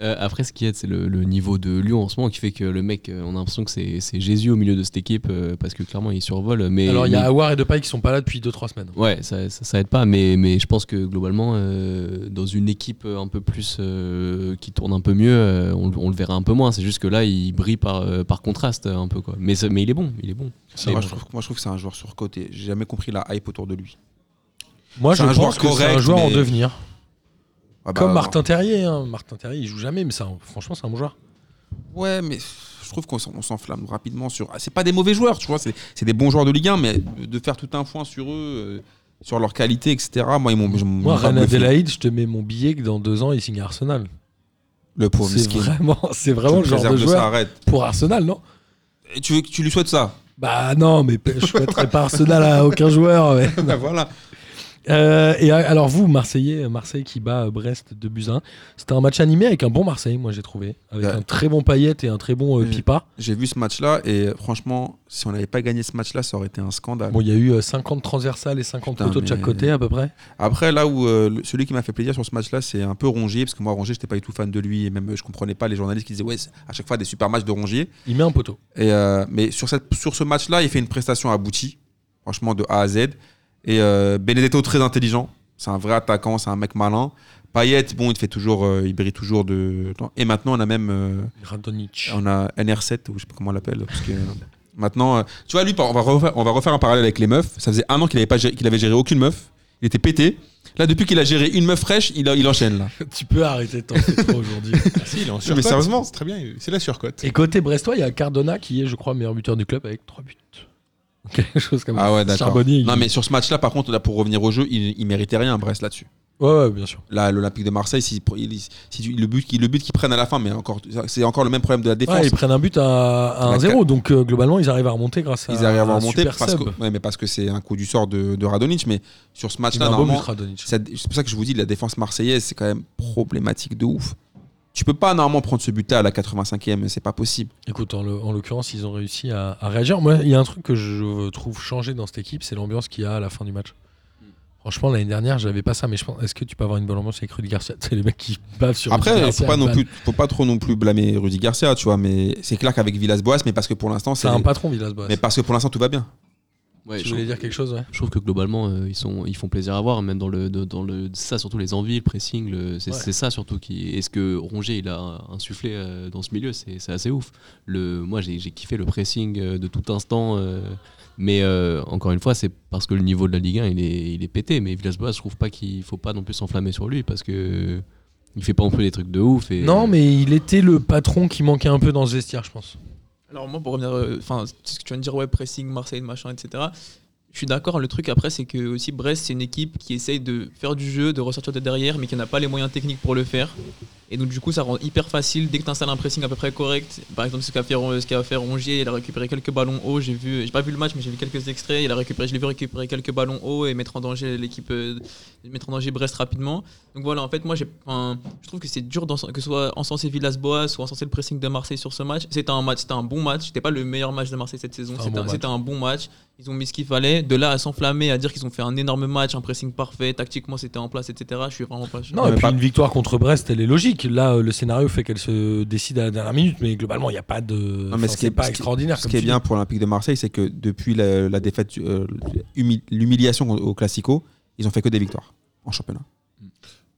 Speaker 7: Euh, après, ce qui aide, c'est le, le niveau de Lyon en ce moment qui fait que le mec, euh, on a l'impression que c'est c'est Jésus au milieu de cette équipe euh, parce que clairement, il survole. Mais,
Speaker 4: Alors, il y
Speaker 7: mais-
Speaker 4: a Awar et Depay qui sont pas là depuis 2-3 semaines.
Speaker 7: Ouais, ça, ça, ça aide pas, mais, mais je pense que globalement, euh, dans une équipe un peu plus euh, qui tourne un peu mieux, euh, on, le- on le verra un peu moins. C'est juste que là, il brille par, euh, par contraste euh, un peu. Quoi. Mais, ça- mais il est bon, il est bon.
Speaker 4: C'est
Speaker 1: Moi,
Speaker 4: bon.
Speaker 1: je trouve, moi, je trouve que c'est un joueur surcoté. J'ai jamais compris la hype autour de lui.
Speaker 4: Moi,
Speaker 1: C'est
Speaker 4: je
Speaker 1: un joueur
Speaker 4: pense que c'est un
Speaker 1: correct,
Speaker 4: joueur en
Speaker 1: mais-
Speaker 4: devenir.
Speaker 1: Ah bah,
Speaker 4: Comme Martin Terrier. hein. Martin Terrier, il joue jamais, mais ça, franchement, c'est un bon joueur.
Speaker 1: Ouais, mais je trouve qu'on s'en- on s'enflamme rapidement sur. Ah, c'est pas des mauvais joueurs, tu vois, c'est c'est des bons joueurs de Ligue 1, mais de faire tout un foin sur eux, euh, sur leur qualité, etc. Moi, ils m'ont. ils m'ont- ils
Speaker 4: Moi,
Speaker 1: m'ont
Speaker 4: Reine
Speaker 1: bluffé.
Speaker 4: Adelaide, je te mets mon billet que dans deux ans, il signe à Arsenal.
Speaker 1: Le pauvre
Speaker 4: c'est
Speaker 1: miskin.
Speaker 4: vraiment, c'est vraiment le genre de
Speaker 1: préserve ça,
Speaker 4: joueur
Speaker 1: arrête.
Speaker 4: pour Arsenal, non
Speaker 1: Et tu, veux- tu lui souhaites ça
Speaker 4: Bah non, mais je souhaiterais pas Arsenal à aucun joueur. ouais.
Speaker 1: Bah voilà.
Speaker 4: Euh, et a- alors vous, Marseillais, Marseille qui bat euh, Brest de Buzyn, c'était un match animé avec un bon Marseille, moi j'ai trouvé, avec
Speaker 1: Ouais.
Speaker 4: un très bon Payet et un très bon euh,
Speaker 1: Oui.
Speaker 4: Pipa.
Speaker 1: J'ai vu ce match-là et franchement, si on n'avait pas gagné ce match-là, ça aurait été un scandale.
Speaker 4: Bon, il y a eu euh, 50 transversales et 50
Speaker 1: Putain,
Speaker 4: poteaux de
Speaker 1: mais-
Speaker 4: chaque côté à peu près.
Speaker 1: Après, là où euh, le- celui qui m'a fait plaisir sur ce match-là, c'est un peu Rongier, parce que moi, Rongier, j'étais pas du tout fan de lui et même euh, je comprenais pas les journalistes qui disaient ouais, c'est à chaque fois des super matchs de Rongier.
Speaker 4: Il met un poteau.
Speaker 1: Et, euh, mais sur, cette, sur ce match-là, il fait une prestation aboutie, franchement, de A à Z. Et euh, Benedetto, très intelligent. C'est un vrai attaquant, c'est un mec malin. Payet, bon, il fait toujours, euh, il brille toujours de. Et maintenant, on a même, euh,
Speaker 4: Radonic.
Speaker 1: on a NR7 ou je sais pas comment on l'appelle, parce que Maintenant, euh, tu vois, lui, par- on va, refaire, on va refaire un parallèle avec les meufs. Ça faisait un an qu'il avait, pas géré- qu'il avait géré aucune meuf. Il était pété. Là, depuis qu'il a géré une meuf fraîche, il, a- il enchaîne. Là.
Speaker 4: Tu peux arrêter de t'en faire trop aujourd'hui.
Speaker 5: Ah si, il est en
Speaker 1: mais
Speaker 5: surcote.
Speaker 1: sérieusement.
Speaker 5: c'est très bien. C'est la surcote.
Speaker 4: Et côté brestois, il y a Cardona qui est, je crois, meilleur buteur du club avec 3 buts. Quelque chose comme ça.
Speaker 1: Ah ouais, d'accord.
Speaker 4: Charbonnier. il-
Speaker 1: Non, mais sur ce match-là, par contre, là, pour revenir au jeu, il, il méritait rien, Brest, là-dessus.
Speaker 4: Ouais, ouais, bien sûr.
Speaker 1: Là, l'Olympique de Marseille, si, il- si tu- le but, qu'ils- le but qu'ils prennent à la fin, mais encore, c'est encore le même problème de la défense.
Speaker 4: Ouais, ils prennent un but à, à
Speaker 1: La
Speaker 4: 1-0, donc euh, globalement, ils arrivent à remonter grâce à.
Speaker 1: ils arrivent à
Speaker 4: un
Speaker 1: remonter
Speaker 4: super
Speaker 1: parce que,
Speaker 4: sub.
Speaker 1: ouais, mais parce que c'est un coup du sort de, de Radonjic, mais sur ce
Speaker 4: Il a
Speaker 1: match-là,
Speaker 4: un beau but,
Speaker 1: normalement,
Speaker 4: Radonjic.
Speaker 1: ça- c'est pour ça que je vous dis, la défense marseillaise, c'est quand même problématique de ouf. Tu peux pas normalement prendre ce but-là à la 85e, c'est pas possible.
Speaker 4: Écoute, en, le- en l'occurrence, ils ont réussi à, à réagir. Moi, il y a un truc que je trouve changé dans cette équipe, c'est l'ambiance qu'il y a à la fin du match. Franchement, l'année dernière, j'avais pas ça, mais je pense. Est-ce que tu peux avoir une bonne ambiance avec Rudy Garcia C'est les mecs qui bavent sur. Rudy
Speaker 1: Après, faut
Speaker 4: Garcia,
Speaker 1: pas, non
Speaker 4: bam.
Speaker 1: plus, faut pas trop non plus blâmer Rudy Garcia, tu vois, mais c'est clair qu'avec Villas-Boas, mais parce que pour l'instant,
Speaker 4: C'est
Speaker 1: c'est.
Speaker 4: un patron, Villas-Boas.
Speaker 1: Mais parce que pour l'instant, tout va bien.
Speaker 7: Ouais,
Speaker 4: Tu
Speaker 7: je-
Speaker 4: voulais dire quelque chose, ouais
Speaker 7: Je trouve que globalement, euh, ils, sont, ils font plaisir à voir, même dans le, de- dans le ça surtout les envies, le pressing, le- c'est
Speaker 4: Ouais.
Speaker 7: c'est ça surtout qui. Est-ce que Rongier il a insufflé euh, dans ce milieu, c'est c'est assez ouf. Le, moi j'ai j'ai kiffé le pressing euh, de tout instant, euh, mais euh, encore une fois c'est parce que le niveau de la Ligue 1 il est, il est pété. Mais Villas-Boas, je trouve pas qu'il faut pas non plus s'enflammer sur lui parce que il fait pas non plus des trucs de ouf. Et,
Speaker 4: Non, mais il était le patron qui manquait un peu dans ce vestiaire, je pense.
Speaker 6: Alors moi pour revenir, euh, enfin c'est ce que tu viens de dire, ouais pressing, Marseille, machin, etc. Je suis d'accord. Le truc après c'est que aussi Brest c'est une équipe qui essaye de faire du jeu, de ressortir de derrière, mais qui n'a pas les moyens techniques pour le faire. Et donc du coup ça rend hyper facile dès que tu installes un pressing à peu près correct. Par exemple ce qu'a fait Ron- ce qu'a fait Rongier, il a récupéré quelques ballons hauts. J'ai vu, j'ai pas vu le match mais j'ai vu quelques extraits. Il a récupéré, je l'ai vu récupérer quelques ballons hauts et mettre en danger l'équipe, euh, mettre en danger Brest rapidement. Donc voilà, en fait, moi, j'ai, enfin, je trouve que c'est dur d'enc- que ce soit encenser Villas-Boas ou encenser le pressing de Marseille sur ce match. C'était un match, c'était un bon match. C'était pas le meilleur match de Marseille cette saison.
Speaker 4: C'était un
Speaker 6: C'était
Speaker 4: bon
Speaker 6: un,
Speaker 4: match.
Speaker 6: c'était un bon match. Ils ont mis ce qu'il fallait. De là à s'enflammer, à dire qu'ils ont fait un énorme match, un pressing parfait, tactiquement c'était en place, etc. Je suis vraiment pas sûr.
Speaker 4: Non,
Speaker 1: Ouais,
Speaker 4: et
Speaker 1: mais
Speaker 4: puis
Speaker 1: pas-
Speaker 4: une victoire contre Brest, elle est logique. Là, euh, le scénario fait qu'elle se décide à la dernière minute, mais globalement, il n'y a pas de.
Speaker 1: mais
Speaker 4: enfin,
Speaker 1: ce qui
Speaker 4: c'est
Speaker 1: est- ce
Speaker 4: pas
Speaker 1: qui-
Speaker 4: extraordinaire.
Speaker 1: Ce
Speaker 4: comme
Speaker 1: qui est
Speaker 4: tu
Speaker 1: bien pour l'Olympique de Marseille, c'est que depuis la, la défaite, euh, l'humi- l'humiliation au Classico, ils ont fait que des victoires en championnat.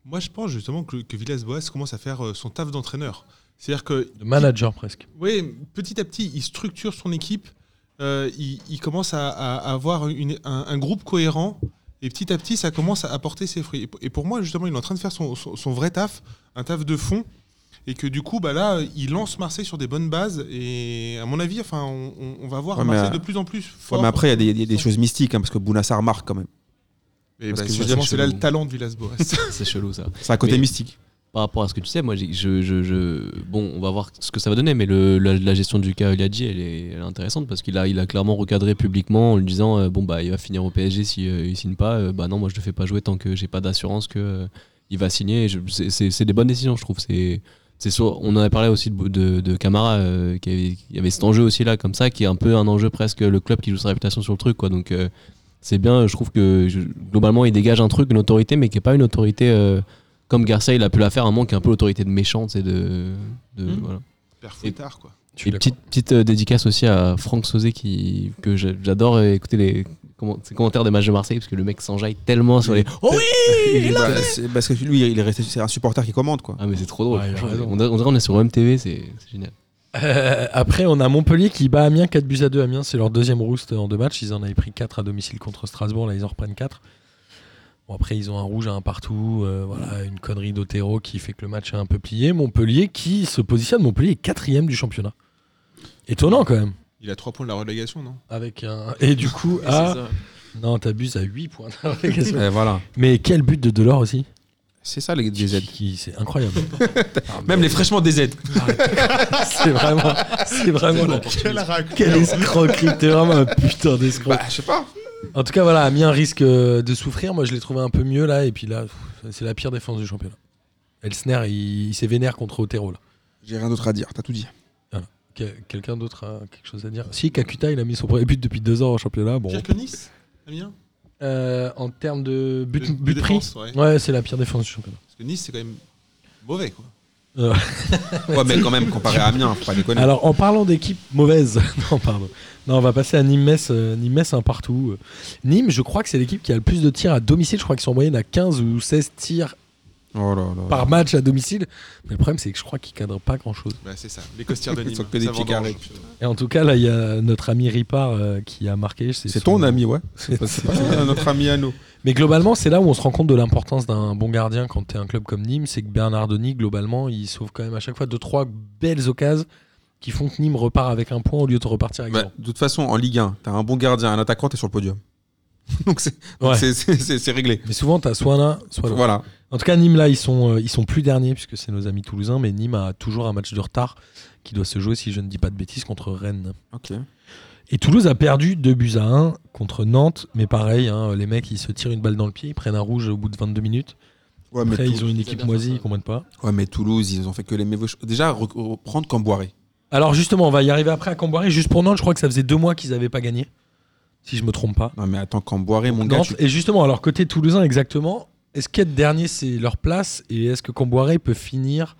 Speaker 5: Moi, je pense justement que, que Villas-Boas commence à faire euh, son taf d'entraîneur. C'est-à-dire que
Speaker 4: dis. De manager presque.
Speaker 5: Oui, petit à petit, il structure son équipe. euh, il, il commence à, à- à avoir une- un, un groupe cohérent. Et petit à petit, ça commence à apporter ses fruits. Et pour- Et pour moi, justement, il est en train de faire son, son- son vrai taf, un taf de fond. Et que du coup, bah là, il lance Marseille sur des bonnes bases. Et à mon avis, enfin, on, on- on va voir
Speaker 1: Ouais, mais
Speaker 5: Marseille
Speaker 1: à-
Speaker 5: de plus en plus
Speaker 1: Ouais,
Speaker 5: fort.
Speaker 1: mais après, il y a des, il y a des choses mystiques, hein, parce que Bounassar marque quand même.
Speaker 5: Et
Speaker 1: parce
Speaker 5: bah,
Speaker 1: que
Speaker 5: justement,
Speaker 7: je-
Speaker 5: c'est là le talent de Villas-Boas.
Speaker 7: c'est chelou ça.
Speaker 1: C'est un côté
Speaker 7: Mais-
Speaker 1: mystique.
Speaker 7: par rapport à ce que tu sais, moi, j'ai- je, je, je- bon, on va voir ce que ça va donner, mais le, la, la gestion du cas Eliadji, elle est, elle est intéressante parce qu'il a, il a clairement recadré publiquement en lui disant, euh, bon bah, il va finir au PSG si euh, il signe pas, euh, bah non, moi je le fais pas jouer tant que j'ai pas d'assurance que euh, il va signer. Je- c'est- C'est c'est des bonnes décisions, je trouve. C'est c'est sûr, on en avait parlé aussi de, de, de Camara, euh, qui avait, il y avait cet enjeu aussi là, comme ça, qui est un peu un enjeu presque le club qui joue sa réputation sur le truc, quoi. Donc euh, c'est bien, je trouve que je- globalement il dégage un truc, une autorité, mais qui est pas une autorité euh, comme Garcia, il a pu la faire, un manque un peu l'autorité de méchante et de. de-
Speaker 4: Hmm.
Speaker 5: Mhm.
Speaker 7: voilà.
Speaker 5: Père fouettard, quoi.
Speaker 4: Je suis
Speaker 7: Et petite, petite euh, dédicace aussi à Franck Sauzé, qui, que j'a- j'adore euh, écouter les, comment- ses commentaires des matchs de Marseille, parce que le mec s'enjaille tellement sur les.
Speaker 4: Hmm.
Speaker 7: Oh oui
Speaker 1: Bah, c'est- parce que lui, il est resté, c'est un supporter qui commande, quoi.
Speaker 7: Ah, mais c'est trop drôle.
Speaker 4: Ouais, il a
Speaker 7: franchement.
Speaker 4: raison.
Speaker 7: on, dirait- on dirait qu'on est sur MTV, c'est c'est génial.
Speaker 4: Euh, après, on a Montpellier qui bat Amiens 4 buts à 2. Amiens, c'est leur deuxième roost en deux matchs. Ils en avaient pris 4 à domicile contre Strasbourg. Là, ils en reprennent 4. Bon, après, ils ont un rouge à un partout. euh, voilà, une connerie d'Otero qui fait que le match est un peu plié. Montpellier qui se positionne. Montpellier est quatrième du championnat. Étonnant quand même.
Speaker 5: Il a 3 points de la relégation, non
Speaker 4: Avec un... Et du coup,
Speaker 1: Ah.
Speaker 4: à...
Speaker 6: ça.
Speaker 4: non, t'abuses à 8 points.
Speaker 1: Eh, voilà.
Speaker 4: Mais quel but de Delors aussi
Speaker 1: C'est ça, les DZ.
Speaker 4: Qui- C'est incroyable.
Speaker 1: Même les fraîchement DZ.
Speaker 4: C'est vraiment, c'est vraiment la...
Speaker 5: Quel racle
Speaker 4: Quelle escroquerie, t'es vraiment un putain d'escroc.
Speaker 1: Bah, je sais pas.
Speaker 4: En tout cas, voilà, Amiens risque euh, de souffrir. Moi, je l'ai trouvé un peu mieux là. Et puis là, pff, c'est la pire défense du championnat. Elsner, il, il s'est vénère contre Otero là.
Speaker 1: J'ai rien d'autre à dire, t'as tout dit.
Speaker 4: Que- Quelqu'un d'autre a quelque chose à dire Si, Kakuta, il a mis son premier but depuis deux ans au championnat. Bon.
Speaker 5: Pire que Nice Amiens
Speaker 4: Euh, en termes de but,
Speaker 5: De- de
Speaker 4: but pris,
Speaker 5: défense, ouais.
Speaker 4: ouais, c'est la pire défense du championnat.
Speaker 5: Parce que Nice, c'est quand même mauvais, quoi.
Speaker 1: Ouais, mais quand même, comparé à Amiens, faut pas déconner.
Speaker 4: Alors, en parlant d'équipe mauvaise, non, pardon. Non, on va passer à Nîmes-Metz. euh, Nîmes-Metz, un partout. Euh, Nîmes, je crois que c'est l'équipe qui a le plus de tirs à domicile. Je crois qu'ils sont en moyenne à 15 ou 16 tirs
Speaker 1: Oh là là.
Speaker 4: par match à domicile. Mais le problème, c'est que je crois qu'ils cadrent pas grand-chose.
Speaker 5: Bah, c'est ça, les costières de
Speaker 1: Ils
Speaker 5: Nîmes.
Speaker 1: sont que des
Speaker 5: ça
Speaker 1: petits
Speaker 5: vendange.
Speaker 1: carrés.
Speaker 4: Et en tout cas, là, il y a notre ami Ripard euh, qui a marqué.
Speaker 1: C'est
Speaker 4: son-
Speaker 1: ton ami, ouais.
Speaker 4: C'est- c'est-
Speaker 1: Ah, Notre ami Anno.
Speaker 4: Mais globalement, c'est là où on se rend compte de l'importance d'un bon gardien quand t'es un club comme Nîmes. C'est que Bernardoni, globalement, il sauve quand même à chaque fois deux, trois belles occasions qui font que Nîmes repart avec un point au lieu de repartir avec
Speaker 1: Bah,
Speaker 4: zéro.
Speaker 1: de toute façon, en Ligue 1, t'as un bon gardien, un attaquant, t'es sur le podium. Donc c'est donc
Speaker 4: Ouais.
Speaker 1: c'est- c'est- c'est- c'est réglé.
Speaker 4: Mais souvent, t'as soit l'un, soit l'autre.
Speaker 1: Voilà.
Speaker 4: En tout cas, Nîmes, là, ils sont, euh, ils sont plus derniers puisque c'est nos amis toulousains. Mais Nîmes a toujours un match de retard qui doit se jouer, si je ne dis pas de bêtises, contre Rennes.
Speaker 1: Ok.
Speaker 4: Et Toulouse a perdu 2 buts à 1 contre Nantes. Mais pareil, hein, les mecs, ils se tirent une balle dans le pied, ils prennent un rouge au bout de 22 minutes.
Speaker 1: Ouais, Ah, mais,
Speaker 4: Après,
Speaker 1: Tou-
Speaker 4: ils ont une
Speaker 7: Ils
Speaker 4: équipe
Speaker 7: adorent
Speaker 4: moisie,
Speaker 7: ça.
Speaker 4: ils comprennent pas.
Speaker 1: ouais, mais Toulouse, ils ont fait que les mauvais choix. Déjà, re- reprendre Camboiré.
Speaker 4: Alors justement, on va y arriver après à Camboiré. Juste pour Nantes, je crois que ça faisait deux mois qu'ils n'avaient pas gagné, si je me trompe pas.
Speaker 1: Non, mais attends, Camboiré, mon gars.
Speaker 4: Nantes.
Speaker 1: tu-
Speaker 4: Et justement, alors côté toulousain exactement, est-ce qu'être dernier c'est leur place et est-ce que Camboiré peut finir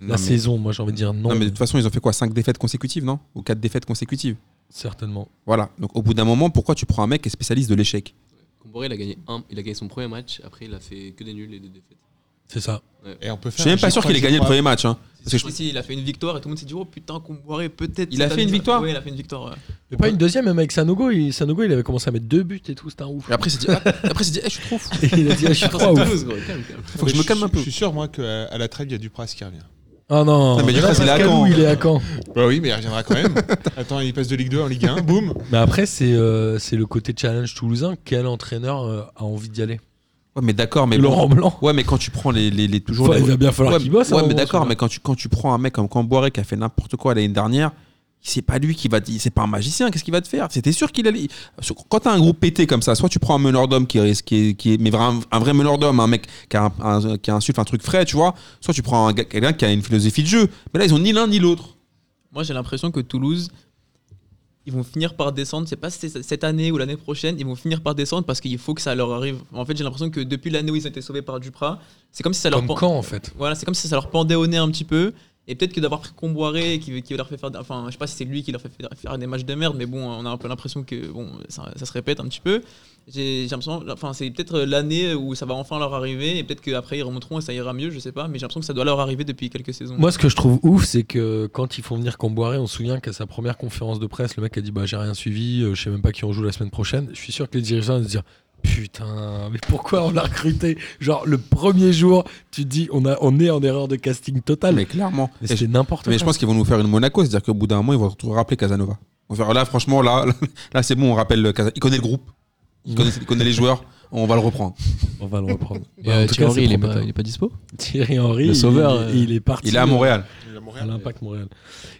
Speaker 1: Non,
Speaker 4: la
Speaker 1: mais-
Speaker 4: saison Moi j'ai envie de dire non,
Speaker 1: non, mais de toute façon, ils ont fait quoi 5 défaites consécutives, non Ou 4 défaites consécutives
Speaker 4: certainement.
Speaker 1: Voilà. Donc au bout d'un moment, pourquoi tu prends un mec qui est spécialiste de l'échec
Speaker 7: Comboré, il a gagné un, il a gagné son premier match. Après, il a fait que des nuls et des défaites.
Speaker 4: C'est ça.
Speaker 5: Et on peut
Speaker 1: Je
Speaker 5: faire.
Speaker 1: suis même pas
Speaker 5: j'y
Speaker 1: sûr
Speaker 5: crois,
Speaker 1: qu'il ait
Speaker 5: j'y
Speaker 1: gagné le
Speaker 5: crois.
Speaker 1: premier match. hein. Parce que je-
Speaker 6: Si, si, il a fait une victoire et tout le monde s'est dit oh putain qu'on boirait peut-être.
Speaker 1: Il a
Speaker 6: cette
Speaker 1: fait une
Speaker 6: année.
Speaker 1: victoire
Speaker 6: Ouais, il a fait une victoire. ouais.
Speaker 4: Mais pas une deuxième, même avec Sanogo. Il, Sanogo, il avait commencé à mettre deux buts et tout, c'était un ouf.
Speaker 1: Et après, il s'est dit, ah, après, il s'est dit Eh, je suis trop fou.
Speaker 4: Et il a dit, ah, je suis trois
Speaker 7: C'est
Speaker 4: ouf.
Speaker 7: Toulouse, gros, calme, calme.
Speaker 1: Faut que je me calme un peu.
Speaker 5: Je suis sûr, moi, qu'à à la trêve, il y a Dupras qui revient.
Speaker 4: Ah
Speaker 1: Non,
Speaker 4: non,
Speaker 1: mais
Speaker 4: mais là,
Speaker 1: Dupras, il est à
Speaker 4: Pascal,
Speaker 1: Caen.
Speaker 4: où il est à Caen.
Speaker 5: Bah oui, mais il reviendra quand même. Attends, il passe de Ligue 2 en Ligue 1, boum.
Speaker 4: Mais après, c'est euh, c'est le côté challenge toulousain. Quel entraîneur euh, a envie d'y aller
Speaker 1: Ouais, mais d'accord, mais
Speaker 4: Laurent
Speaker 1: bon.
Speaker 4: Blanc.
Speaker 1: Ouais, mais quand tu prends les, les, les- toujours.
Speaker 4: Enfin,
Speaker 1: les-
Speaker 4: il va bien falloir
Speaker 1: Ouais,
Speaker 4: qu'il bosse. hein, à un
Speaker 1: ouais, mais
Speaker 4: moment,
Speaker 1: d'accord,
Speaker 4: celui-là.
Speaker 1: mais quand tu, quand tu prends un mec comme Camboiré qui a fait n'importe quoi l'année dernière, c'est pas lui qui va te- c'est pas un magicien, qu'est-ce qu'il va te faire C'était sûr qu'il allait. sur- Quand t'as un groupe pété comme ça, soit tu prends un meneur d'homme qui est, qui est, qui est- mais vra- un, vrai meneur d'homme, un mec qui a un, un- qui a un souffle, un truc frais, tu vois, soit tu prends un gars- quelqu'un qui a une philosophie de jeu. Mais là, ils ont ni l'un ni l'autre.
Speaker 6: Moi, j'ai l'impression que Toulouse, ils vont finir par descendre. C'est pas si c'est cette année ou l'année prochaine, ils vont finir par descendre parce qu'il faut que ça leur arrive. En fait, j'ai l'impression que depuis l'année où ils ont été sauvés par Duprat, c'est comme si ça leur
Speaker 4: Comme
Speaker 6: pen-
Speaker 4: Caen, en fait.
Speaker 6: voilà, c'est comme si ça leur pendait au nez un petit peu. Et peut-être que d'avoir pris Comboiré qui, qui leur fait faire. Enfin, je sais pas si c'est lui qui leur fait faire- faire des matchs de merde, mais bon, on a un peu l'impression que bon, ça, ça se répète un petit peu. J'ai j'ai l'impression. Enfin, c'est peut-être l'année où ça va enfin leur arriver. Et peut-être qu'après, ils remonteront et ça ira mieux, je sais pas. Mais j'ai l'impression que ça doit leur arriver depuis quelques saisons.
Speaker 4: Moi, ce que je trouve ouf, c'est que quand ils font venir Camboiré, on se souvient qu'à sa première conférence de presse, le mec a dit Bah, j'ai rien suivi, euh, je sais même pas qui on joue la semaine prochaine. Je suis sûr que les dirigeants vont se dire Putain, mais pourquoi on l'a recruté Genre, le premier jour, tu te dis On, a, on est en erreur de casting totale.
Speaker 1: Mais clairement.
Speaker 4: Ah, Mais
Speaker 1: Et je-
Speaker 4: c'était n'importe quoi.
Speaker 1: Mais je pense qu'ils vont nous faire une Monaco, c'est-à-dire qu'au bout d'un moment, ils vont tout rappeler Casanova. On va faire, là, franchement, là, là, là, c'est bon, on rappelle le Casa- Il connaît le groupe, il connaît, il connaît les joueurs, on va le reprendre.
Speaker 4: On va le reprendre.
Speaker 7: Et,
Speaker 4: Bah, en
Speaker 7: euh,
Speaker 4: tout
Speaker 7: Thierry
Speaker 4: cas,
Speaker 7: Henry,
Speaker 4: c'est
Speaker 7: il est pas-
Speaker 4: prometteur.
Speaker 7: il est pas dispo
Speaker 4: Thierry Henry,
Speaker 7: Le
Speaker 4: il-
Speaker 7: sauveur,
Speaker 4: il, il est parti.
Speaker 1: euh, Il est à Montréal.
Speaker 4: à l'Impact Montréal.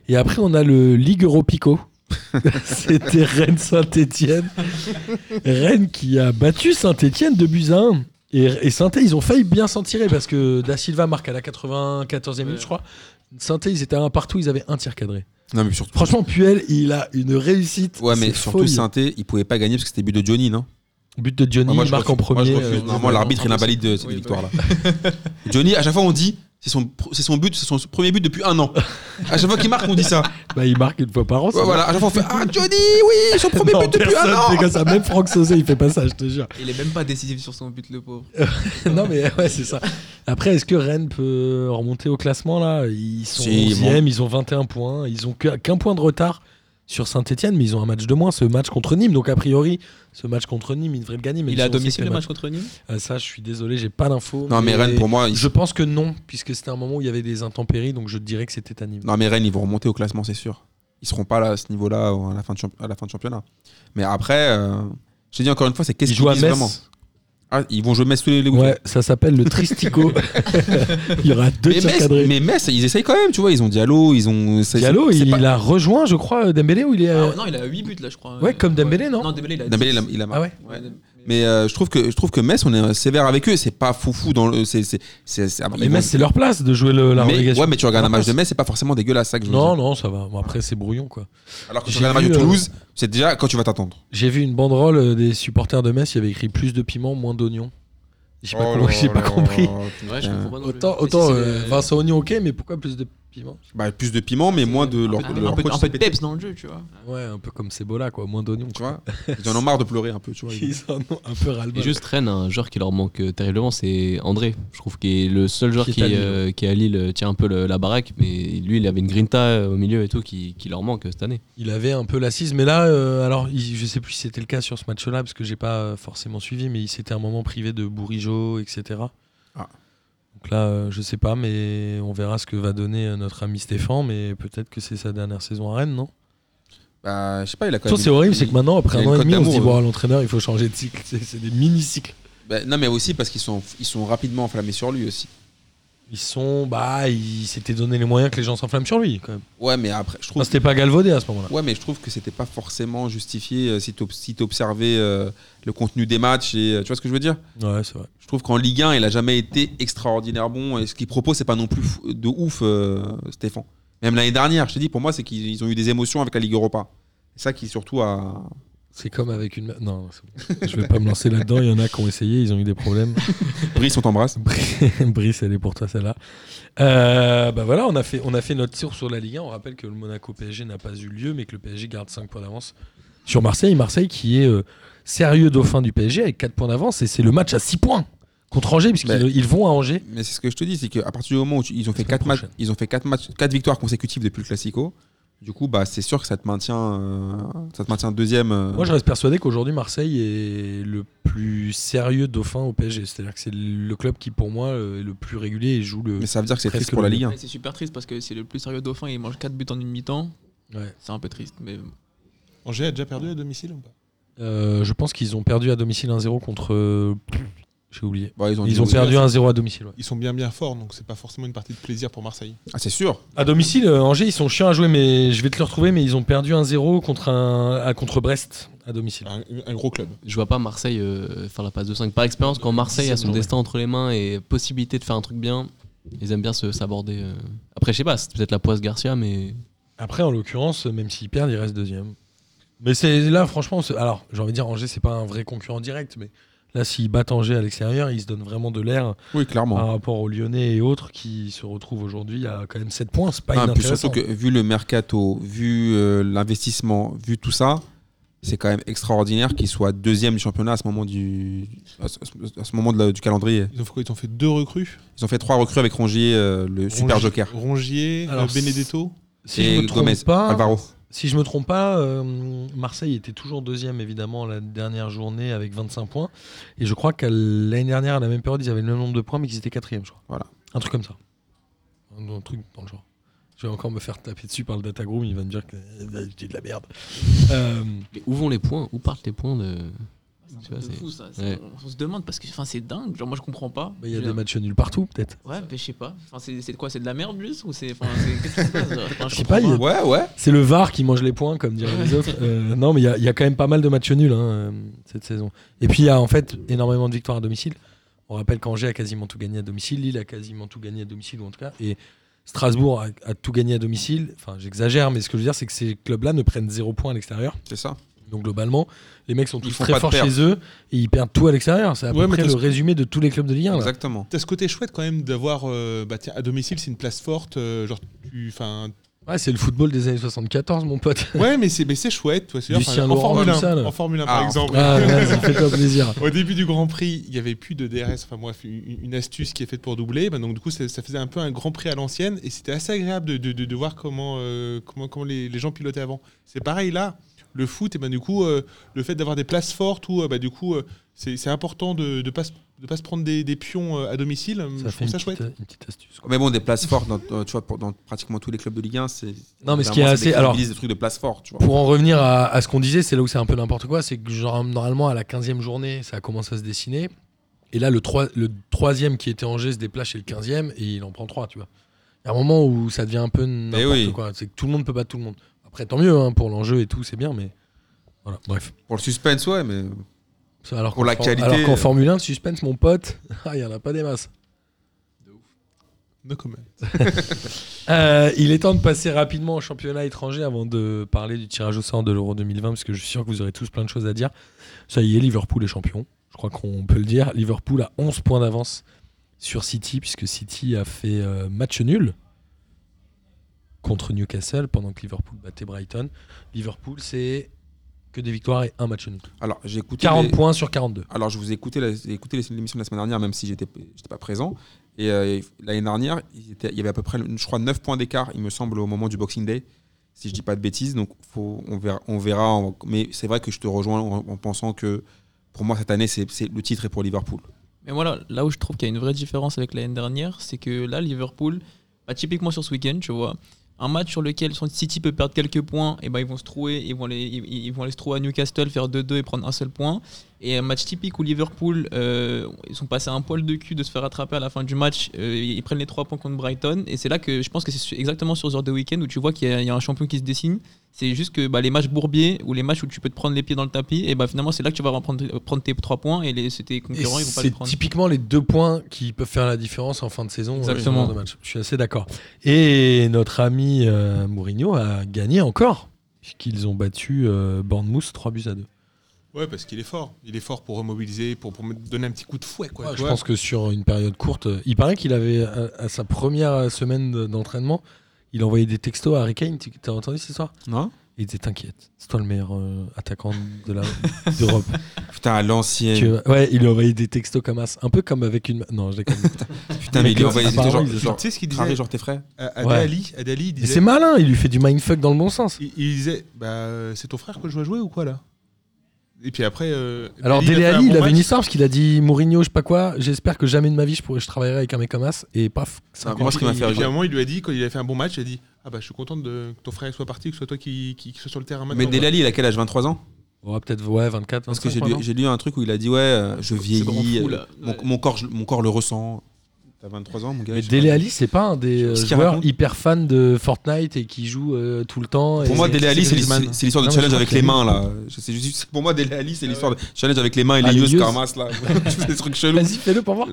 Speaker 4: Et après, on a le Ligue Europico. C'était Rennes Saint-Etienne. Rennes qui a battu Saint-Etienne de buts à 1. Et, et saint ils ont failli bien s'en tirer parce que Da Silva marque à la 94e minute,
Speaker 7: Ouais.
Speaker 4: je crois. saint ils étaient à un partout, ils avaient un tir cadré.
Speaker 1: Non, mais surtout.
Speaker 4: Franchement, Puel, il a une réussite.
Speaker 1: Ouais, mais
Speaker 4: c'est
Speaker 1: surtout,
Speaker 4: folie.
Speaker 1: Sainté, il pouvait pas gagner parce que c'était but de Johnny, non
Speaker 4: But de Johnny,
Speaker 1: Moi, je
Speaker 4: marque en
Speaker 1: refuse. Moi,
Speaker 4: premier.
Speaker 1: je refuse.
Speaker 4: euh,
Speaker 1: Normalement, l'arbitre, il invalide euh, cette
Speaker 6: Oui,
Speaker 1: victoire-là. Johnny, à chaque fois, on dit. C'est son, c'est son but, c'est son premier but depuis un an. À chaque fois qu'il marque, on dit ça.
Speaker 4: bah, il marque une fois par an. ça
Speaker 1: Ouais,
Speaker 4: va.
Speaker 1: voilà, à chaque fois, on fait Ah, Johnny, oui, son premier
Speaker 4: Non,
Speaker 1: but depuis
Speaker 4: personne
Speaker 1: un an
Speaker 4: fait comme ça. Même Franck Sauzet, il fait pas ça, je te jure.
Speaker 6: Il est même pas décisif sur son but, le pauvre.
Speaker 4: non mais ouais c'est ça. Après est-ce que Rennes peut remonter au classement là Ils sont
Speaker 1: Si,
Speaker 4: 11e, ils ont 21 points, ils ont que- qu'un point de retard sur Saint-Etienne mais ils ont un match de moins ce match contre Nîmes donc a priori ce match contre Nîmes ils devraient le gagner. Mais
Speaker 6: Il est à domicile le match contre Nîmes
Speaker 4: Ah, Ça je suis désolé j'ai pas d'infos.
Speaker 1: Non, mais Rennes, pour moi, ils-
Speaker 4: Je pense que non puisque c'était un moment où il y avait des intempéries donc je dirais que c'était à Nîmes.
Speaker 1: Non, mais Rennes, ils vont remonter au classement, c'est sûr. Ils seront pas là à ce niveau-là euh, à la fin de, champ- à la fin de championnat. Mais après, euh, je te dis encore une fois, c'est qu'est-ce
Speaker 4: Ils
Speaker 1: qu'ils
Speaker 4: jouent à
Speaker 1: disent
Speaker 4: Metz.
Speaker 1: vraiment Ah, Ils vont jouer Metz tous les les week-ends.
Speaker 4: Ouais, ça s'appelle le Tristico. il y aura deux
Speaker 1: Mais
Speaker 4: tirs
Speaker 1: Metz,
Speaker 4: cadrés.
Speaker 1: mais Metz, ils essayent quand même, tu vois. Ils ont Diallo, ils ont. c'est-
Speaker 4: Diallo,
Speaker 1: c'est
Speaker 4: il,
Speaker 1: pas-
Speaker 4: il a rejoint, je crois, Dembélé, ou il est. euh, à-
Speaker 6: Ah, Non, il a 8 buts là, je crois.
Speaker 4: Ouais, comme Dembélé, non
Speaker 6: Non, Dembélé, il a
Speaker 1: Dembélé,
Speaker 6: 10.
Speaker 1: il a, il a
Speaker 4: ah
Speaker 1: marqué.
Speaker 4: ouais.
Speaker 6: Ouais, Dem-
Speaker 1: Mais euh, je trouve que je trouve que Metz, on est euh, sévère avec eux. C'est pas foufou dans le. c'est- c'est- c'est- c'est-
Speaker 4: Mais
Speaker 1: ils
Speaker 4: Metz,
Speaker 1: vont-
Speaker 4: c'est leur place de jouer le- la
Speaker 1: Mais-
Speaker 4: relégation.
Speaker 1: ouais, mais tu regardes un
Speaker 4: Leur
Speaker 1: match de
Speaker 4: place.
Speaker 1: Metz, c'est pas forcément dégueulasse, ça que je veux
Speaker 4: Non,
Speaker 1: dire.
Speaker 4: non, ça va. Bon, après, c'est brouillon, quoi.
Speaker 1: Alors que tu
Speaker 4: J'ai
Speaker 1: regardes un match
Speaker 4: vu,
Speaker 1: de
Speaker 4: euh,
Speaker 1: Toulouse, c'est déjà quand tu vas t'attendre.
Speaker 4: J'ai vu une banderole euh, des supporters de Metz, il y avait écrit plus de piment, moins d'oignons.
Speaker 5: Oh
Speaker 1: Oh
Speaker 4: J'ai pas, compris- j'ai pas compris.
Speaker 7: Ouais, je comprends pas non plus.
Speaker 4: Autant,
Speaker 6: Mais
Speaker 4: autant
Speaker 6: si, c'est
Speaker 4: euh,
Speaker 6: le-
Speaker 4: Vincent Oignon, ok, mais pourquoi plus de piment.
Speaker 1: Bah, plus de piment, mais moins de leur,
Speaker 6: Un,
Speaker 1: de
Speaker 6: peu-
Speaker 1: leur
Speaker 6: Ah, un peu,
Speaker 1: coach
Speaker 6: un peu
Speaker 1: qui
Speaker 6: de
Speaker 1: pétait,
Speaker 6: peps dans le jeu, tu vois.
Speaker 4: Ouais, un peu comme Cebola, quoi, moins d'oignons.
Speaker 1: Ah. Tu vois Ils en ont marre de pleurer un peu, tu vois.
Speaker 4: Ils en ont un peu ras le
Speaker 7: Et juste Rennes, un joueur qui leur manque euh, terriblement, c'est André. Je trouve qu'il est le seul joueur
Speaker 4: Qui est
Speaker 7: qui,
Speaker 4: à Lille,
Speaker 7: euh, qui est à Lille euh, tient un peu le- la baraque, mais lui, il avait une grinta euh, au milieu et tout qui, qui leur manque euh, cette année.
Speaker 4: Il avait un peu l'assise, mais là, euh, alors, il- je sais plus si c'était le cas sur ce match-là, parce que j'ai pas euh, forcément suivi, mais il s'était un moment privé de Bourigeau, etc.
Speaker 1: Ah.
Speaker 4: Donc là, euh, je sais pas, mais on verra ce que va donner euh, notre ami Stéphane, mais peut-être que c'est sa dernière saison à Rennes, non
Speaker 1: Bah, je sais pas, il a quand
Speaker 4: Surtout,
Speaker 1: même.
Speaker 4: c'est horrible, c'est que maintenant, après
Speaker 1: il a
Speaker 4: un
Speaker 1: une
Speaker 4: an et
Speaker 1: cote
Speaker 4: demi, on se dit,
Speaker 1: d'amour, hein.
Speaker 4: bon, l'entraîneur, il faut changer de cycle. C'est c'est des mini-cycles.
Speaker 1: Bah, non, mais aussi parce qu'ils sont, ils sont rapidement enflammés sur lui aussi.
Speaker 4: Ils sont, bah, il s'était donné les moyens que les gens s'enflamment sur lui, quand même.
Speaker 1: Ouais, mais après, je trouve.
Speaker 4: Enfin, Ah, c'était pas galvaudé à ce moment-là.
Speaker 1: Ouais, mais je trouve que c'était pas forcément justifié euh, si tu si t'observais euh, le contenu des matchs et euh, tu vois ce que je veux dire.
Speaker 4: Ouais, c'est vrai.
Speaker 1: Je trouve qu'en Ligue 1, il a jamais été extraordinaire bon et ce qu'il propose, c'est pas non plus fou- de ouf, euh, Stéphane. Même l'année dernière, je te dis, pour moi, c'est qu'ils ils ont eu des émotions avec la Ligue Europa. C'est ça qui surtout a.
Speaker 4: C'est comme avec une. Non, c'est bon. je vais pas me lancer là-dedans. Il y en a qui ont essayé, ils ont eu des problèmes.
Speaker 1: Brice, on t'embrasse.
Speaker 4: Brice, elle est pour toi celle-là. Euh, bah voilà, on a, fait, on a fait notre tour sur la Ligue 1. On rappelle que le Monaco PSG n'a pas eu lieu, mais que le PSG garde 5 points d'avance sur Marseille. Marseille qui est euh, sérieux dauphin du PSG avec 4 points d'avance et c'est le match à 6 points contre Angers, puisqu'ils
Speaker 1: Mais-
Speaker 4: ils vont à Angers.
Speaker 1: Mais c'est ce que je te dis, c'est qu'à partir du moment où tu- ils ont fait
Speaker 4: semaine
Speaker 1: quatre matchs,
Speaker 4: prochaine.
Speaker 1: ils ont fait quatre matchs, quatre victoires consécutives depuis le Classico. Du coup, bah c'est sûr que ça te maintient, euh, ça te maintient deuxième. euh.
Speaker 4: Moi, je reste persuadé qu'aujourd'hui, Marseille est le plus sérieux dauphin au PSG. C'est-à-dire que c'est le club qui, pour moi, euh, est le plus régulier et joue le.
Speaker 1: Mais ça veut dire que c'est
Speaker 4: Presque
Speaker 1: triste pour la
Speaker 4: le
Speaker 1: Ligue 1.
Speaker 6: Ouais, c'est super triste parce que c'est le plus sérieux dauphin, il mange 4 buts en une mi-temps.
Speaker 4: Ouais.
Speaker 6: C'est un peu triste, mais
Speaker 5: Angers a déjà perdu à domicile ou pas
Speaker 4: Euh, je pense qu'ils ont perdu à domicile 1-0 contre. euh, J'ai oublié.
Speaker 1: Bon, Bah, ils ont,
Speaker 4: Ils
Speaker 1: dû-
Speaker 4: ont perdu 1-0 à domicile. ouais.
Speaker 5: Ils sont bien bien forts, donc c'est pas forcément une partie de plaisir pour Marseille.
Speaker 1: Ah, c'est sûr.
Speaker 4: À domicile, euh, Angers, ils sont chiants à jouer, mais je vais te le retrouver. Mais ils ont perdu 1-0 contre, un... à- contre Brest à domicile.
Speaker 5: Un, un gros club.
Speaker 7: Je vois pas Marseille euh, faire la passe de 5. Par expérience, quand Marseille a son
Speaker 4: Journée.
Speaker 7: destin entre les mains et possibilité de faire un truc bien, ils aiment bien se s'aborder. euh. Après, je sais pas, c'est peut-être la poisse Garcia, mais
Speaker 4: Après, en l'occurrence, même s'ils perdent, ils restent deuxième. Mais c'est là, franchement, c'est- alors j'ai envie de dire, Angers, c'est pas un vrai concurrent direct, mais là, s'ils battent Angers à l'extérieur, ils se donnent vraiment de l'air
Speaker 1: Oui, clairement.
Speaker 4: par rapport aux Lyonnais et autres qui se retrouvent aujourd'hui à quand même 7 points. C'est pas
Speaker 1: Ah, puis
Speaker 4: inintéressant.
Speaker 1: surtout que vu le mercato, vu euh, l'investissement, vu tout ça, c'est quand même extraordinaire qu'ils soient deuxième du championnat à ce moment du, à ce, à ce moment de la- du calendrier.
Speaker 5: Ils ont fait quoi Ils ont fait deux recrues.
Speaker 1: Ils ont fait trois recrues avec Rongier, euh, le super
Speaker 5: Rongier-
Speaker 1: joker,
Speaker 5: Rongier,
Speaker 4: Alors,
Speaker 5: euh, Benedetto.
Speaker 4: Si
Speaker 1: et
Speaker 4: je me trompe
Speaker 1: Gomez,
Speaker 4: pas,
Speaker 1: Alvaro.
Speaker 4: Si je me trompe pas, euh, Marseille était toujours deuxième évidemment la dernière journée avec 25 points. Et je crois qu'à l'année dernière, à la même période, ils avaient le même nombre de points, mais qu'ils étaient quatrième, je crois.
Speaker 1: Voilà.
Speaker 4: Un truc comme ça. Un, un truc dans le genre. Je vais encore me faire taper dessus par le datagroom, il va me dire que euh, je dis de la merde. Euh,
Speaker 7: mais où vont les points Où partent les points de...
Speaker 6: c'est un truc
Speaker 7: Tu vois,
Speaker 6: de
Speaker 7: c'est-
Speaker 6: fou ça.
Speaker 7: Ouais.
Speaker 6: On, on se demande parce que enfin, c'est dingue, genre moi je comprends pas.
Speaker 4: bah, Il y a
Speaker 6: Je-
Speaker 4: des matchs nuls partout, peut-être.
Speaker 6: Ouais, mais je sais pas. Enfin, c'est c'est quoi C'est de la merde juste ou c'est enfin, c'est- qu'est-ce qui se passe genre Enfin,
Speaker 4: Je sais pas,
Speaker 6: comprends
Speaker 4: il y a-
Speaker 1: Ouais, ouais.
Speaker 4: C'est le VAR qui mange les points, comme diraient les autres. Euh, non, mais il y a- il y, a quand même pas mal de matchs nuls hein, euh, cette saison. Et puis il y a en fait énormément de victoires à domicile. On rappelle qu'Angers a quasiment tout gagné à domicile, Lille a quasiment tout gagné à domicile, ou en tout cas. Et Strasbourg a, a tout gagné à domicile. Enfin, j'exagère, mais ce que je veux dire, c'est que ces clubs-là ne prennent zéro point à l'extérieur.
Speaker 1: C'est ça.
Speaker 4: Donc globalement, les mecs sont tous
Speaker 1: Ils font
Speaker 4: très
Speaker 1: pas de
Speaker 4: forts
Speaker 1: perte.
Speaker 4: chez eux et ils perdent tout à l'extérieur. C'est à
Speaker 5: Ouais,
Speaker 4: peu
Speaker 5: mais
Speaker 4: près le
Speaker 5: t'as ce-
Speaker 4: résumé de tous les clubs de Ligue 1. là.
Speaker 1: Exactement.
Speaker 5: T'as ce côté chouette quand même d'avoir. euh, bah tiens, à domicile, c'est une place forte. euh, genre, tu. Enfin.
Speaker 4: Ouais, c'est le football des années 74, mon pote.
Speaker 5: Ouais, mais c'est mais c'est chouette. toi, c'est-
Speaker 4: Lucien
Speaker 5: enfin, en
Speaker 4: Laurent,
Speaker 5: Formule
Speaker 4: tout ça,
Speaker 5: 1,
Speaker 4: là.
Speaker 5: en Formule 1
Speaker 1: Ah,
Speaker 5: par
Speaker 1: en-
Speaker 5: exemple.
Speaker 4: Ah, vas-y, fais-toi plaisir.
Speaker 5: Au début du Grand Prix, il n'y avait plus de DRS, enfin moi, une, une astuce qui est faite pour doubler. Ben, donc du coup, ça, ça faisait un peu un Grand Prix à l'ancienne et c'était assez agréable de, de- de- de voir comment, euh, comment, comment les, les gens pilotaient avant. C'est pareil là, le foot, et ben, du coup, euh, le fait d'avoir des places fortes où euh, bah, du coup, euh, c'est c'est important de ne pas, se- de pas se prendre des, des pions euh, à domicile, je
Speaker 4: Ça fait
Speaker 5: trouve
Speaker 4: une
Speaker 5: ça
Speaker 4: petite,
Speaker 5: chouette.
Speaker 4: une petite astuce.
Speaker 1: Mais bon, des places fortes, dans, dans- tu vois, pour- dans pratiquement tous les clubs de Ligue 1, c'est.
Speaker 4: Non, mais ce
Speaker 1: vraiment,
Speaker 4: qui est
Speaker 1: c'est
Speaker 4: assez-
Speaker 1: des-
Speaker 4: alors-
Speaker 1: ils utilisent des trucs de places fortes, tu vois.
Speaker 4: Pour en revenir à, à ce qu'on disait, c'est là où c'est un peu n'importe quoi, c'est que genre, normalement à la 15e journée, ça commence à se dessiner. Et là, le, troi- le troisième qui était en G se déplace chez le 15e et il en prend 3, tu vois. Il y a un moment où ça devient un peu n'importe
Speaker 1: Eh oui.
Speaker 4: quoi. C'est que tout le monde peut battre tout le monde. Après, tant mieux, hein, pour l'enjeu et tout, c'est bien, mais voilà, bref.
Speaker 1: Pour le suspense, ouais, mais.
Speaker 4: Ça, Alors
Speaker 1: Pour
Speaker 4: qu'en
Speaker 1: la
Speaker 4: for-
Speaker 1: qualité,
Speaker 4: Alors qu'en
Speaker 1: euh.
Speaker 4: Formule 1, le suspense, mon pote, ah, il n'y en a pas des masses.
Speaker 5: No comment.
Speaker 4: Euh, il est temps de passer rapidement au championnat étranger avant de parler du tirage au sort de l'Euro 2020, parce que je suis sûr que vous aurez tous plein de choses à dire. Ça y est, Liverpool est champion. Je crois qu'on peut le dire. Liverpool a 11 points d'avance sur City, puisque City a fait euh, match nul. contre Newcastle pendant que Liverpool battait Brighton. Liverpool, c'est que des victoires et un match nul.
Speaker 1: Alors, j'ai écouté.
Speaker 4: 40
Speaker 1: les-
Speaker 4: points sur 42.
Speaker 1: Alors, je vous ai écouté, la- j'ai écouté l'émission de la semaine dernière, même si j'étais j'étais pas présent. Et euh, l'année dernière, il, était- il y avait à peu près, je crois, 9 points d'écart, il me semble, au moment du Boxing Day, si je dis pas de bêtises. Donc, faut, on verra. On verra en- mais c'est vrai que je te rejoins en, en pensant que pour moi, cette année, c'est c'est- le titre est pour Liverpool.
Speaker 6: Mais voilà, là où je trouve qu'il y a une vraie différence avec l'année dernière, c'est que là, Liverpool, bah, typiquement sur ce week-end, tu vois, un match sur lequel son City peut perdre quelques points, et ben ils vont se trouver, ils vont, aller, ils, ils vont aller se trouver à Newcastle, faire 2-2 et prendre un seul point. Et un match typique où Liverpool, euh, ils sont passés à un poil de cul de se faire attraper à la fin du match, euh, ils prennent les 3 points contre Brighton, et c'est là que je pense que c'est su- exactement sur ce genre de week-end où tu vois qu'il y, a- il y a un champion qui se dessine. C'est juste que bah, les matchs bourbiers ou les matchs où tu peux te prendre les pieds dans le tapis, et ben finalement c'est là que tu vas prendre, prendre tes 3 points et les, c'est tes
Speaker 4: Et
Speaker 6: concurrents ils vont pas les
Speaker 4: C'est
Speaker 6: prendre.
Speaker 4: typiquement les deux points qui peuvent faire la différence en fin de saison. euh, sur
Speaker 6: Exactement.
Speaker 4: le match. Je suis assez d'accord. Et notre ami euh, Mourinho a gagné encore, puisqu'ils ont battu euh, Bournemouth 3 buts à 2.
Speaker 5: Ouais, parce qu'il est fort. Il est fort pour remobiliser, pour, pour me donner un petit coup de fouet. Quoi,
Speaker 4: Ouais,
Speaker 5: tu
Speaker 4: je
Speaker 5: vois.
Speaker 4: pense que sur une période courte, euh, il paraît qu'il avait, à, à sa première euh, semaine de- d'entraînement, il envoyait des textos à Harry Kane. Tu- T'as entendu cette histoire
Speaker 1: Non
Speaker 4: Il disait T'inquiète, c'est toi le meilleur euh, attaquant de la- d'Europe.
Speaker 1: Putain, à
Speaker 4: Tu
Speaker 1: l'ancienne.
Speaker 4: vois, ouais, il lui envoyait des textos comme as, un peu comme avec une. Non, je déconne.
Speaker 1: Putain, mais il lui
Speaker 4: Mec,
Speaker 1: envoyait des
Speaker 4: apparemment,
Speaker 1: genre,
Speaker 4: ils-
Speaker 1: genre,
Speaker 5: Tu sais ce qu'il
Speaker 1: cravé,
Speaker 5: disait
Speaker 1: genre tes frères.
Speaker 5: à, à
Speaker 4: Ouais.
Speaker 5: Dali à Dali, il
Speaker 4: Mais c'est
Speaker 5: disait,
Speaker 4: malin, il lui fait du mindfuck dans le bon sens.
Speaker 5: il, il disait bah, euh, C'est ton frère que je dois jouer ou quoi là Et puis après. euh,
Speaker 4: Alors
Speaker 5: Dali,
Speaker 4: Dele
Speaker 5: a fait un
Speaker 4: Alli, il
Speaker 5: bon
Speaker 4: avait une
Speaker 5: match.
Speaker 4: histoire parce qu'il a dit Mourinho, je sais pas quoi, j'espère que jamais de ma vie je, pourrais, je travaillerai avec un mec comme As et paf. ça-
Speaker 1: Moi, ce qui m'a fait
Speaker 5: Et puis à
Speaker 1: rire.
Speaker 5: un moment, il lui a dit, quand il a fait un bon match, il a dit Ah bah, je suis content de, que ton frère soit parti, que ce soit toi qui, qui, qui soit sur le terrain maintenant.
Speaker 1: Mais Delali, il a quel âge 23 ans
Speaker 4: Ouais, peut-être ouais, 24,
Speaker 1: Parce que
Speaker 4: 25,
Speaker 1: j'ai
Speaker 4: quoi,
Speaker 1: lu,
Speaker 4: non
Speaker 1: j'ai lu un truc où il a dit Ouais, euh, je
Speaker 6: grand
Speaker 1: vieillis.
Speaker 6: fou,
Speaker 1: euh,
Speaker 6: là.
Speaker 1: mon,
Speaker 6: Ouais.
Speaker 1: mon corps, je- mon corps le ressent. T'as 23 ans, mon gars.
Speaker 4: Mais
Speaker 1: je-
Speaker 4: Dele Alli, c'est pas un des euh,
Speaker 1: Ce qu'il
Speaker 4: joueurs
Speaker 1: raconte.
Speaker 4: hyper fans de Fortnite et qui joue euh, tout le temps.
Speaker 1: Pour
Speaker 4: et-
Speaker 1: moi, Dele Alli, c'est
Speaker 4: Griezmann.
Speaker 1: l'histoire- c'est l'histoire
Speaker 4: Non,
Speaker 1: de
Speaker 4: mais
Speaker 1: challenge
Speaker 4: je crois
Speaker 1: avec
Speaker 4: qu'il
Speaker 1: les
Speaker 4: est
Speaker 1: mains, là. Je sais juste- Pour moi, Dele Alli, c'est l'histoire de challenge avec les mains et
Speaker 4: Ah,
Speaker 1: les
Speaker 4: les
Speaker 1: yeux,
Speaker 4: yeux.
Speaker 1: Karmas, là. C'est des trucs chelous.
Speaker 4: Vas-y, fais-le pour voir.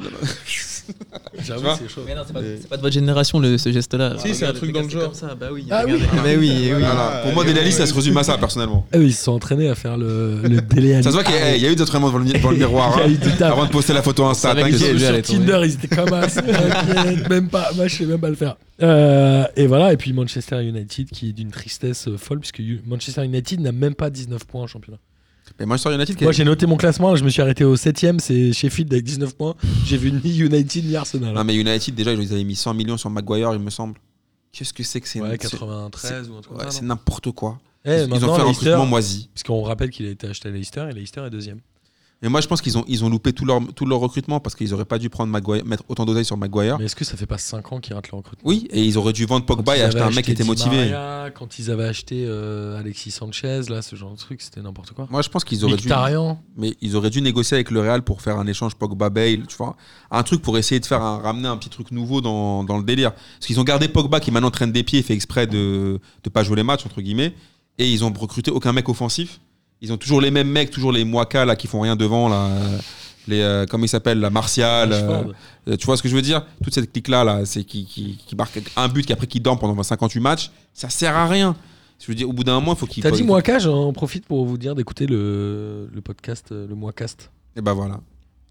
Speaker 1: Tu vois
Speaker 4: c'est chaud.
Speaker 6: Mais non, c'est pas, c'est pas de votre génération le, ce geste-là.
Speaker 5: Si, c'est un
Speaker 6: Regarde,
Speaker 5: truc
Speaker 6: les
Speaker 5: dans
Speaker 6: gars,
Speaker 5: le
Speaker 6: c'est
Speaker 5: genre.
Speaker 6: comme ça, bah oui.
Speaker 4: Ah oui.
Speaker 6: regardez. Mais oui, eh oui.
Speaker 5: Voilà.
Speaker 1: Pour moi, Dele Alli, ça se résume à ça, personnellement.
Speaker 4: Ah oui, ils se sont entraînés à faire le, le Dele Alli.
Speaker 1: Ça se voit qu'il y a- il y a eu des entraînements devant le mi- devant le miroir.
Speaker 4: Il y a
Speaker 1: hein,
Speaker 4: eu du taf.
Speaker 1: Avant de poster la photo Insta,
Speaker 7: Avec
Speaker 1: Ah, t'inquiète.
Speaker 7: les-
Speaker 4: sur
Speaker 7: allez, attendez.
Speaker 4: Tinder, ils étaient comme as. T'inquiète, même pas. Moi, je sais même pas le faire. Euh, et voilà. Et puis Manchester United qui est d'une tristesse euh, folle puisque U- Manchester United n'a même pas 19 points en championnat.
Speaker 1: Mais Manchester United, qui
Speaker 4: Moi,
Speaker 1: est-
Speaker 4: j'ai noté mon classement. là, Je me suis arrêté au 7ème. C'est Sheffield avec 19 points. J'ai vu ni United ni Arsenal.
Speaker 1: Non, mais United, déjà, ils avaient mis 100 millions sur Maguire, il me semble. Qu'est-ce que c'est que c'est
Speaker 4: ouais,
Speaker 1: c'est-
Speaker 4: 93 ou un truc
Speaker 1: ouais,
Speaker 4: comme ça.
Speaker 1: c'est
Speaker 4: non
Speaker 1: n'importe quoi.
Speaker 4: Eh,
Speaker 1: Ils- ils ont
Speaker 4: maintenant,
Speaker 1: fait un
Speaker 4: Leicester,
Speaker 1: recrutement moisi.
Speaker 4: Puisqu'on rappelle qu'il a été acheté à Leicester et Leicester est deuxième.
Speaker 1: Et moi, je pense qu'ils ont, ils ont loupé tout leur, tout leur recrutement parce qu'ils auraient pas dû prendre Maguire, mettre autant d'oseille sur Maguire.
Speaker 4: Mais est-ce que ça fait pas 5 ans qu'ils ratent le recrutement
Speaker 1: Oui, et ils auraient dû vendre Pogba et
Speaker 4: Ils
Speaker 1: acheter
Speaker 4: avaient
Speaker 1: un mec qui
Speaker 4: acheté
Speaker 1: était
Speaker 4: Di
Speaker 1: motivé.
Speaker 4: Maria, quand ils avaient acheté euh, Alexis Sanchez, là, ce genre de truc, c'était n'importe quoi.
Speaker 1: Moi, je pense qu'ils auraient dû,
Speaker 4: Mkhitaryan,
Speaker 1: mais ils auraient dû négocier avec le Real pour faire un échange Pogba Bale, tu vois, un truc pour essayer de faire un, ramener un petit truc nouveau dans, dans le délire. Parce qu'ils ont gardé Pogba qui maintenant traîne des pieds, et fait exprès de de pas jouer les matchs entre guillemets, et ils ont recruté aucun mec offensif. Ils ont toujours les mêmes mecs, toujours les Moaka là qui font rien devant là. Les, euh, comment ils s'appellent la Martial, euh,
Speaker 4: Rashford.
Speaker 1: Euh, tu vois ce que je veux dire Toute cette clique-là, là, c'est qui, qui, qui marque un but, qui après qui dort pendant 58 matchs, ça sert à rien. Je veux dire, au bout d'un moment, il faut qu'il.
Speaker 4: T'as dit
Speaker 1: il faut-
Speaker 4: Moaka, j'en profite pour vous dire d'écouter le, le podcast, euh, le Moacast.
Speaker 1: Et bah voilà.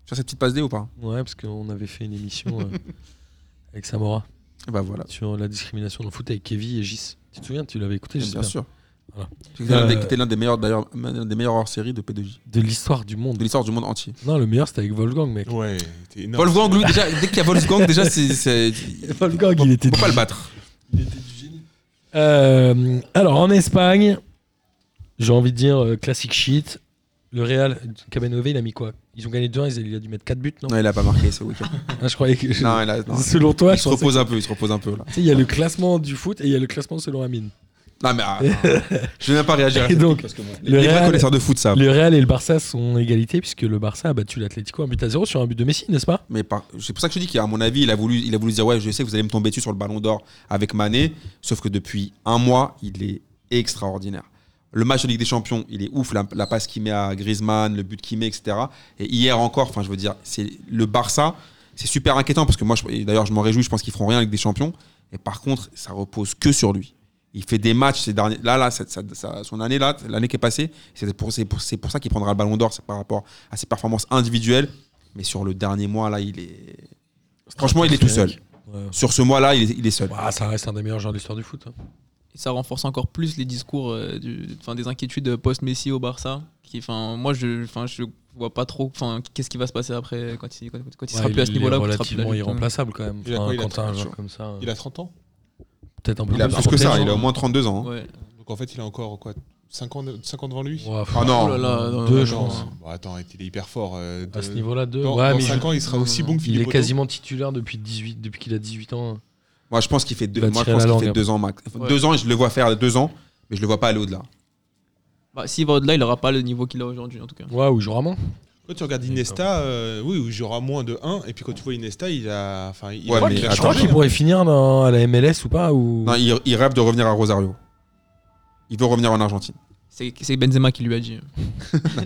Speaker 1: Tu as cette petite passe D ou pas
Speaker 4: Ouais, parce qu'on avait fait une émission euh, avec Samora
Speaker 1: Et bah voilà.
Speaker 4: sur la discrimination dans le foot avec Kevin et Gis. Tu te souviens, tu l'avais écouté,
Speaker 1: Bien
Speaker 4: j'espère.
Speaker 1: sûr.
Speaker 4: Voilà.
Speaker 1: Qui était l'un des-
Speaker 4: Euh,
Speaker 1: qui était l'un des meilleurs, d'ailleurs, l'un des meilleurs hors-série de P2J,
Speaker 4: De l'histoire du
Speaker 1: de
Speaker 4: monde.
Speaker 1: l'histoire du monde entier.
Speaker 4: Non, le meilleur, c'était avec Wolfgang, mec.
Speaker 5: Ouais, t'es énorme.
Speaker 1: Wolfgang, lui, déjà, dès qu'il y a Wolfgang, déjà, c'est. c'est-
Speaker 4: Wolfgang,
Speaker 1: Faut
Speaker 4: il était
Speaker 1: faut pas le battre.
Speaker 4: Euh, alors en Espagne, j'ai envie de dire euh, classic shit. Le Real, Cabanove, il a mis quoi Ils ont gagné 2-1, il a dû mettre 4 buts, non
Speaker 1: Non, il a pas marqué ce week-end.
Speaker 4: Ah, Je croyais que.
Speaker 1: Non, il a. non.
Speaker 4: Selon toi,
Speaker 1: Il
Speaker 4: je
Speaker 1: se
Speaker 4: pensais-
Speaker 1: repose un peu, il se repose un peu là.
Speaker 4: Tu sais, il y a le classement du foot et il y a le classement selon Amine.
Speaker 1: Non, mais. ah, ah, je vais même pas réagir à
Speaker 4: Et
Speaker 1: cette
Speaker 4: donc,
Speaker 1: clique parce que bon,
Speaker 4: le
Speaker 1: les, les vrais
Speaker 4: Real-
Speaker 1: connaisseurs de foot savent.
Speaker 4: Le Real et le Barça sont en égalité puisque le Barça a battu l'Atlético un but à 0 sur un but de Messi, n'est-ce pas
Speaker 1: Mais par- c'est pour ça que je dis qu'à mon avis, il a voulu, il a voulu dire ouais, je sais que vous allez me tomber dessus sur le Ballon d'Or avec Mané. Sauf que depuis un mois, il est extraordinaire. Le match de Ligue des Champions, il est ouf. La, la passe qu'il met à Griezmann, le but qu'il met, etc. Et hier encore, enfin, je veux dire, c'est le Barça, c'est super inquiétant parce que moi, je- et d'ailleurs, je m'en réjouis. Je pense qu'ils feront rien avec des Champions. Et par contre, ça repose que sur lui. Il fait des matchs ces derniers. Là, là, cette- cette- sa- son année là, l'année qui est passée, c'est pour, c'est pour, c'est pour ça qu'il prendra le Ballon d'Or, c'est par rapport à ses performances individuelles. Mais sur le dernier mois, là, il est. Franchement, il est tout seul.
Speaker 4: Ouais.
Speaker 1: Sur ce mois-là, il, est- il est seul.
Speaker 4: Euh, Ouah, ça reste un des meilleurs joueurs de l'histoire du foot. hein.
Speaker 6: Et ça renforce encore plus les discours euh, du- enfin, des inquiétudes post-Messi au Barça. Qui, enfin, moi, je, enfin, je vois pas trop enfin, qu'est-ce qui va se passer après quand il, quand, quand il sera
Speaker 4: Ouais,
Speaker 6: plus à hein. ce
Speaker 4: il
Speaker 6: niveau-là.
Speaker 4: est
Speaker 6: quand il sera plus là,
Speaker 4: relativement
Speaker 6: justement.
Speaker 4: irremplaçable quand même.
Speaker 5: Il a
Speaker 4: Enfin,
Speaker 5: quoi, il a
Speaker 4: quand t'as un
Speaker 5: 30
Speaker 4: joueur comme ça,
Speaker 5: Il a 30 ans.
Speaker 4: peut-être un peu
Speaker 1: Il a
Speaker 4: plus.
Speaker 1: plus que ça,
Speaker 4: peut-être.
Speaker 1: il a au moins 32 ans. hein.
Speaker 6: Ouais.
Speaker 5: Donc en fait, il a encore quoi 5 ans, de- cinq ans devant lui
Speaker 4: Ouah,
Speaker 1: Oh non.
Speaker 6: Oh là là, non,
Speaker 4: Deux,
Speaker 6: non,
Speaker 4: je
Speaker 5: Attends, hein.
Speaker 4: pense.
Speaker 5: bon, attends, il est hyper fort. euh, de-
Speaker 4: À ce niveau-là, deux.
Speaker 5: Dans,
Speaker 4: Ouais, mais
Speaker 5: 5
Speaker 4: je-
Speaker 5: ans, il sera
Speaker 6: Non,
Speaker 5: aussi
Speaker 6: non,
Speaker 5: bon que
Speaker 4: il
Speaker 5: Philippe
Speaker 4: est
Speaker 5: Otto.
Speaker 4: quasiment titulaire depuis 18 depuis qu'il a 18 ans. hein.
Speaker 1: Moi, je pense qu'il fait deux,
Speaker 4: Il va
Speaker 1: moi, je
Speaker 4: tirer
Speaker 1: pense
Speaker 4: la
Speaker 1: qu'il fait
Speaker 4: langue, hein.
Speaker 1: deux ans max. Enfin,
Speaker 6: Ouais.
Speaker 1: Deux ans, je le vois faire deux ans, mais je le vois pas aller au-delà.
Speaker 6: Bah, S'il va au-delà, il aura pas le niveau qu'il a aujourd'hui, en tout cas.
Speaker 4: Ouais, ou jouera moins.
Speaker 1: Bah,
Speaker 5: Quand tu regardes Inesta, euh, oui, il jouera moins de 1. Et puis quand tu vois Inesta, il a. Enfin, il
Speaker 1: Ouais,
Speaker 5: a-
Speaker 1: mais
Speaker 5: il a
Speaker 1: attends,
Speaker 4: Je crois
Speaker 5: changé,
Speaker 4: qu'il
Speaker 5: hein.
Speaker 4: pourrait finir dans, à la MLS ou pas ou...
Speaker 1: Non, il, il rêve de revenir à Rosario. Il veut revenir en Argentine.
Speaker 6: C'est c'est Benzema qui lui a dit.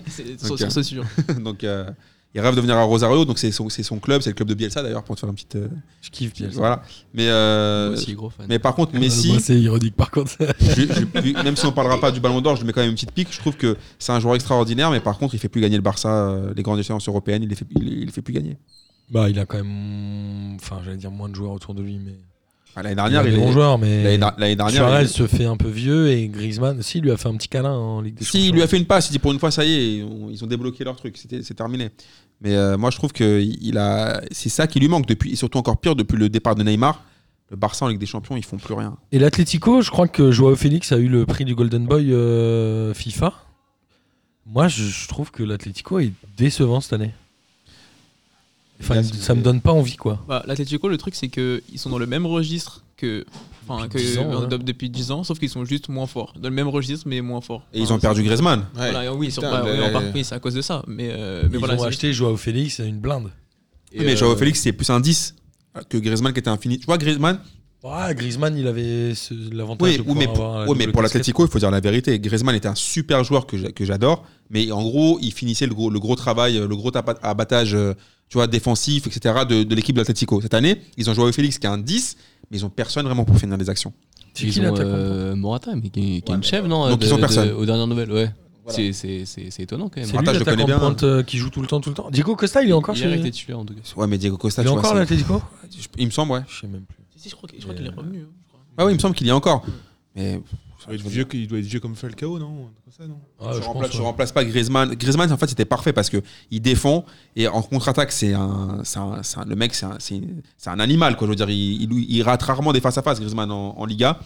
Speaker 6: C'est sur-
Speaker 1: Ok.
Speaker 6: sur ce sujet.
Speaker 1: donc, euh, il rêve de venir à Rosario. Donc, c'est son, c'est son club, c'est le club de Bielsa d'ailleurs, pour te faire une petite. euh,
Speaker 4: Je kiffe bien ça.
Speaker 1: voilà. Mais, euh,
Speaker 7: Moi aussi, gros fan.
Speaker 1: mais par contre,
Speaker 4: Euh,
Speaker 1: Messi,
Speaker 4: moi, c'est ironique par contre.
Speaker 1: je- je- même si on parlera pas du Ballon d'Or, je lui mets quand même une petite pique. Je trouve que c'est un joueur extraordinaire, mais par contre, il fait plus gagner le Barça. euh, Les grandes échéances européennes, il les fait, il, il les fait plus gagner.
Speaker 4: bah, il a quand même. Enfin, j'allais dire moins de joueurs autour de lui. mais
Speaker 1: Enfin, L'année dernière,
Speaker 4: il a
Speaker 1: il
Speaker 4: des bons
Speaker 1: est-
Speaker 4: joueurs, mais.
Speaker 1: l'année da- l'année dernière,
Speaker 4: Suarez
Speaker 1: il-
Speaker 4: se fait un peu vieux et Griezmann, si, il lui a fait un petit câlin en Ligue des
Speaker 1: Si,
Speaker 4: Champions.
Speaker 1: il lui a fait une passe, il dit pour une fois, ça y est, on- ils ont débloqué leur truc, c'était- c'est terminé. Mais euh, moi, je trouve que il a, c'est ça qui lui manque depuis, et surtout encore pire depuis le départ de Neymar. Le Barça en Ligue des Champions, ils font plus rien.
Speaker 4: Et l'Atlético, je crois que Joao Félix a eu le prix du Golden Boy euh, FIFA. Moi, je, je trouve que l'Atlético est décevant cette année. Enfin,
Speaker 1: Là, c'est-
Speaker 4: ça me donne pas envie, quoi.
Speaker 6: Bah, L'Atletico, le truc, c'est qu'ils sont dans le même registre que. Enfin,
Speaker 4: Depuis 10
Speaker 6: que-
Speaker 4: ans, ouais.
Speaker 6: de- depuis 10 ans, sauf qu'ils sont juste moins forts. Dans le même registre, mais moins forts.
Speaker 1: Et ils
Speaker 6: Enfin,
Speaker 1: ont perdu Griezmann.
Speaker 5: Ouais.
Speaker 6: Voilà, oui, sur- bah,
Speaker 5: Putain,
Speaker 6: oui,
Speaker 5: mais-
Speaker 6: en part- oui, c'est à cause de ça. Mais, euh, mais
Speaker 4: Ils
Speaker 6: voilà,
Speaker 4: ont
Speaker 6: c'est-
Speaker 4: acheté Joao Félix à une blinde.
Speaker 7: Et,
Speaker 1: mais
Speaker 7: euh,
Speaker 1: Joao Félix, c'est plus un 10 que Griezmann qui était infini. Tu vois, Griezmann,
Speaker 4: Ah, Griezmann, il avait ce- l'avantage
Speaker 1: oui,
Speaker 4: de
Speaker 1: oui, mais,
Speaker 4: pouvoir
Speaker 1: pour-
Speaker 4: avoir la
Speaker 1: oui,
Speaker 4: double
Speaker 1: mais pour
Speaker 4: casquette.
Speaker 1: l'Atlético, il faut dire la vérité. Griezmann était un super joueur que j'a- que j'adore, mais en gros, il finissait le gros, le gros travail, le gros tapa- abattage euh, tu vois, défensif, etc. de, de l'équipe de l'Atlético. Cette année, ils ont joué Félix qui est un 10, mais ils ont personne vraiment pour finir les actions.
Speaker 4: C'est qui
Speaker 7: Ils ont
Speaker 4: l'attaquant
Speaker 7: euh, Morata, mais qui, qui est
Speaker 1: Ouais,
Speaker 7: une chèvre, non
Speaker 1: Donc,
Speaker 7: de-
Speaker 1: ils ont
Speaker 7: de-
Speaker 1: personne.
Speaker 7: Aux dernières nouvelles, ouais. C'est- C'est c'est- c'est étonnant quand même.
Speaker 4: C'est
Speaker 1: Morata, je
Speaker 4: lui
Speaker 1: le connais
Speaker 4: l'attaquant de
Speaker 1: bien.
Speaker 4: pointe euh, qui joue tout le temps, tout le temps. Diego Costa, il est encore
Speaker 7: Hier,
Speaker 4: chez...
Speaker 7: il était titulaire, en tout cas.
Speaker 1: Ouais, mais Diego Costa,
Speaker 4: Il est
Speaker 1: tu vois,
Speaker 4: encore à
Speaker 1: c'est-
Speaker 4: l'Atlético
Speaker 1: je- il me semble, ouais.
Speaker 4: Je sais même plus.
Speaker 6: Si, si, je crois, que- je crois qu'il est
Speaker 7: Euh,
Speaker 6: revenu. hein, je crois.
Speaker 1: Ah oui, il me semble qu'il y a encore. Mais
Speaker 5: Il doit être vieux- Il doit être vieux comme Falcao, non Comme ça, non
Speaker 4: Ah,
Speaker 1: tu,
Speaker 4: je
Speaker 1: remplaces,
Speaker 4: pense,
Speaker 1: tu
Speaker 4: ouais.
Speaker 1: remplaces pas Griezmann. Griezmann, en fait, c'était parfait parce que il défend et en contre-attaque, c'est un, c'est un- c'est un- le mec, c'est un, c'est une- c'est un animal, quoi. Je veux dire, il, il- il rate rarement des face à face Griezmann en, en Liga.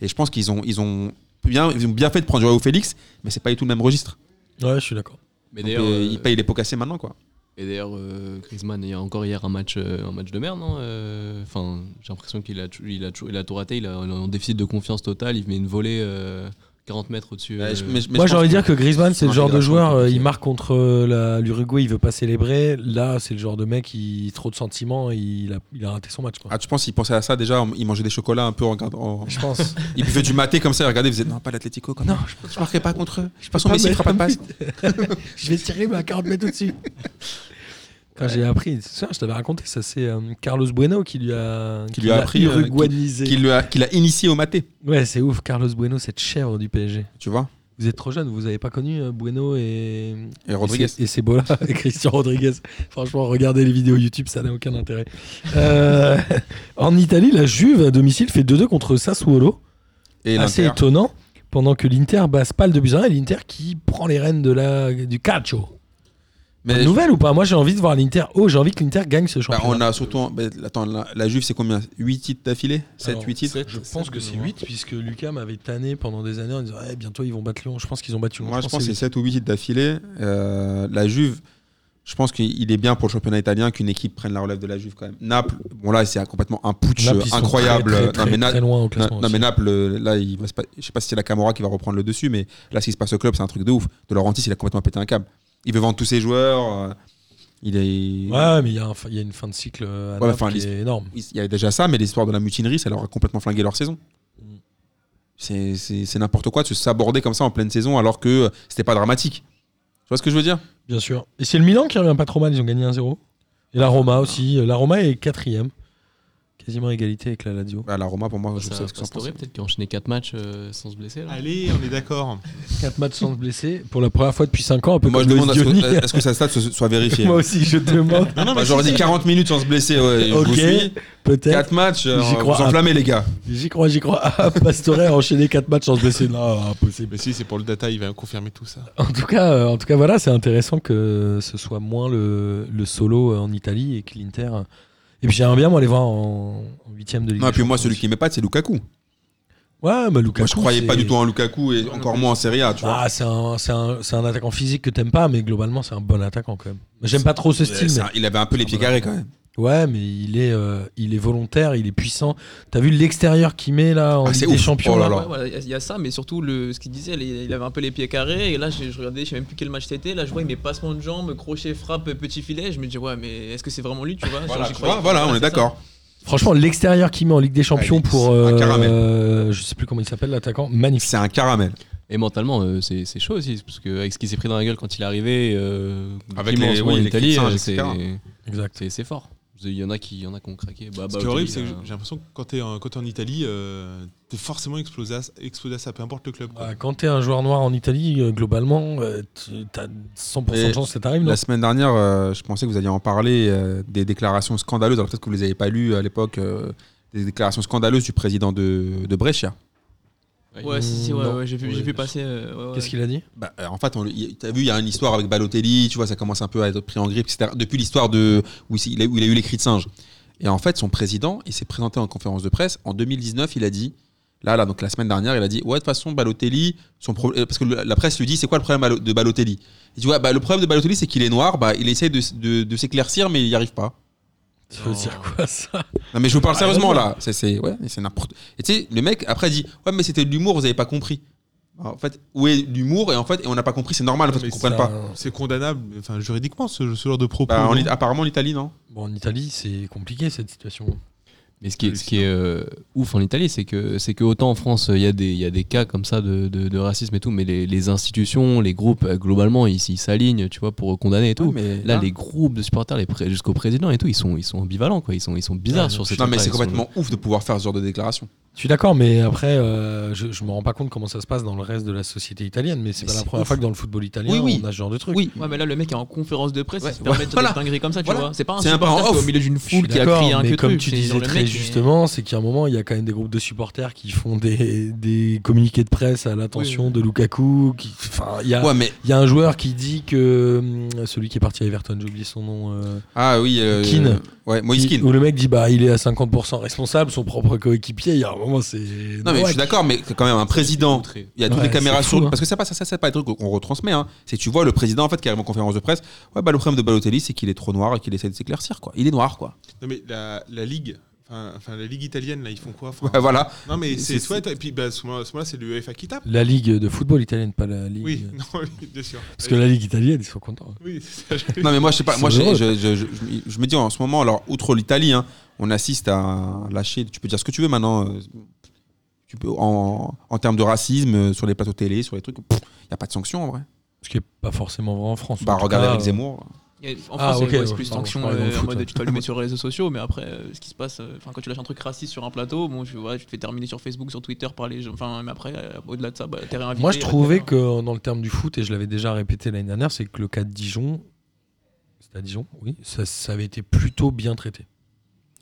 Speaker 1: Et je pense qu'ils ont, ils ont bien, ils ont bien fait de prendre Joao Félix, mais c'est pas du tout le même registre.
Speaker 4: Ouais, je suis d'accord.
Speaker 7: Mais
Speaker 1: Et
Speaker 7: d'ailleurs, euh,
Speaker 1: Ils payent les pots cassés maintenant, quoi.
Speaker 7: Et d'ailleurs, euh, Griezmann, il y a encore hier un match, euh, un match de merde, non Euh, Enfin, j'ai l'impression qu'il a, tout- il a, tout- il a tout raté, il a il est en déficit de confiance totale, il met une volée euh, 40 mètres au-dessus.
Speaker 1: Mais
Speaker 7: euh,
Speaker 1: je- mais je- mais
Speaker 4: Moi,
Speaker 1: je
Speaker 4: j'ai envie de
Speaker 1: pense
Speaker 4: dire que Griezmann, c'est le genre de
Speaker 1: Intégration
Speaker 4: joueur, euh,
Speaker 1: compliquée.
Speaker 4: il marque contre euh, la- l'Uruguay, il veut pas célébrer. Là, c'est le genre de mec, il trop de sentiments, il a, il a raté son match. Quoi.
Speaker 1: Ah, tu penses qu'ils pensaient à ça déjà Ils mangeaient des chocolats un peu en regardant.
Speaker 4: Je pense.
Speaker 1: Ils buvaient du maté comme ça, ils regardaient, ils disaient non, pas l'Atletico quand même.
Speaker 4: non, je,
Speaker 1: Je marquerai pas contre eux. Je pense
Speaker 4: pas
Speaker 1: que Messi
Speaker 4: mettre
Speaker 1: fera pas de passe.
Speaker 4: un je vais tirer ma 40 mètres au-dessus. Quand j'ai appris, c'est ça, je t'avais raconté, ça c'est euh, Carlos Bueno qui lui a,
Speaker 1: Qui lui a
Speaker 4: l'a
Speaker 1: appris, euh,
Speaker 4: uruguayanisé.
Speaker 1: Qu'il le a, qu'il a initié au maté,
Speaker 4: Ouais, c'est ouf, Carlos Bueno, cette chèvre du PSG.
Speaker 1: tu vois.
Speaker 4: Vous êtes trop jeune, vous avez pas connu euh, Bueno et,
Speaker 1: Et Rodriguez.
Speaker 4: Et c'est- Et c'est beau là, et Christian Rodriguez. Franchement, regardez les vidéos YouTube, ça n'a aucun intérêt. Euh, en Italie, la Juve à domicile fait 2-2 contre Sassuolo.
Speaker 1: Et
Speaker 4: Assez
Speaker 1: l'Inter.
Speaker 4: étonnant. Pendant que l'Inter passe pas le 2 buts à 1 et l'Inter qui prend les rênes de la, du calcio.
Speaker 1: Mais
Speaker 4: Nouvelle ou pas Moi j'ai envie de voir l'Inter. Oh, j'ai envie que l'Inter gagne ce
Speaker 1: bah,
Speaker 4: championnat.
Speaker 1: on a surtout. bah, attends, la, la Juve, c'est combien 8 titres d'affilée 7,
Speaker 4: Alors,
Speaker 1: 8 titres
Speaker 4: Je pense que c'est 8 puisque Lucas m'avait tanné pendant des années en disant Eh, bientôt ils vont battre Lyon. Je pense qu'ils ont battu Lyon.
Speaker 1: Moi, je pense que c'est
Speaker 4: c'est
Speaker 1: 7 ou 8 titres d'affilée. Euh, la Juve, je pense qu'il est bien pour le championnat italien qu'une équipe prenne la relève de la Juve quand même. Naples, bon là, c'est complètement un putsch
Speaker 4: Naples, ils sont
Speaker 1: incroyable.
Speaker 4: Très, très,
Speaker 1: Non,
Speaker 4: très,
Speaker 1: mais Na-
Speaker 4: très loin au
Speaker 1: Non,
Speaker 4: classement.
Speaker 1: non, mais
Speaker 4: aussi.
Speaker 1: Naples, euh, là, il va se pas- je sais pas si c'est la Camorra qui va reprendre le dessus, mais là, ce qui se passe au club, c'est un truc de ouf. De Laurentiis, il a complètement pété un câble. Il veut vendre tous ses joueurs. euh, il est.
Speaker 4: Ouais, mais il y, a un fin- il y a une fin de cycle euh, à
Speaker 1: Ouais,
Speaker 4: Naples
Speaker 1: enfin,
Speaker 4: qui
Speaker 1: les-
Speaker 4: est énorme.
Speaker 1: Il y avait déjà ça, mais l'histoire de la mutinerie, ça leur a complètement flingué leur saison.
Speaker 4: Mm.
Speaker 1: C'est- C'est c'est n'importe quoi de se saborder comme ça en pleine saison alors que euh, c'était pas dramatique. Tu vois ce que je veux dire
Speaker 4: Bien sûr. Euh, Et c'est le Milan qui revient pas trop mal, ils ont gagné 1-0. Et la Roma aussi. La Roma est quatrième. Quasiment égalité avec la Lazio.
Speaker 1: Bah, la Roma, pour moi, je
Speaker 7: Ça,
Speaker 1: sais ce que ça en pense.
Speaker 7: Pastore, peut-être qu'il a enchaîné 4 matchs euh, sans se blesser. Là.
Speaker 5: Allez, on est d'accord.
Speaker 4: 4 matchs sans se blesser pour la première fois depuis 5 ans, un peu
Speaker 1: Moi, je
Speaker 4: comme
Speaker 1: demande
Speaker 4: le
Speaker 1: à ce
Speaker 4: Diony.
Speaker 1: que, à ce que sa stat se- soit vérifiée.
Speaker 4: Moi aussi, je demande.
Speaker 5: Non, non,
Speaker 1: Bah,
Speaker 5: mais
Speaker 1: J'aurais
Speaker 5: si,
Speaker 1: dit
Speaker 5: si.
Speaker 1: 40 minutes sans se blesser. ouais, je vous
Speaker 4: Ok.
Speaker 1: suis.
Speaker 4: Peut-être.
Speaker 1: 4 matchs, euh,
Speaker 4: J'y
Speaker 1: vous
Speaker 4: crois.
Speaker 1: enflammez, les gars.
Speaker 4: J'y crois, j'y crois. Ah, Pastore a enchaîné 4 matchs sans se blesser. Non, impossible.
Speaker 5: Mais si, c'est pour le data, il va confirmer tout ça.
Speaker 4: En tout cas, euh, en tout cas voilà, c'est intéressant que ce soit moins le, le solo euh, en Italie et que l'Inter. euh, Et puis j'aimerais bien moi les voir en en huitième de Ligue.
Speaker 1: Non, et
Speaker 4: des
Speaker 1: puis moi,
Speaker 4: Champions.
Speaker 1: celui qui m'épate, c'est Lukaku.
Speaker 4: Ouais, mais Lukaku.
Speaker 1: moi, je croyais pas
Speaker 4: c'est-
Speaker 1: du tout en Lukaku et encore moins en Serie A, tu vois.
Speaker 4: Ah, c'est un, c'est un, c'est un attaquant physique que t'aimes pas, mais globalement c'est un bon attaquant quand même. J'aime pas trop ce
Speaker 1: Euh,
Speaker 4: style.
Speaker 1: c'est
Speaker 4: mais-
Speaker 1: un- Il avait un peu les pieds
Speaker 4: Voilà.
Speaker 1: carrés quand même.
Speaker 4: Ouais, mais il est, euh, il est volontaire, il est puissant. T'as vu l'extérieur qu'il met là en
Speaker 1: Ah, c'est
Speaker 4: Ligue des
Speaker 1: ouf.
Speaker 4: Champions
Speaker 1: Oh là
Speaker 4: là
Speaker 1: là.
Speaker 6: Ouais, voilà, Il y, a- il y a ça, mais surtout le, ce qu'il disait, il il avait un peu les pieds carrés. Et là, je, je regardais, je sais même plus quel match c'était. Là, je vois, il met passement de jambes, crochet, frappe, petit filet. Je me dis, ouais, mais est-ce que c'est vraiment lui, tu vois Genre,
Speaker 1: Voilà,
Speaker 6: j'y
Speaker 1: tu
Speaker 6: croyais
Speaker 1: vois,
Speaker 6: pas.
Speaker 1: voilà, on est
Speaker 6: c'est ça.
Speaker 1: d'accord.
Speaker 4: Franchement, l'extérieur qu'il met en Ligue des Champions
Speaker 1: Ah, il est-
Speaker 4: pour.
Speaker 1: c'est un
Speaker 4: euh,
Speaker 1: caramel.
Speaker 4: euh, je sais plus comment il s'appelle l'attaquant. Magnifique.
Speaker 1: C'est un caramel.
Speaker 7: Et mentalement, euh, c'est c'est chaud aussi, parce que avec ce qu'il s'est pris dans la gueule quand il est arrivé, euh,
Speaker 1: Avec
Speaker 7: Clément,
Speaker 1: les-
Speaker 7: en ce moment,
Speaker 1: oui,
Speaker 7: en
Speaker 1: les
Speaker 7: Italie,
Speaker 1: singes,
Speaker 7: euh, c'est-
Speaker 1: etc.
Speaker 4: Exact.
Speaker 7: c'est c'est fort. Il y en a qui, il y en a qui ont craqué. Bah,
Speaker 5: Ce
Speaker 7: bah,
Speaker 5: qui est
Speaker 7: Otoli,
Speaker 5: horrible, c'est que
Speaker 7: là.
Speaker 5: j'ai j'ai l'impression que quand t'es en, quand t'es en Italie, euh, t'es forcément explosé à, explosé à ça, peu importe le club. quoi.
Speaker 4: Bah, quand t'es un joueur noir en Italie, euh, globalement, euh, tu- t'as 100%
Speaker 1: Et
Speaker 4: de chance que ça t'arrive. non
Speaker 1: La semaine dernière, euh, je pensais que vous alliez en parler euh, des déclarations scandaleuses, alors peut-être que vous les avez pas lues à l'époque, euh, des déclarations scandaleuses du président de, de Brescia.
Speaker 6: Ouais, si, si, ouais,
Speaker 4: Non.
Speaker 6: ouais, j'ai vu,
Speaker 4: Ouais,
Speaker 6: j'ai vu
Speaker 4: je-
Speaker 6: passer. euh, ouais, ouais.
Speaker 4: Qu'est-ce qu'il a dit
Speaker 1: Bah, euh, en fait, on- y- t'as vu, il y a une histoire avec Balotelli, tu vois, ça commence un peu à être pris en grippe, etc. Depuis l'histoire de où il, a, où il a eu les cris de singe. Et en fait, son président, il s'est présenté en conférence de presse. En 2019, il a dit, là, là, donc la semaine dernière, il a dit, ouais, de toute façon, Balotelli, son pro- euh, parce que le- la presse lui dit, c'est quoi le problème Balo- de Balotelli Il dit, ouais, bah, le problème de Balotelli, c'est qu'il est noir, bah, il essaie de, s- de- de s'éclaircir, mais il n'y arrive pas.
Speaker 4: Ça veut dire quoi ça
Speaker 1: Non, mais je vous parle sérieusement, là. C'est- C'est ouais, c'est n'importe Et tu sais, le mec, après, dit, ouais, mais c'était de l'humour, vous n'avez pas compris. Bah, En fait, où est l'humour Et en fait, et on n'a pas compris, c'est normal, en fait,
Speaker 5: Mais
Speaker 1: qu'on comprenne
Speaker 4: Ça-
Speaker 1: pas.
Speaker 5: C'est condamnable, enfin juridiquement, ce, ce genre de propos.
Speaker 1: Bah, en
Speaker 5: non
Speaker 1: Lit- apparemment, l'Italie, non
Speaker 4: Bon, en Italie, c'est compliqué cette situation.
Speaker 7: Mais ce qui est, ce qui est euh, ouf en Italie, c'est que, c'est que autant en France, il y, a des- il y a des cas comme ça de, de- de racisme et tout, mais les, les institutions, les groupes, euh, globalement, ils ils s'alignent, tu vois, pour condamner et tout.
Speaker 1: mais
Speaker 7: Là, les groupes de supporters, les pré- jusqu'au président et tout, ils sont, ils sont ambivalents, quoi. Ils sont, ils sont bizarres
Speaker 4: Ouais,
Speaker 7: sur cette
Speaker 1: Non, mais c'est complètement ouf de pouvoir faire ce genre de déclaration.
Speaker 4: Je suis d'accord, mais après, euh, je, je me rends pas compte comment ça se passe dans le reste de la société italienne. Mais c'est
Speaker 1: Mais
Speaker 4: pas la
Speaker 1: c'est
Speaker 4: première
Speaker 1: ouf.
Speaker 4: fois que dans le football italien,
Speaker 1: Oui, oui.
Speaker 4: on a ce genre de truc.
Speaker 1: Oui.
Speaker 6: Ouais, mais là, le mec est en conférence de presse,
Speaker 1: Ouais,
Speaker 6: il se permet
Speaker 1: voilà.
Speaker 6: de dire des dingueries comme ça, tu
Speaker 1: Voilà.
Speaker 6: vois. C'est pas un
Speaker 1: C'est un
Speaker 6: supporter
Speaker 1: parent
Speaker 6: qui est
Speaker 1: off.
Speaker 6: au milieu d'une
Speaker 4: Je suis
Speaker 6: foule qui a
Speaker 4: d'accord,
Speaker 6: crié un
Speaker 4: mais
Speaker 6: que
Speaker 4: comme
Speaker 6: truc.
Speaker 4: tu
Speaker 6: C'est genre
Speaker 4: disais
Speaker 6: le
Speaker 4: très
Speaker 6: mec est-
Speaker 4: justement, c'est qu'à un moment, il y a quand même des groupes de supporters qui font des, des communiqués de presse à l'attention de Lukaku. qui- enfin, il y a,
Speaker 1: Ouais, mais.
Speaker 4: il y a un joueur qui dit que hum, celui qui est parti à Everton, j'ai oublié son nom. euh,
Speaker 1: Ah oui. euh,
Speaker 4: Keane.
Speaker 1: Ouais, Moïse
Speaker 4: qui-
Speaker 1: Keane.
Speaker 4: où le mec dit bah il est à 50% responsable, son propre coéquipier. Il y a un moment, c'est.
Speaker 1: Non, mais je suis d'accord, mais c'est quand même un président. Il y a toutes
Speaker 4: Ouais,
Speaker 1: les caméras
Speaker 4: c'est
Speaker 1: sur.
Speaker 4: fou, hein.
Speaker 1: Parce que ça passe, ça, ça, c'est pas des trucs qu'on retransmet. Hein. C'est tu vois le président en fait qui arrive en conférence de presse. Ouais, bah le problème de Balotelli, c'est qu'il est trop noir et qu'il essaie de s'éclaircir, quoi. Il est noir, quoi.
Speaker 5: mais la, la ligue, enfin enfin, la ligue italienne, là, ils font quoi Enfin,
Speaker 1: Ouais, Bah, voilà.
Speaker 5: Non mais
Speaker 1: C'est-
Speaker 5: c'est souhaite. Et puis bah, à ce moment- à ce moment-là, c'est l'UEFA qui tape.
Speaker 4: La ligue de football italienne, pas la ligue.
Speaker 5: Oui, non, oui, bien sûr.
Speaker 4: Parce que la ligue italienne, ils sont contents.
Speaker 5: Oui, c'est ça.
Speaker 1: Non, mais moi, je sais pas.
Speaker 4: C'est
Speaker 1: Moi, j'ai-
Speaker 4: heureux.
Speaker 1: je, je, je, je- je me dis en ce moment, alors, outre l'Italie, hein, on assiste à un lâcher. Tu peux dire ce que tu veux maintenant. euh, Tu peux, en, en termes de racisme, euh, sur les plateaux télé, sur les trucs, il n'y a pas de sanction en vrai.
Speaker 4: Ce qui est pas forcément vrai en France.
Speaker 1: Bah,
Speaker 4: en tout
Speaker 1: regarde
Speaker 4: cas,
Speaker 1: Eric
Speaker 4: euh,
Speaker 1: Zemmour.
Speaker 6: Il y a- En
Speaker 4: Ah,
Speaker 6: France,
Speaker 4: ok,
Speaker 6: c'est
Speaker 4: ouais,
Speaker 6: plus de
Speaker 4: pardon, je
Speaker 6: sanctions
Speaker 4: parlais dans le
Speaker 6: euh, en
Speaker 4: foot, ouais.
Speaker 6: mode tu dois le mettre sur les réseaux sociaux, mais après, euh, ce qui se passe, euh, enfin, quand tu lâches un truc raciste sur un plateau, bon, tu, vois, tu te fais terminer sur Facebook, sur Twitter par les gens. Enfin, mais après, euh, au-delà de ça, bah, t'es réinvité.
Speaker 4: Moi, je trouvais
Speaker 6: etc.
Speaker 4: que dans le terme du foot, et je l'avais déjà répété l'année dernière, c'est que le cas de Dijon, c'était à Dijon, oui, ça, ça avait été plutôt bien traité.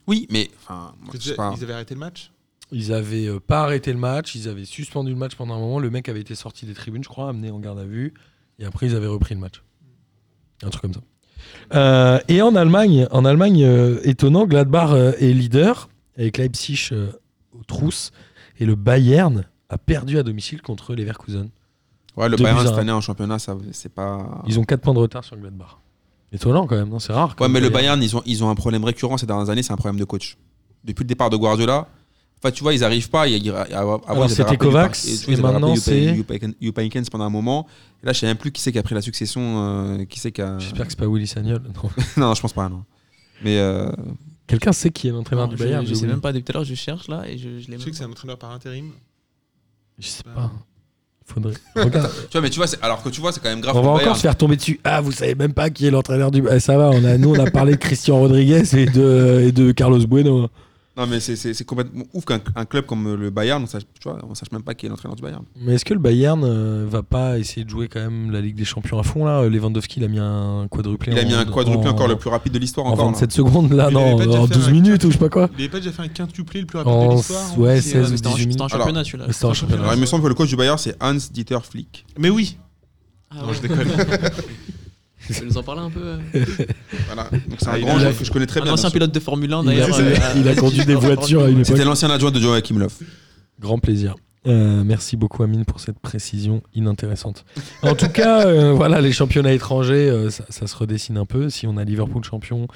Speaker 1: Oui, mais enfin, moi,
Speaker 5: Parce que
Speaker 1: je
Speaker 5: déjà,
Speaker 1: sais pas.
Speaker 5: Ils avaient arrêté le match.
Speaker 4: Ils avaient euh, pas arrêté le match, ils avaient suspendu le match pendant un moment. Le mec avait été sorti des tribunes, je crois, amené en garde à vue, et après ils avaient repris le match. Un truc comme ça. Euh, et en Allemagne, en Allemagne, euh, étonnant, Gladbach euh, est leader avec Leipzig euh, aux trousses, et le Bayern a perdu à domicile contre les Verkusen.
Speaker 1: Ouais, le
Speaker 4: deux
Speaker 1: Bayern
Speaker 4: buts à
Speaker 1: cette
Speaker 4: un.
Speaker 1: année en championnat, ça, c'est pas.
Speaker 6: Ah.
Speaker 4: Ils ont 4 points de retard sur Gladbach. Étonnant quand même, non c'est rare.
Speaker 1: Ouais,
Speaker 4: quand
Speaker 1: mais le
Speaker 4: Bayern-
Speaker 1: Bayern, ils ont, ils ont un problème récurrent ces dernières années, c'est un problème de coach. Depuis le départ de Guardiola, enfin, tu vois, ils arrivent pas. Il y a- il y a- avant, ils avaient
Speaker 4: c'était
Speaker 1: rappelé
Speaker 4: Kovacs,
Speaker 1: Upay- tu vois,
Speaker 4: et
Speaker 1: ils avaient
Speaker 4: maintenant,
Speaker 1: rappelé Upay-
Speaker 4: c'est-
Speaker 1: Upay- Upamecano pendant un moment. Et là, je sais même plus qui c'est qui a pris la succession. euh, qui c'est qui a...
Speaker 4: J'espère que c'est pas Willy Sagnol. Non.
Speaker 1: non, non, je pense pas, non. Mais euh,
Speaker 4: Quelqu'un sait qui est l'entraîneur
Speaker 6: Non,
Speaker 4: du
Speaker 6: je-
Speaker 4: Bayern
Speaker 6: je,
Speaker 4: j'ai
Speaker 6: sais
Speaker 4: oublié.
Speaker 6: même pas, depuis tout à l'heure, je cherche là et je, je l'ai
Speaker 5: Je sais
Speaker 6: même
Speaker 5: que c'est un entraîneur par intérim.
Speaker 4: Je sais
Speaker 5: Ben.
Speaker 4: pas. Faudrait. Regarde.
Speaker 1: tu vois, mais tu vois, c'est- alors que tu vois, c'est quand même grave.
Speaker 4: on va
Speaker 1: pour le
Speaker 4: encore
Speaker 1: Bayern.
Speaker 4: se faire tomber dessus. Ah, vous savez même pas qui est l'entraîneur du. Eh, ça va, on a, nous on a parlé de Christian Rodriguez et de, et de Carlos Bueno.
Speaker 1: Non, mais c'est- c'est c'est complètement ouf qu'un un club comme le Bayern, on sache, tu vois, on sache même pas qui est l'entraîneur du Bayern.
Speaker 4: Mais est-ce que le Bayern euh, va pas essayer de jouer quand même la Ligue des Champions à fond là Lewandowski, il a mis un quadruplé.
Speaker 1: Il a
Speaker 4: en-
Speaker 1: mis un quadruplé
Speaker 4: en-
Speaker 1: encore le plus rapide de l'histoire.
Speaker 4: En
Speaker 1: encore. hein. là.
Speaker 4: 27 secondes là,
Speaker 5: Il
Speaker 4: non,
Speaker 5: avait pas déjà
Speaker 4: en
Speaker 5: fait
Speaker 4: 12
Speaker 5: un
Speaker 4: minutes ou je sais pas quoi.
Speaker 5: Il n'avait pas déjà fait un quintuplé le plus rapide
Speaker 4: En-
Speaker 5: de l'histoire
Speaker 4: ouais,
Speaker 5: hein,
Speaker 6: C'est-
Speaker 4: 16 ou
Speaker 6: mais c'était en-
Speaker 4: 18
Speaker 6: C'était en
Speaker 4: minutes.
Speaker 6: championnat celui-là.
Speaker 4: Mais c'était en championnat.
Speaker 1: Alors, il me semble que le coach du Bayern, c'est Hans-Dieter Flick.
Speaker 5: Mais oui,
Speaker 6: Ah
Speaker 5: Non,
Speaker 6: ouais.
Speaker 5: je déconne.
Speaker 6: Tu peux nous en parler un peu euh
Speaker 1: Voilà. Donc, C'est
Speaker 5: Ah,
Speaker 1: un
Speaker 5: il
Speaker 1: grand
Speaker 5: a-
Speaker 1: joueur que je connais très
Speaker 6: Un
Speaker 1: bien.
Speaker 6: ancien
Speaker 1: bien sûr.
Speaker 6: pilote de Formule 1
Speaker 4: Il a,
Speaker 6: d'ailleurs. euh, à-
Speaker 4: il a conduit des voitures à une époque.
Speaker 1: C'était l'ancien adjoint de Joachim Löw.
Speaker 4: Grand plaisir. Euh, merci beaucoup Amine pour cette précision inintéressante. En tout cas, euh, voilà, les championnats étrangers, euh, ça, ça se redessine un peu. Si on a Liverpool champion,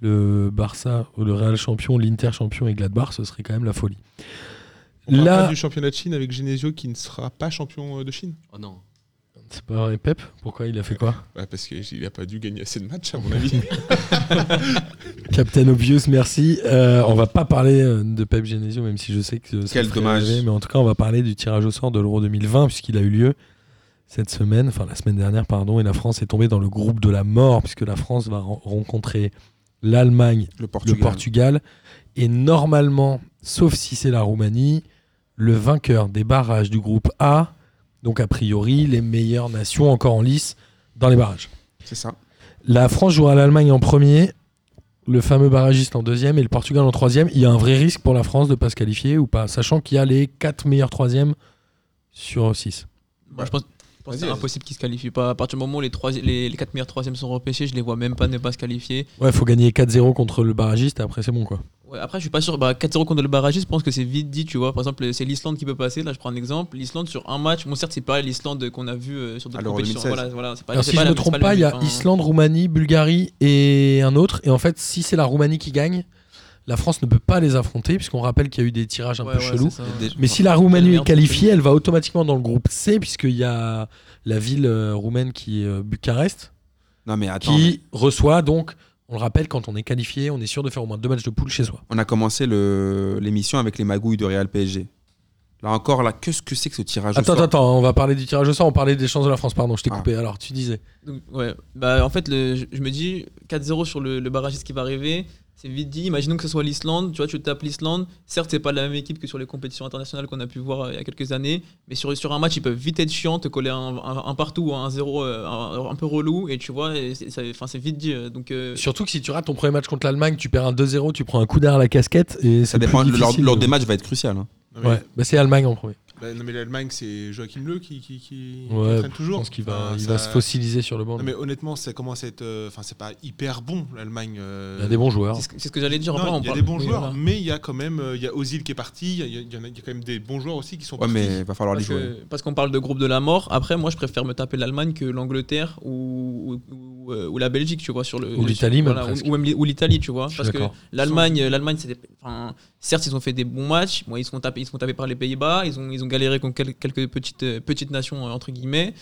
Speaker 4: le Barça ou le Real champion, l'Inter champion et Gladbach, ce serait quand même la folie.
Speaker 5: on parle
Speaker 4: Là,
Speaker 5: pas du championnat de Chine avec Genesio qui ne sera pas champion euh, de Chine.
Speaker 7: Oh non.
Speaker 4: c'est pas vrai, Pep Pourquoi il a fait quoi
Speaker 5: Bah, parce qu'il n'a pas dû gagner assez de matchs à mon avis.
Speaker 4: Captain Obvious, merci. Euh, on va pas parler euh, de Pep Genesio, même si je sais que ça
Speaker 1: Quel
Speaker 4: me ferait
Speaker 1: dommage.
Speaker 4: rêver, mais en tout cas, on va parler du tirage au sort de l'Euro 2020 puisqu'il a eu lieu cette semaine, enfin la semaine dernière, pardon, et la France est tombée dans le groupe de la mort puisque la France va ren- rencontrer l'Allemagne,
Speaker 1: Le
Speaker 4: le
Speaker 1: Portugal.
Speaker 4: Portugal, et normalement, sauf si c'est la Roumanie, le vainqueur des barrages du groupe A, donc a priori les meilleures nations encore en lice dans les barrages.
Speaker 1: C'est ça.
Speaker 4: La France jouera l'Allemagne en premier, le fameux barragiste en deuxième et le Portugal en troisième. Il y a un vrai risque pour la France de ne pas se qualifier ou pas, sachant qu'il y a les quatre meilleurs troisièmes sur 6.
Speaker 6: Moi, euh, je pense je pense que c'est
Speaker 1: Vas-y, vas-y.
Speaker 6: impossible qu'ils se qualifient pas. À partir du moment où les, trois, les, les 4 meilleurs 3 sont repêchés, je les vois même pas ne pas se qualifier.
Speaker 4: Ouais, faut gagner 4-0 contre le barragiste et après c'est bon quoi.
Speaker 6: Ouais, après, je suis pas sûr. Bah, 4-0 contre le barragiste, je pense que c'est vite dit, tu vois. Par exemple, c'est l'Islande qui peut passer. Là, je prends un exemple. L'Islande sur un match. Bon, certes, c'est pas l'Islande qu'on a vu euh, sur
Speaker 1: À
Speaker 6: d'autres
Speaker 1: l'Euro
Speaker 6: compétitions.
Speaker 1: 2016.
Speaker 6: Voilà, voilà, c'est pas-
Speaker 4: Alors
Speaker 6: c'est
Speaker 4: si je
Speaker 6: pas
Speaker 4: ne
Speaker 6: la- hein.
Speaker 4: me
Speaker 6: c'est
Speaker 4: trompe
Speaker 6: la
Speaker 4: pas, il y a
Speaker 6: même, enfin,
Speaker 4: Islande, Roumanie, Bulgarie et un autre. Et en fait, si c'est la Roumanie qui gagne, la France ne peut pas les affronter puisqu'on rappelle qu'il y a eu des tirages un
Speaker 6: ouais,
Speaker 4: peu
Speaker 6: ouais,
Speaker 4: chelous.
Speaker 6: c'est ça.
Speaker 1: Des-
Speaker 4: Mais si la Roumanie est
Speaker 6: merde,
Speaker 4: qualifiée,
Speaker 6: c'est-
Speaker 4: elle va automatiquement dans le groupe C puisqu'il y a la ville euh, roumaine qui est euh, Bucarest.
Speaker 1: Non, mais attends. mais
Speaker 4: qui reçoit donc, on le rappelle, quand on est qualifié, on est sûr de faire au moins deux matchs de poule chez soi.
Speaker 1: On a commencé le- l'émission avec les magouilles de Real PSG. Là encore, là, qu'est-ce que c'est que ce tirage au
Speaker 4: Attends,
Speaker 1: sort
Speaker 4: attends, attends, on va parler du tirage au sort, on parlait des chances de la France, pardon, je t'ai
Speaker 1: Ah.
Speaker 4: coupé. Alors, tu disais.
Speaker 6: Donc, ouais. Bah, en fait, le- je, je me dis 4-0 sur le, le barragiste qui va arriver. C'est vite dit. Imaginons que ce soit l'Islande. Tu vois, tu tapes l'Islande. Certes, c'est pas la même équipe que sur les compétitions internationales qu'on a pu voir euh, il y a quelques années. Mais sur, sur un match, ils peuvent vite être chiants, te coller un, un- un partout ou un 0 euh, un, un peu relou. Et tu vois, et c'est ça- enfin, c'est vite dit. euh, Donc, euh,
Speaker 4: Surtout que si tu rates ton premier match contre l'Allemagne, tu perds un 2-0, tu prends un coup derrière la casquette et
Speaker 1: Ça
Speaker 4: c'est
Speaker 1: dépend.
Speaker 4: plus
Speaker 1: le- L'ordre
Speaker 4: difficile. euh.
Speaker 1: l'ordre des matchs va être crucial. hein.
Speaker 5: Non, mais-
Speaker 4: Ouais, bah c'est Allemagne en premier.
Speaker 5: bah, non, mais l'Allemagne, c'est Joachim Leu qui, qui, qui- qui
Speaker 4: Ouais,
Speaker 5: entraîne
Speaker 4: je
Speaker 5: toujours.
Speaker 4: pense qu'il va,
Speaker 5: Enfin,
Speaker 4: il
Speaker 5: ça-
Speaker 4: va se fossiliser sur le banc.
Speaker 5: Non, mais honnêtement, ça commence à être. euh, Enfin, c'est pas hyper bon l'Allemagne. euh,
Speaker 4: Il y a des bons joueurs.
Speaker 6: c'est ce que- c'est ce que j'allais dire.
Speaker 5: Non,
Speaker 6: Après, on
Speaker 5: il y a
Speaker 6: parle-
Speaker 5: des bons
Speaker 6: oui,
Speaker 5: joueurs,
Speaker 6: voilà.
Speaker 5: mais il y a quand même. euh, Il y a Ozil qui est parti. Il y, a- il y en a- il y a quand même des bons joueurs aussi qui sont
Speaker 1: Ouais,
Speaker 5: partis.
Speaker 1: mais il va falloir les
Speaker 6: Parce
Speaker 1: jouer.
Speaker 6: que- parce qu'on parle de groupe de la mort. Après, moi, je préfère me taper l'Allemagne que l'Angleterre ou, ou- ou, euh, ou la Belgique, tu vois, sur le
Speaker 4: Ou l'Italie, même,
Speaker 6: voilà,
Speaker 4: presque.
Speaker 6: ou, ou même li- ou l'Italie, tu vois,
Speaker 4: Je suis
Speaker 6: parce que
Speaker 4: d'accord.
Speaker 6: l'Allemagne, l'Allemagne, c'était, enfin, certes, ils ont fait des bons matchs. Bon, ils se font taper, ils se font taper par les Pays-Bas. Ils ont, ils ont galéré contre quel- quelques petites, euh, petites nations euh, entre guillemets.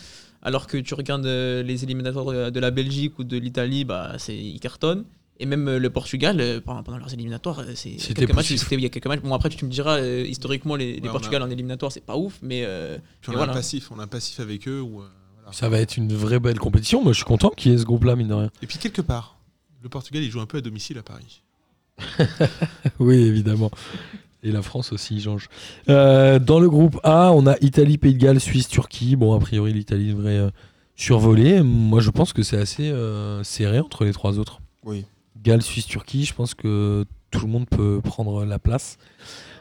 Speaker 6: Alors que tu regardes euh, les éliminatoires de, de la Belgique ou de l'Italie, bah, c'est ils cartonnent. Et même euh, le Portugal, euh, pendant pendant leurs éliminatoires, euh, c'est
Speaker 4: C'était
Speaker 6: quelques matchs,
Speaker 4: poussif.
Speaker 6: c'était- il y a quelques matchs. Bon, après, tu me diras, euh, historiquement, les, les
Speaker 5: Ouais, on a-
Speaker 6: Portugal en éliminatoire, c'est pas ouf, mais euh,
Speaker 5: Puis on
Speaker 6: Et
Speaker 5: a
Speaker 6: voilà.
Speaker 5: un passif. On a un passif avec eux. où, euh, voilà.
Speaker 4: Ça va être une vraie belle compétition. Moi, je suis content qu'il y ait ce groupe-là, mine de rien.
Speaker 5: Et puis quelque part, le Portugal, il joue un peu à domicile à Paris.
Speaker 4: Oui, évidemment. Et la France aussi, Georges. Euh, dans le groupe A, on a Italie, Pays de Galles, Suisse, Turquie. Bon, a priori, l'Italie devrait euh, survoler. Moi, je pense que c'est assez euh, serré entre les trois autres.
Speaker 1: Oui.
Speaker 4: Galles, Suisse, Turquie, je pense que tout le monde peut prendre la place.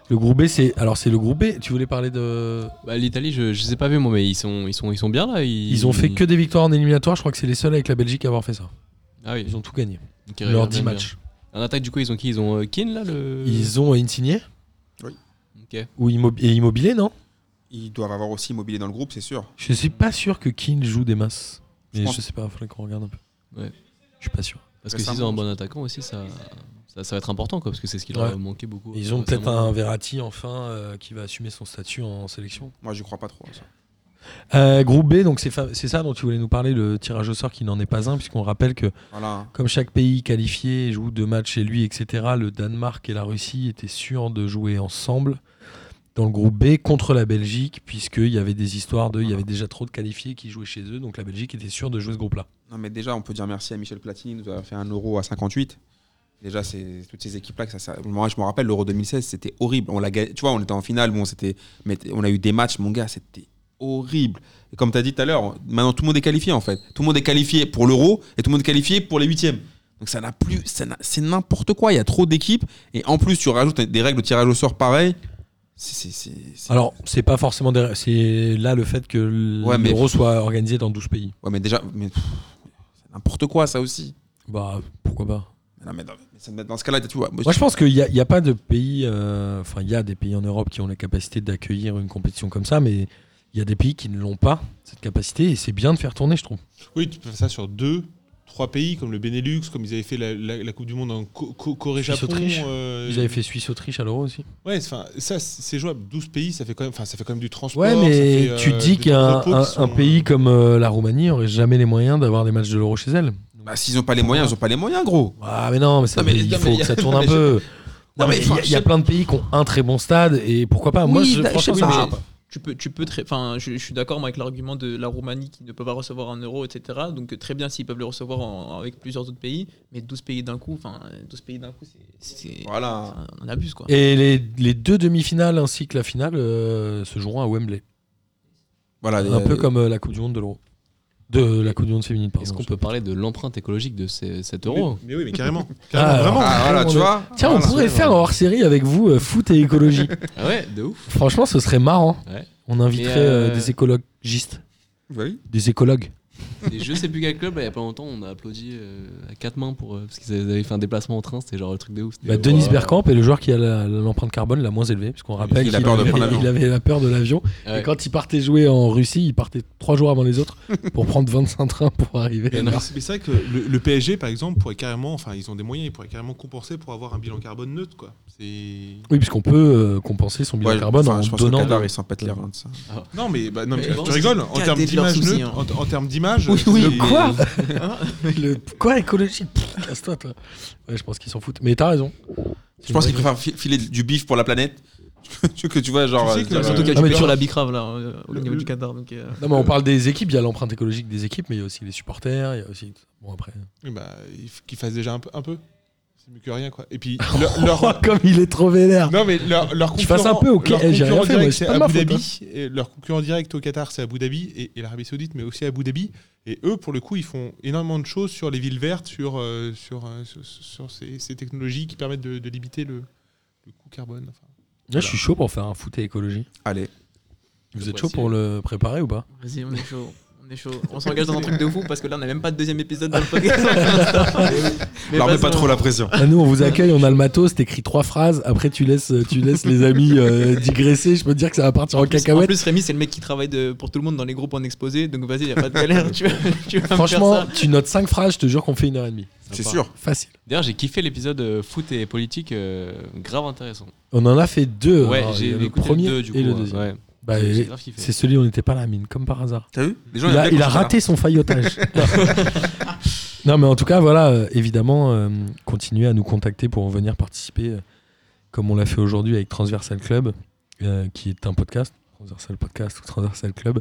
Speaker 4: Le groupe B, c'est. Alors, c'est le groupe B. Tu voulais parler de.
Speaker 7: Bah, L'Italie, je, je les ai pas vus, moi, mais ils sont, ils sont, ils sont bien là. Ils,
Speaker 4: Ils ont fait que des victoires en éliminatoire. Je crois que c'est les seuls avec la Belgique à avoir fait ça.
Speaker 7: Ah oui,
Speaker 4: Ils ont tout gagné.
Speaker 7: donc ils
Speaker 4: Leurs
Speaker 7: reviennent
Speaker 4: 10
Speaker 7: bien.
Speaker 4: matchs.
Speaker 7: En attaque, du coup, ils ont qui Ils ont euh, Keane là le...
Speaker 4: Ils ont Insigné
Speaker 7: Ok.
Speaker 4: ou Immob- et Immobilier, non
Speaker 1: euh, Ils doivent avoir aussi immobilier dans le groupe, c'est sûr.
Speaker 4: Je suis pas sûr que Keane joue des masses.
Speaker 1: Je
Speaker 4: Mais je,
Speaker 1: pense-
Speaker 4: sais pas, faudrait qu'on regarde un peu.
Speaker 7: Ouais.
Speaker 4: Je suis pas sûr.
Speaker 7: Parce
Speaker 1: Ouais,
Speaker 7: que
Speaker 1: ça
Speaker 7: s'ils ont un
Speaker 1: monte.
Speaker 7: bon attaquant aussi, ça, ça, ça va être important, quoi, parce que c'est ce qui
Speaker 4: Ouais.
Speaker 7: leur manquait beaucoup.
Speaker 4: Ils ont
Speaker 7: Ouais,
Speaker 4: peut-être
Speaker 7: ça monte.
Speaker 4: un Verratti enfin euh, qui va assumer son statut en sélection.
Speaker 1: Moi, j'y crois pas trop. à ça.
Speaker 4: Euh, groupe B, donc c'est fa- c'est ça dont tu voulais nous parler, le tirage au sort qui n'en est pas un, puisqu'on rappelle que
Speaker 1: Voilà. hein.
Speaker 4: comme chaque pays qualifié joue deux matchs chez lui, etc., le Danemark et la Russie étaient sûrs de jouer ensemble dans le groupe B contre la Belgique, puisqu'il y avait des histoires de, il y avait déjà trop de qualifiés qui jouaient chez eux, donc la Belgique était sûre de jouer ce groupe-là.
Speaker 1: Non, mais déjà, on peut dire merci à Michel Platini, il nous a fait un euro à 58. Déjà, c'est toutes ces équipes-là que ça. ça- moi, je me rappelle l'Euro 2016, c'était horrible. On l'a, ga- tu vois, on était en finale, bon, c'était, mais t- on a eu des matchs, mon gars, c'était horrible. Et comme tu as dit tout à l'heure, maintenant tout le monde est qualifié en fait. Tout le monde est qualifié pour l'Euro et tout le monde est qualifié pour les huitièmes. Donc ça n'a plus, ça n'a- c'est n'importe quoi. Il y a trop d'équipes et en plus tu rajoutes des règles de tirage au sort pareil. C'est, c'est- c'est- c'est-
Speaker 4: Alors, c'est pas forcément. des- C'est là le fait que l'euro
Speaker 1: Ouais, mais-
Speaker 4: soit organisé dans 12 pays.
Speaker 1: Ouais, mais déjà, mais, pff, c'est n'importe quoi ça aussi.
Speaker 4: Bah, pourquoi pas
Speaker 1: Non, mais dans, mais ça- dans ce cas-là, tu vois, moi,
Speaker 4: Moi, je pense qu'il n'y a, il y a pas de pays. euh, Enfin, il y a des pays en Europe qui ont la capacité d'accueillir une compétition comme ça, mais il y a des pays qui ne l'ont pas, cette capacité, et c'est bien de faire tourner, je trouve.
Speaker 5: Oui, tu peux faire ça sur deux, trois pays comme le Benelux, comme ils avaient fait la, la- la Coupe du Monde en Co- Co- Corée-Japon.
Speaker 4: Suisse-Autriche.
Speaker 5: euh,
Speaker 4: Ils avaient fait Suisse-Autriche à l'euro aussi.
Speaker 5: Ouais, c'est- 'fin, ça c'est c'est jouable. 12 pays, ça fait quand même, 'fin, ça fait quand même du transport.
Speaker 4: Ouais,
Speaker 5: ça
Speaker 4: mais
Speaker 5: fait, euh,
Speaker 4: tu te dis
Speaker 5: des
Speaker 4: qu'un
Speaker 5: repos qui
Speaker 4: un-
Speaker 5: sont-
Speaker 4: un pays comme euh, la Roumanie aurait jamais les moyens d'avoir des matchs de l'euro chez elle.
Speaker 1: bah, s'ils n'ont pas les moyens, ils n'ont pas les moyens, gros.
Speaker 4: Ah, mais non, mais, ça-
Speaker 1: Non, mais-
Speaker 4: il
Speaker 1: non,
Speaker 4: faut
Speaker 1: mais-
Speaker 4: que ça tourne
Speaker 1: non,
Speaker 4: un
Speaker 1: mais
Speaker 4: peu.
Speaker 1: Non,
Speaker 4: Non,
Speaker 1: mais
Speaker 4: mais il y a-
Speaker 1: enfin,
Speaker 4: il y, a
Speaker 1: je-
Speaker 4: plein de pays qui ont un très bon stade, et pourquoi pas Moi,
Speaker 1: Oui,
Speaker 4: je,
Speaker 1: d'a-
Speaker 4: franchement,
Speaker 1: je-
Speaker 4: ça me-
Speaker 1: oui, mais-
Speaker 6: tu peux, tu peux très, enfin, je, je suis d'accord moi, avec l'argument de la Roumanie qui ne peut pas recevoir un euro, etc. Donc euh, très bien s'ils peuvent le recevoir en- avec plusieurs autres pays, mais 12 pays d'un coup, enfin, euh, 12 pays d'un coup, c'est- c'est,
Speaker 1: Voilà.
Speaker 6: enfin, on abuse quoi.
Speaker 4: Et les, les deux demi-finales ainsi que la finale euh, se joueront à Wembley.
Speaker 1: Voilà,
Speaker 4: Un peu comme euh, la Coupe du Monde de l'Euro. De la Coupe du Monde féminine, pardon.
Speaker 7: Est-ce qu'on peut parler de l'empreinte écologique de ces, cet
Speaker 5: Mais,
Speaker 7: euro
Speaker 5: mais oui, mais carrément. carrément
Speaker 4: Ah,
Speaker 5: vraiment.
Speaker 1: Ah, voilà, tu vois.
Speaker 4: Tiens, on
Speaker 1: Voilà.
Speaker 4: pourrait faire hors série avec vous, euh, foot et écologie.
Speaker 7: Ah ouais, de ouf.
Speaker 4: Franchement, ce serait marrant. hein.
Speaker 7: Ouais.
Speaker 4: On inviterait
Speaker 7: Mais, euh,
Speaker 4: euh, des écologistes.
Speaker 1: Oui.
Speaker 4: Des écologues.
Speaker 7: Et je sais plus quel club, là, il y a pas longtemps, on a applaudi euh, à quatre mains pour, euh, parce qu'ils avaient fait un déplacement en train, c'était genre le truc de ouf. c'était-
Speaker 4: Bah, Denis Bergkamp est le joueur qui a la- l'empreinte carbone la moins élevée, puisqu'on rappelle
Speaker 1: Il a
Speaker 4: qu'il
Speaker 1: peur de
Speaker 4: avait,
Speaker 1: prendre l'avion.
Speaker 4: il avait la peur de l'avion.
Speaker 7: Ouais.
Speaker 4: Et quand il partait jouer en Russie, il partait trois jours avant les autres pour prendre 25 trains pour
Speaker 5: Mais
Speaker 4: arriver.
Speaker 5: non, c'est mais c'est vrai que le, le PSG, par exemple, pourrait carrément, enfin, ils ont des moyens, ils pourraient carrément compenser pour avoir un bilan carbone neutre, quoi. C'est.
Speaker 4: Oui, puisqu'on peut euh, compenser son bilan
Speaker 1: Ouais,
Speaker 4: carbone
Speaker 1: enfin,
Speaker 4: en
Speaker 1: je pense que
Speaker 4: donnant.
Speaker 1: Qatar,
Speaker 4: de-
Speaker 1: ils s'en pètent les reins de ça.
Speaker 5: Non, mais, bah, non, mais
Speaker 6: Mais
Speaker 5: tu
Speaker 6: bon,
Speaker 5: rigoles.
Speaker 6: c'est
Speaker 5: En termes
Speaker 6: cadet de leurs
Speaker 5: d'image
Speaker 6: soucis,
Speaker 5: neutre, en, en termes d'image.
Speaker 4: Oui, oui.
Speaker 5: c'est-
Speaker 4: Quoi
Speaker 6: Hein
Speaker 4: Le quoi écologie Pff, Casse-toi, toi. Ouais, je pense qu'ils s'en foutent. Mais t'as raison.
Speaker 1: Je pense
Speaker 4: C'est
Speaker 1: qu'ils
Speaker 4: une vraie-
Speaker 1: préfèrent fi- filer du bif pour la planète que que tu vois, genre.
Speaker 5: Tu sais
Speaker 1: euh,
Speaker 5: que-
Speaker 1: dire,
Speaker 5: surtout
Speaker 1: euh,
Speaker 6: Surtout qu'il y a
Speaker 4: Ah, mais
Speaker 6: du sur
Speaker 4: tu-
Speaker 6: la bicrave là, euh, au
Speaker 5: Le-
Speaker 6: niveau
Speaker 5: le-
Speaker 6: du Qatar. Donc, euh,
Speaker 4: Non, mais on parle des équipes, il y a l'empreinte écologique des équipes, mais il y a aussi les supporters, il y a aussi. Bon, après.
Speaker 5: Oui, bah, il faut qu'ils fassent déjà un peu. un peu. C'est mieux que rien, quoi. Et puis, leur- leur,
Speaker 4: Oh, comme il est trop vénère
Speaker 5: Non, mais leur, leur
Speaker 4: Tu
Speaker 5: concurrent,
Speaker 4: fasses un peu, ok,
Speaker 5: leur
Speaker 4: eh, j'ai
Speaker 5: concurrent
Speaker 4: rien fait,
Speaker 5: direct,
Speaker 4: moi, c'est
Speaker 5: c'est
Speaker 4: pas de ma
Speaker 5: Abu
Speaker 4: faute,
Speaker 5: Dhabi, et leur concurrent direct au Qatar, c'est Abu Dhabi et, et l'Arabie Saoudite, mais aussi Abu Dhabi. Et eux, pour le coup, ils font énormément de choses sur les villes vertes, sur, euh, sur, euh, sur, sur ces, ces technologies qui permettent de, de limiter le, le coût carbone. Enfin,
Speaker 4: Là, je suis chaud pour faire un foot et écologie.
Speaker 1: Allez.
Speaker 4: Vous
Speaker 6: Le
Speaker 4: êtes chaud
Speaker 6: voici.
Speaker 4: pour le préparer ou pas
Speaker 6: Vas-y, on est chaud. On est chaud. On s'engage dans un truc de fou parce que là, on n'a même pas de deuxième épisode dans le podcast. Mais
Speaker 1: Leur mets
Speaker 6: vas-y,
Speaker 1: pas
Speaker 6: on-
Speaker 1: trop la pression.
Speaker 4: Ah, Nous, on vous accueille, on a le matos, t'écris trois phrases, après tu laisses, tu laisses les amis euh, digresser, je peux te dire que ça va partir en
Speaker 6: En
Speaker 4: cacahuète.
Speaker 6: plus, Rémi, c'est le mec qui travaille de- pour tout le monde dans les groupes en exposé, donc vas-y, y a pas de galère. tu, vas- tu vas me
Speaker 4: Franchement,
Speaker 6: faire ça.
Speaker 4: tu notes cinq phrases, je te jure qu'on fait une heure et demie.
Speaker 1: C'est
Speaker 7: Sympa.
Speaker 1: sûr.
Speaker 4: Facile.
Speaker 7: D'ailleurs, j'ai kiffé l'épisode euh, foot et politique, euh, grave intéressant.
Speaker 4: On en a fait deux.
Speaker 7: ouais,
Speaker 4: Euh, Alors, il y
Speaker 7: j'ai
Speaker 4: a le
Speaker 7: écouté
Speaker 4: premier
Speaker 7: les deux, du coup.
Speaker 4: et le
Speaker 7: euh,
Speaker 4: deuxième.
Speaker 7: ouais.
Speaker 4: Bah,
Speaker 7: J'ai
Speaker 4: et-
Speaker 7: grave kiffé.
Speaker 4: c'est celui où on n'était pas à la mine, comme par hasard.
Speaker 1: T'as vu Les gens
Speaker 4: Il
Speaker 1: aiment
Speaker 4: a,
Speaker 1: bien
Speaker 4: il
Speaker 1: quand
Speaker 4: a
Speaker 1: c'est
Speaker 7: hein.
Speaker 4: raté son faillotage. non, mais en tout cas, voilà, euh, évidemment, euh, continuez à nous contacter pour venir participer, euh, comme on l'a fait aujourd'hui avec Transversal Club, euh, qui est un podcast, Transversal Podcast ou Transversal Club.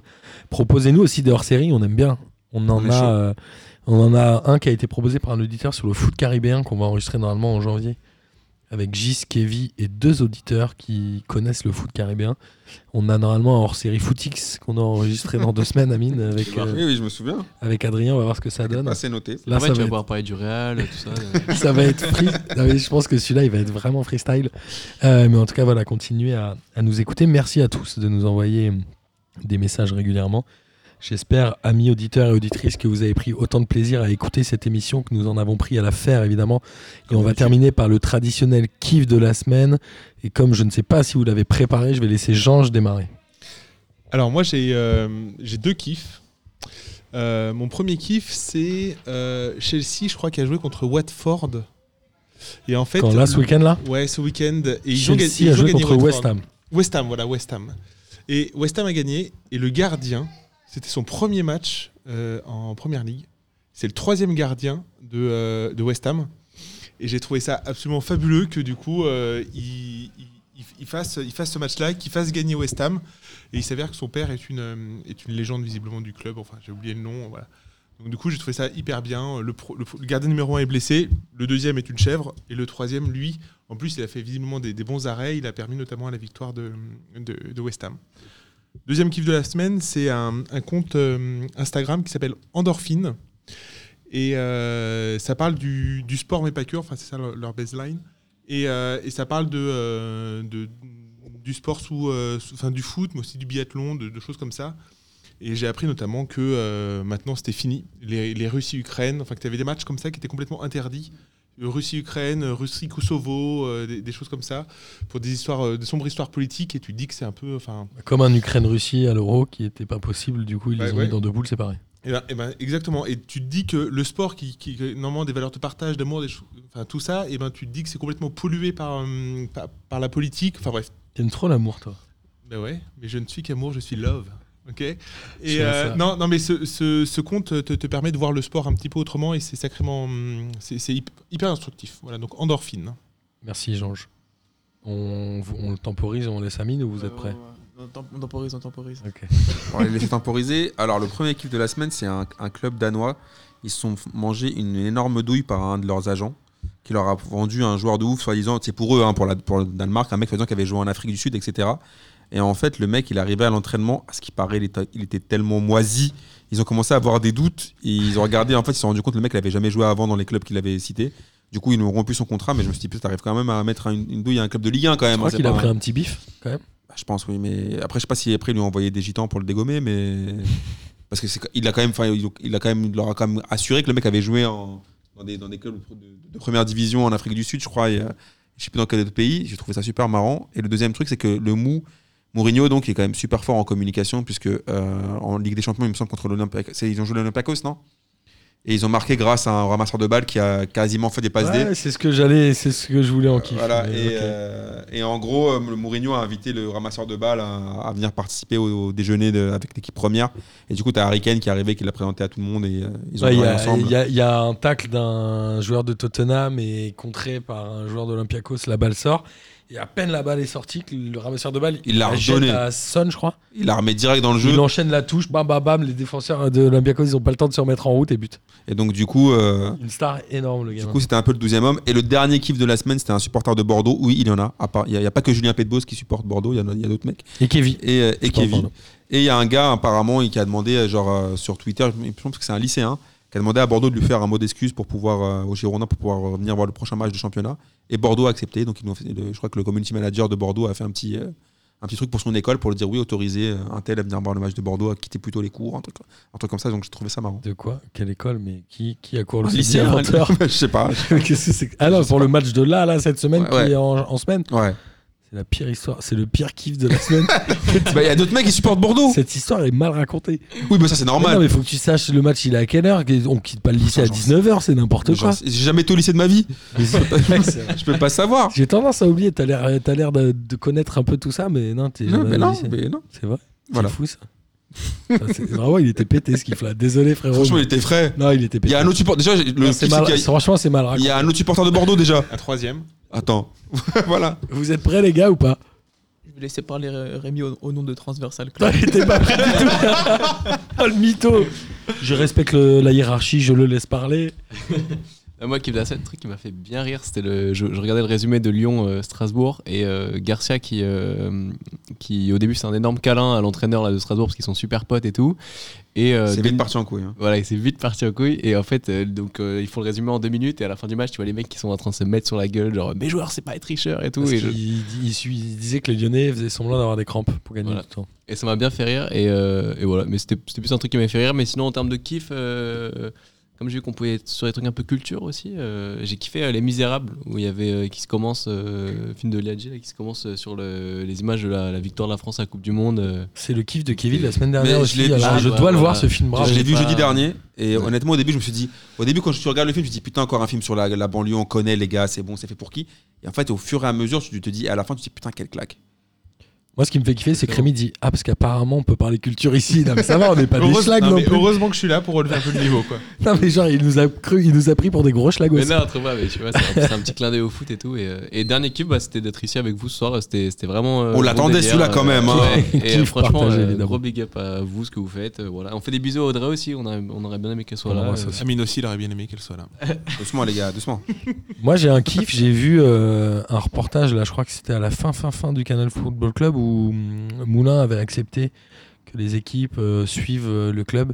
Speaker 4: Proposez-nous aussi des hors-séries, on aime bien. On en,
Speaker 1: On est
Speaker 4: a,
Speaker 1: chaud.
Speaker 4: euh, on en a un qui a été proposé par un auditeur sur le foot caribéen qu'on va enregistrer normalement en janvier avec Gis, Kevy et deux auditeurs qui connaissent le foot caribéen. On a normalement un hors-série Footix qu'on a enregistré dans deux semaines, Amine, avec,
Speaker 1: ça.
Speaker 4: euh,
Speaker 1: Oui, oui, je me souviens.
Speaker 4: avec Adrien, on va voir ce que ça donne.
Speaker 1: Bah, c'est noté.
Speaker 4: Là, ça va,
Speaker 7: Après, tu vas
Speaker 4: être,
Speaker 7: pouvoir parler du Real, tout ça.
Speaker 4: ça va être free. Non, mais je pense que celui-là, il va être vraiment freestyle. Euh, mais en tout cas, voilà, continuez à, à nous écouter. Merci à tous de nous envoyer hum, des messages régulièrement. J'espère, amis auditeurs et auditrices, que vous avez pris autant de plaisir à écouter cette émission que nous en avons pris à la faire, évidemment. Et on va terminer par le traditionnel kiff de la semaine. Et comme je ne sais pas si vous l'avez préparé, je vais laisser Jange démarrer.
Speaker 5: Alors moi j'ai euh, j'ai deux kiffs. Euh, mon premier kiff c'est euh, Chelsea, je crois, qui a joué contre Watford. Et en fait,
Speaker 4: Quand là, ce week-end, là
Speaker 5: ouais, ce week-end, et ils
Speaker 4: Chelsea
Speaker 5: ont gagné- ils
Speaker 4: a
Speaker 5: ont
Speaker 4: joué
Speaker 5: gagné
Speaker 4: contre
Speaker 5: Watford.
Speaker 4: West Ham.
Speaker 5: West Ham, voilà West Ham. Et West Ham a gagné. Et le gardien, c'était son premier match euh, en première ligue. C'est le troisième gardien de, euh, de West Ham. Et j'ai trouvé ça absolument fabuleux que du coup, euh, il, il- il- il fasse, il fasse ce match-là, qu'il fasse gagner West Ham. Et il s'avère que son père est une, euh, est une légende visiblement du club. Enfin, j'ai oublié le nom. Voilà. Donc du coup, j'ai trouvé ça hyper bien. Le, pro- le pro- le gardien numéro 1 est blessé, le deuxième est une chèvre, et le troisième, lui, en plus, il a fait visiblement des, des bons arrêts. Il a permis notamment à la victoire de, de- de West Ham. Deuxième kiff de la semaine, c'est un, un compte euh, Instagram qui s'appelle Endorphine. Et euh, ça parle du, du sport, mais pas que. Enfin, c'est ça leur leur baseline. Et, euh, et ça parle de, euh, de- du sport sous, euh, sous- enfin du foot, mais aussi du biathlon, de, de choses comme ça. Et j'ai appris notamment que euh, maintenant c'était fini. Les, les Russie-Ukraine, enfin que tu avais des matchs comme ça qui étaient complètement interdits. Euh, Russie-Ukraine, euh, Russie-Kosovo, euh, des, des choses comme ça, pour des histoires, euh, des sombres histoires politiques. Et tu te dis que c'est un peu, enfin,
Speaker 4: Comme un Ukraine-Russie à l'euro qui n'était pas possible, du coup ils
Speaker 5: Ouais,
Speaker 4: les ont
Speaker 5: ouais.
Speaker 4: mis dans deux boules séparées.
Speaker 5: Eh ben, eh ben, exactement. Et tu te dis que le sport, qui, qui- qui- normalement des valeurs de partage, d'amour, des cho- enfin tout ça, et ben tu te dis que c'est complètement pollué par, hum, par, par la politique. Enfin bref.
Speaker 4: T'aimes trop l'amour toi.
Speaker 5: Ben ouais, mais je ne suis qu'amour, je suis love. Ok. Et
Speaker 4: C'est
Speaker 5: euh,
Speaker 4: ça.
Speaker 5: non, non, mais ce, ce, ce compte te, te permet de voir le sport un petit peu autrement et c'est sacrément, hum, c'est c'est hyp- hyper instructif. Voilà, donc endorphine. hein.
Speaker 4: Merci Jean-Je. On, on le temporise, on laisse Amine ou vous êtes
Speaker 1: Euh,
Speaker 4: prêts
Speaker 6: Euh, on, tem- on temporise, on temporise.
Speaker 4: Ok.
Speaker 1: On les laisser temporiser. Alors, le premier kiff de la semaine, c'est un, un club danois. Ils se sont f- mangés une énorme douille par un de leurs agents qui leur a vendu un joueur de ouf, soi-disant, c'est pour eux, hein, pour, la, pour le Danemark, un mec soi-disant qui avait joué en Afrique du Sud, etc. Et en fait, le mec, il arrivait à l'entraînement, à ce qui paraît, il était, il était tellement moisi. Ils ont commencé à avoir des doutes. Et ils ont regardé, en fait, ils se sont rendu compte que le mec n'avait jamais joué avant dans les clubs qu'il avait cités. Du coup, ils nous ont rompu son contrat, mais je me suis dit, putain, t'arrives quand même à mettre une, une douille à un club de Ligue 1 quand
Speaker 4: Je
Speaker 1: même. hein,
Speaker 4: crois
Speaker 1: c'est
Speaker 4: qu'il a
Speaker 1: pas un-
Speaker 4: pris un petit bif quand même.
Speaker 1: bah, Je pense, oui, mais après, je sais pas si après ils lui ont envoyé des gitans pour le dégommer, mais. Parce que c'est- il a quand même, enfin, il il a quand même, il leur a quand même assuré que le mec avait joué en- dans, des, dans des clubs de, de première division en Afrique du Sud, je crois, et, euh, je sais plus dans quel autre pays. J'ai trouvé ça super marrant. Et le deuxième truc, c'est que le mou, Mourinho, donc, est quand même super fort en communication, puisque euh, en Ligue des Champions, il me semble, contre l'Olympiakos, c'est- ils ont joué l'Olympiakos, non Et ils ont marqué grâce à un ramasseur de balles qui a quasiment fait des passes D.
Speaker 4: Ouais, c'est ce que j'allais, c'est ce que je voulais en kiff.
Speaker 1: Voilà,
Speaker 4: mais
Speaker 1: et,
Speaker 4: ok.
Speaker 1: euh, et en gros, euh, le Mourinho a invité le ramasseur de balles à, à venir participer au, au déjeuner de- avec l'équipe première. Et du coup, t'as Harry Kane qui est arrivé, qui l'a présenté à tout le monde et euh, ils ont
Speaker 4: Ouais, Il y,
Speaker 1: joué
Speaker 4: a-
Speaker 1: ensemble.
Speaker 4: il y a- il y a un tacle d'un joueur de Tottenham et contré par un joueur d'Olympiakos, la balle sort. Et à peine la balle est sortie, que le ramasseur de balle
Speaker 1: Il l'a
Speaker 4: la jette
Speaker 1: redonné.
Speaker 4: à Son, je crois.
Speaker 1: Il la remet direct dans le jeu.
Speaker 4: Il enchaîne la touche, bam bam bam. Les défenseurs de l'Olympiakos, ils ont pas le temps de se remettre en route et but.
Speaker 1: Et donc, du coup, euh,
Speaker 4: Une star énorme, le
Speaker 1: du
Speaker 4: gars.
Speaker 1: coup c'était un peu le 12 homme. Et le dernier kiff de la semaine, c'était un supporter de Bordeaux. Oui, il y en a. À part- Il n'y a, il y a pas que Julien Pédebos qui supporte Bordeaux, il y en a, il y a d'autres mecs.
Speaker 4: Et Kevin.
Speaker 1: Et, euh, et
Speaker 4: Supporte
Speaker 1: Kevin.
Speaker 4: Bordeaux.
Speaker 1: Et il y a un gars, apparemment, qui a demandé, euh, genre, euh, sur Twitter, je me- je pense que c'est un lycéen, qui a demandé à Bordeaux de lui faire un mot d'excuse pour pouvoir, euh, au Girondin, pour pouvoir euh, venir voir le prochain match de championnat. Et Bordeaux a accepté. Donc, ils nous ont fait- le- je crois que le community manager de Bordeaux a fait un petit, euh, un petit truc pour son école pour lui dire oui, autoriser euh, un tel à venir voir le match de Bordeaux, à quitter plutôt les cours, un truc, un truc comme ça. Donc, je trouvais ça marrant.
Speaker 4: De quoi Quelle école Mais qui, qui a cours le
Speaker 1: Un
Speaker 4: samedi
Speaker 1: lycéen,
Speaker 4: à 20h
Speaker 1: je sais pas.
Speaker 4: Qu'est-ce que c'est que- Ah non, pour le match de là, là, cette semaine,
Speaker 1: Ouais, ouais.
Speaker 4: qui est en, en semaine.
Speaker 1: Ouais.
Speaker 4: C'est la pire histoire, c'est le pire kiff de la semaine.
Speaker 1: Bah, Il y a d'autres mecs qui supportent Bordeaux.
Speaker 4: cette histoire est mal racontée.
Speaker 1: Oui, mais ça, c'est
Speaker 4: Mais non,
Speaker 1: normal.
Speaker 4: mais faut que tu saches le match, il est à quelle heure On quitte pas le lycée à 19h, c'est n'importe
Speaker 1: Genre,
Speaker 4: quoi.
Speaker 1: J'ai jamais été au lycée de ma vie. Je peux pas savoir.
Speaker 4: J'ai tendance à oublier, t'as l'air, t'as l'air de, de connaître un peu tout ça, mais non, t'es
Speaker 1: Non,
Speaker 4: jamais
Speaker 1: mais
Speaker 4: allé au
Speaker 1: non,
Speaker 4: lycée.
Speaker 1: mais non.
Speaker 4: C'est vrai,
Speaker 1: Voilà.
Speaker 4: c'est fou ça. Ça, c'est- Vraiment, il était pété ce kiff-là. Désolé frérot.
Speaker 1: Franchement,
Speaker 4: mais-
Speaker 1: il était frais.
Speaker 4: Non, il était
Speaker 1: Il
Speaker 4: pété.
Speaker 1: y a un autre support. Déjà, j'ai- le
Speaker 4: Non,
Speaker 1: kiff,
Speaker 4: c'est
Speaker 1: c'est
Speaker 4: mal-
Speaker 1: qu'il y a-
Speaker 4: Franchement, c'est mal
Speaker 1: il y
Speaker 4: raconté.
Speaker 1: a un autre supporter de Bordeaux déjà.
Speaker 5: Un troisième.
Speaker 1: Attends. voilà.
Speaker 4: Vous êtes prêts les gars ou pas
Speaker 6: Je vais laisser parler euh, Rémi au, au nom de Transversal
Speaker 4: Non,
Speaker 6: Club.
Speaker 4: il était pas prêt du tout. oh le mytho. Je respecte le- la hiérarchie, je le laisse parler.
Speaker 7: Ah, moi, qui faisait ça, le truc qui m'a fait bien rire, c'était le. Je, je regardais le résumé de Lyon-Strasbourg et euh, Garcia qui, euh, qui, au début, c'est un énorme câlin à l'entraîneur là, de Strasbourg parce qu'ils sont super potes et tout. Et, euh,
Speaker 1: C'est
Speaker 7: dès-
Speaker 1: vite parti en couille. hein.
Speaker 7: Voilà, et c'est vite parti en couille. Et en fait, euh, donc, euh, ils font le résumé en deux minutes. Et à la fin du match, tu vois les mecs qui sont en train de se mettre sur la gueule, genre mes joueurs, c'est pas être tricheur et tout.
Speaker 4: Parce
Speaker 7: Et, je-
Speaker 4: qu'il il suit- il disait que les Lyonnais faisaient semblant d'avoir des crampes pour gagner
Speaker 7: Voilà.
Speaker 4: du temps.
Speaker 7: et ça m'a bien fait rire. Et, euh, et voilà, mais c'était c'était plus un truc qui m'a fait rire. Mais sinon, en termes de kiff, euh, comme j'ai vu qu'on pouvait être sur des trucs un peu culture aussi, euh, j'ai kiffé euh, Les Misérables, où il y avait euh, qui se commence, euh, film de Liadji, là, qui se commence euh, sur le- les images de la, la victoire de la France à la Coupe du Monde. euh,
Speaker 4: C'est le kiff de Kevin la semaine dernière
Speaker 1: Mais
Speaker 4: aussi.
Speaker 1: je l'ai-
Speaker 4: alors Je, dois
Speaker 7: Ah, ouais,
Speaker 4: le
Speaker 7: voilà.
Speaker 4: voir ce film. Bravo.
Speaker 1: je l'ai vu
Speaker 7: pas-
Speaker 1: jeudi dernier et
Speaker 7: Ouais.
Speaker 1: honnêtement au début je me suis dit au début quand je regarde le film je me dis putain encore un film sur la, la banlieue on connaît les gars c'est bon c'est fait pour qui et en fait au fur et à mesure tu te dis à la fin tu te dis putain quelle claque
Speaker 4: Moi, ce qui me fait kiffer, c'est que Rémi dit Ah, parce qu'apparemment, on peut parler culture ici. Non, mais ça va, on n'est pas des
Speaker 5: Heureuse-
Speaker 4: schlags
Speaker 5: non,
Speaker 4: non
Speaker 5: mais
Speaker 4: plus.
Speaker 5: heureusement que je suis là pour relever un peu le niveau. Quoi.
Speaker 4: Non, mais genre, il nous a, cru, il nous a pris pour des gros schlags
Speaker 7: Mais
Speaker 4: aussi.
Speaker 7: non, trop pas, mais tu vois, c'est un, c'est un petit clin d'œil au foot et tout. Et, euh, et dernier cube, bah, c'était d'être ici avec vous ce soir. euh, C'était c'était vraiment. euh,
Speaker 1: On l'attendait,
Speaker 7: délire,
Speaker 1: celui-là, quand même, hein.
Speaker 7: ouais.
Speaker 4: Kiff
Speaker 7: Et euh, franchement,
Speaker 4: partagé,
Speaker 7: euh,
Speaker 4: évidemment.
Speaker 7: gros big up à vous, ce que vous faites. euh, voilà. On fait des bisous à Audrey aussi. On, a- on aurait bien aimé qu'elle soit
Speaker 4: On
Speaker 7: là.
Speaker 4: l'embrasse
Speaker 7: euh,
Speaker 4: aussi.
Speaker 5: Amine aussi, il aurait bien aimé qu'elle soit là.
Speaker 1: Doucement, les gars, doucement.
Speaker 4: Moi, j'ai un kiff. J'ai vu euh, un reportage, là, je crois que c'était à la fin, fin, fin du Canal Football Club où hum, Moulin avait accepté que les équipes euh, suivent euh, le club.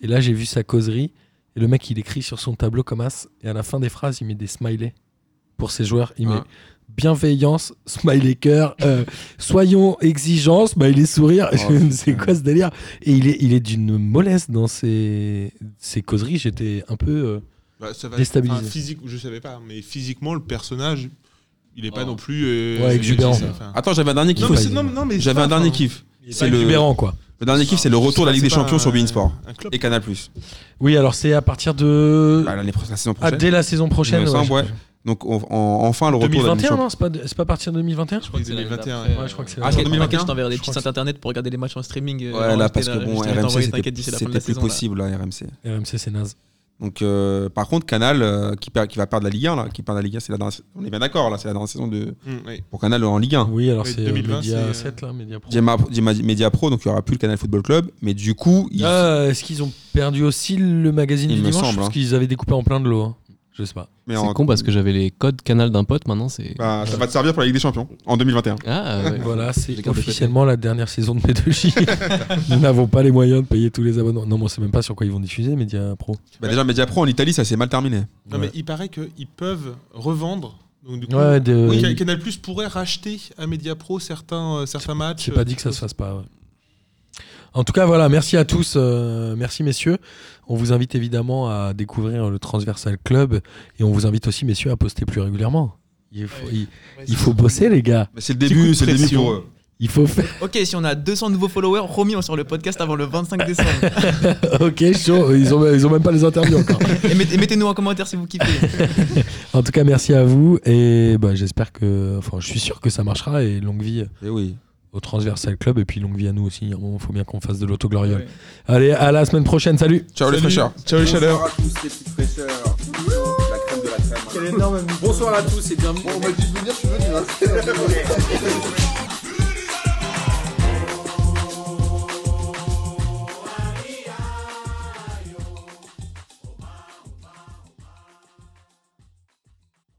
Speaker 4: Et là, j'ai vu sa causerie. Et le mec, il écrit sur son tableau comme as. Et à la fin des phrases, il met des smileys pour ses joueurs. Il met
Speaker 1: Hein.
Speaker 4: bienveillance, smiley cœur, euh, soyons exigeants, smiley sourire. Je- C'est quoi ce délire Et il est, il est d'une mollesse dans ses, ses causeries. J'étais un peu. euh,
Speaker 5: Bah, ça va
Speaker 4: Déstabilisé.
Speaker 5: enfin, physique, je savais pas, mais physiquement, le personnage, il est pas
Speaker 7: Oh.
Speaker 5: non plus. euh,
Speaker 4: Ouais,
Speaker 5: c'est
Speaker 4: exubérant.
Speaker 5: gentil, ça. Enfin,
Speaker 1: Attends, j'avais un dernier
Speaker 5: non,
Speaker 1: kiff.
Speaker 5: mais
Speaker 1: aussi.
Speaker 5: c'est- non, non, mais
Speaker 1: J'avais
Speaker 5: ça,
Speaker 1: un dernier
Speaker 5: enfin,
Speaker 1: kiff.
Speaker 4: c'est
Speaker 1: C'est
Speaker 5: Euh,
Speaker 1: le,
Speaker 4: exubérant, quoi.
Speaker 1: le dernier kiff, c'est le retour de la Ligue des
Speaker 5: C'est pas
Speaker 1: Champions
Speaker 5: un-
Speaker 1: sur Beansport
Speaker 5: un club.
Speaker 1: et Canal+.
Speaker 4: Oui, alors c'est à partir de.
Speaker 1: Bah, l'année pro- la saison
Speaker 4: Ah,
Speaker 1: prochaine.
Speaker 4: dès la saison prochaine.
Speaker 1: Il me semble,
Speaker 4: je-
Speaker 1: ouais. Donc on- on- enfin le retour de la Ligue des
Speaker 4: 2021,
Speaker 1: Champions.
Speaker 4: non C'est pas, de- c'est pas à partir de 2021
Speaker 5: Je crois que c'est
Speaker 7: l'année
Speaker 5: 2021.
Speaker 7: d'après.
Speaker 4: Ouais, je crois que c'est
Speaker 1: Ah, c'est en 2021,
Speaker 6: Je t'enverrai
Speaker 4: je
Speaker 6: des
Speaker 4: crois
Speaker 6: petits
Speaker 4: que
Speaker 6: sites internet pour regarder les matchs en streaming. euh,
Speaker 1: Ouais,
Speaker 6: genre,
Speaker 1: là, parce que
Speaker 6: j'étais là,
Speaker 1: bon,
Speaker 6: je t'ai
Speaker 1: RMC,
Speaker 6: envoyé,
Speaker 1: c'était
Speaker 6: t'inquiète, d'ici la fin de la
Speaker 1: c'était plus
Speaker 6: saison, là.
Speaker 1: possible, hein, là, RMC.
Speaker 4: RMC, c'est naze.
Speaker 1: Donc, euh, par contre, Canal, euh, qui, perd- qui va perdre la Ligue 1, là, qui perd la Ligue 1, c'est la dernière, on est bien d'accord, là, c'est la dernière saison de,
Speaker 5: Hum, ouais.
Speaker 1: pour Canal en Ligue 1.
Speaker 4: Oui, alors
Speaker 5: Mais
Speaker 4: c'est euh,
Speaker 5: 2020, c'est,
Speaker 4: Media
Speaker 5: euh,
Speaker 4: 7, là, Media Pro.
Speaker 1: Gemma- Gemma- Media Pro, donc il n'y aura plus le Canal Football Club, mais du coup, ils-
Speaker 4: Ah, Est-ce qu'ils ont perdu aussi le magazine
Speaker 1: Il
Speaker 4: du
Speaker 1: me
Speaker 4: dimanche
Speaker 1: semble,
Speaker 4: Parce
Speaker 1: hein.
Speaker 4: qu'ils avaient découpé en plein de l'eau. hein. Je sais pas.
Speaker 1: mais en-
Speaker 7: C'est con parce que j'avais les codes canal d'un pote. Maintenant, c'est.
Speaker 1: bah, ça va te servir pour la Ligue des Champions en 2021.
Speaker 7: Ah, ouais.
Speaker 4: Voilà,
Speaker 7: J'ai
Speaker 4: c'est
Speaker 7: gardé le
Speaker 4: officiellement la dernière saison de P2J. Nous n'avons pas les moyens de payer tous les abonnements. Non, mais on sait même pas sur quoi ils vont diffuser, Media Pro.
Speaker 1: Bah, Déjà, Media Pro en Italie, ça s'est mal terminé.
Speaker 5: Non, mais il paraît qu'ils peuvent revendre. Donc, du coup,
Speaker 4: Ouais, euh, de-
Speaker 5: oui, Can- Canal Plus pourrait racheter à Media Pro certains, euh, certains matchs.
Speaker 4: J'ai pas dit que ça se fasse pas. ouais. En tout cas, voilà, merci à tous, euh, merci messieurs. On vous invite évidemment à découvrir le Transversal Club et on vous invite aussi messieurs à poster plus régulièrement. Il faut, il- il faut bosser les gars,
Speaker 1: Mais c'est le
Speaker 4: coup de
Speaker 1: début, c'est le début
Speaker 4: pression.
Speaker 1: pour eux.
Speaker 4: il faut faire.
Speaker 6: Ok, si on a 200 nouveaux followers, remis on sur le podcast avant le 25 décembre.
Speaker 4: ok, chaud, ils ont, ils ont même pas les interviews encore.
Speaker 6: et mettez- mettez-nous en commentaire si vous kiffez.
Speaker 4: En tout cas, merci à vous et bah, j'espère que, enfin, je suis sûr que ça marchera et longue vie
Speaker 1: Et Eh oui.
Speaker 4: au Transversal Club et puis longue vie à nous aussi. Il faut bien qu'on fasse de l'autogloriole. Allez, à la semaine prochaine, salut.
Speaker 1: Ciao les fraîcheurs.
Speaker 5: Ciao les chaleurs.
Speaker 3: Bonsoir à tous les petites fraîcheurs. La crème de la crème. Bonsoir à tous et bienvenue. On m'a dit de venir, je suis venu. hein.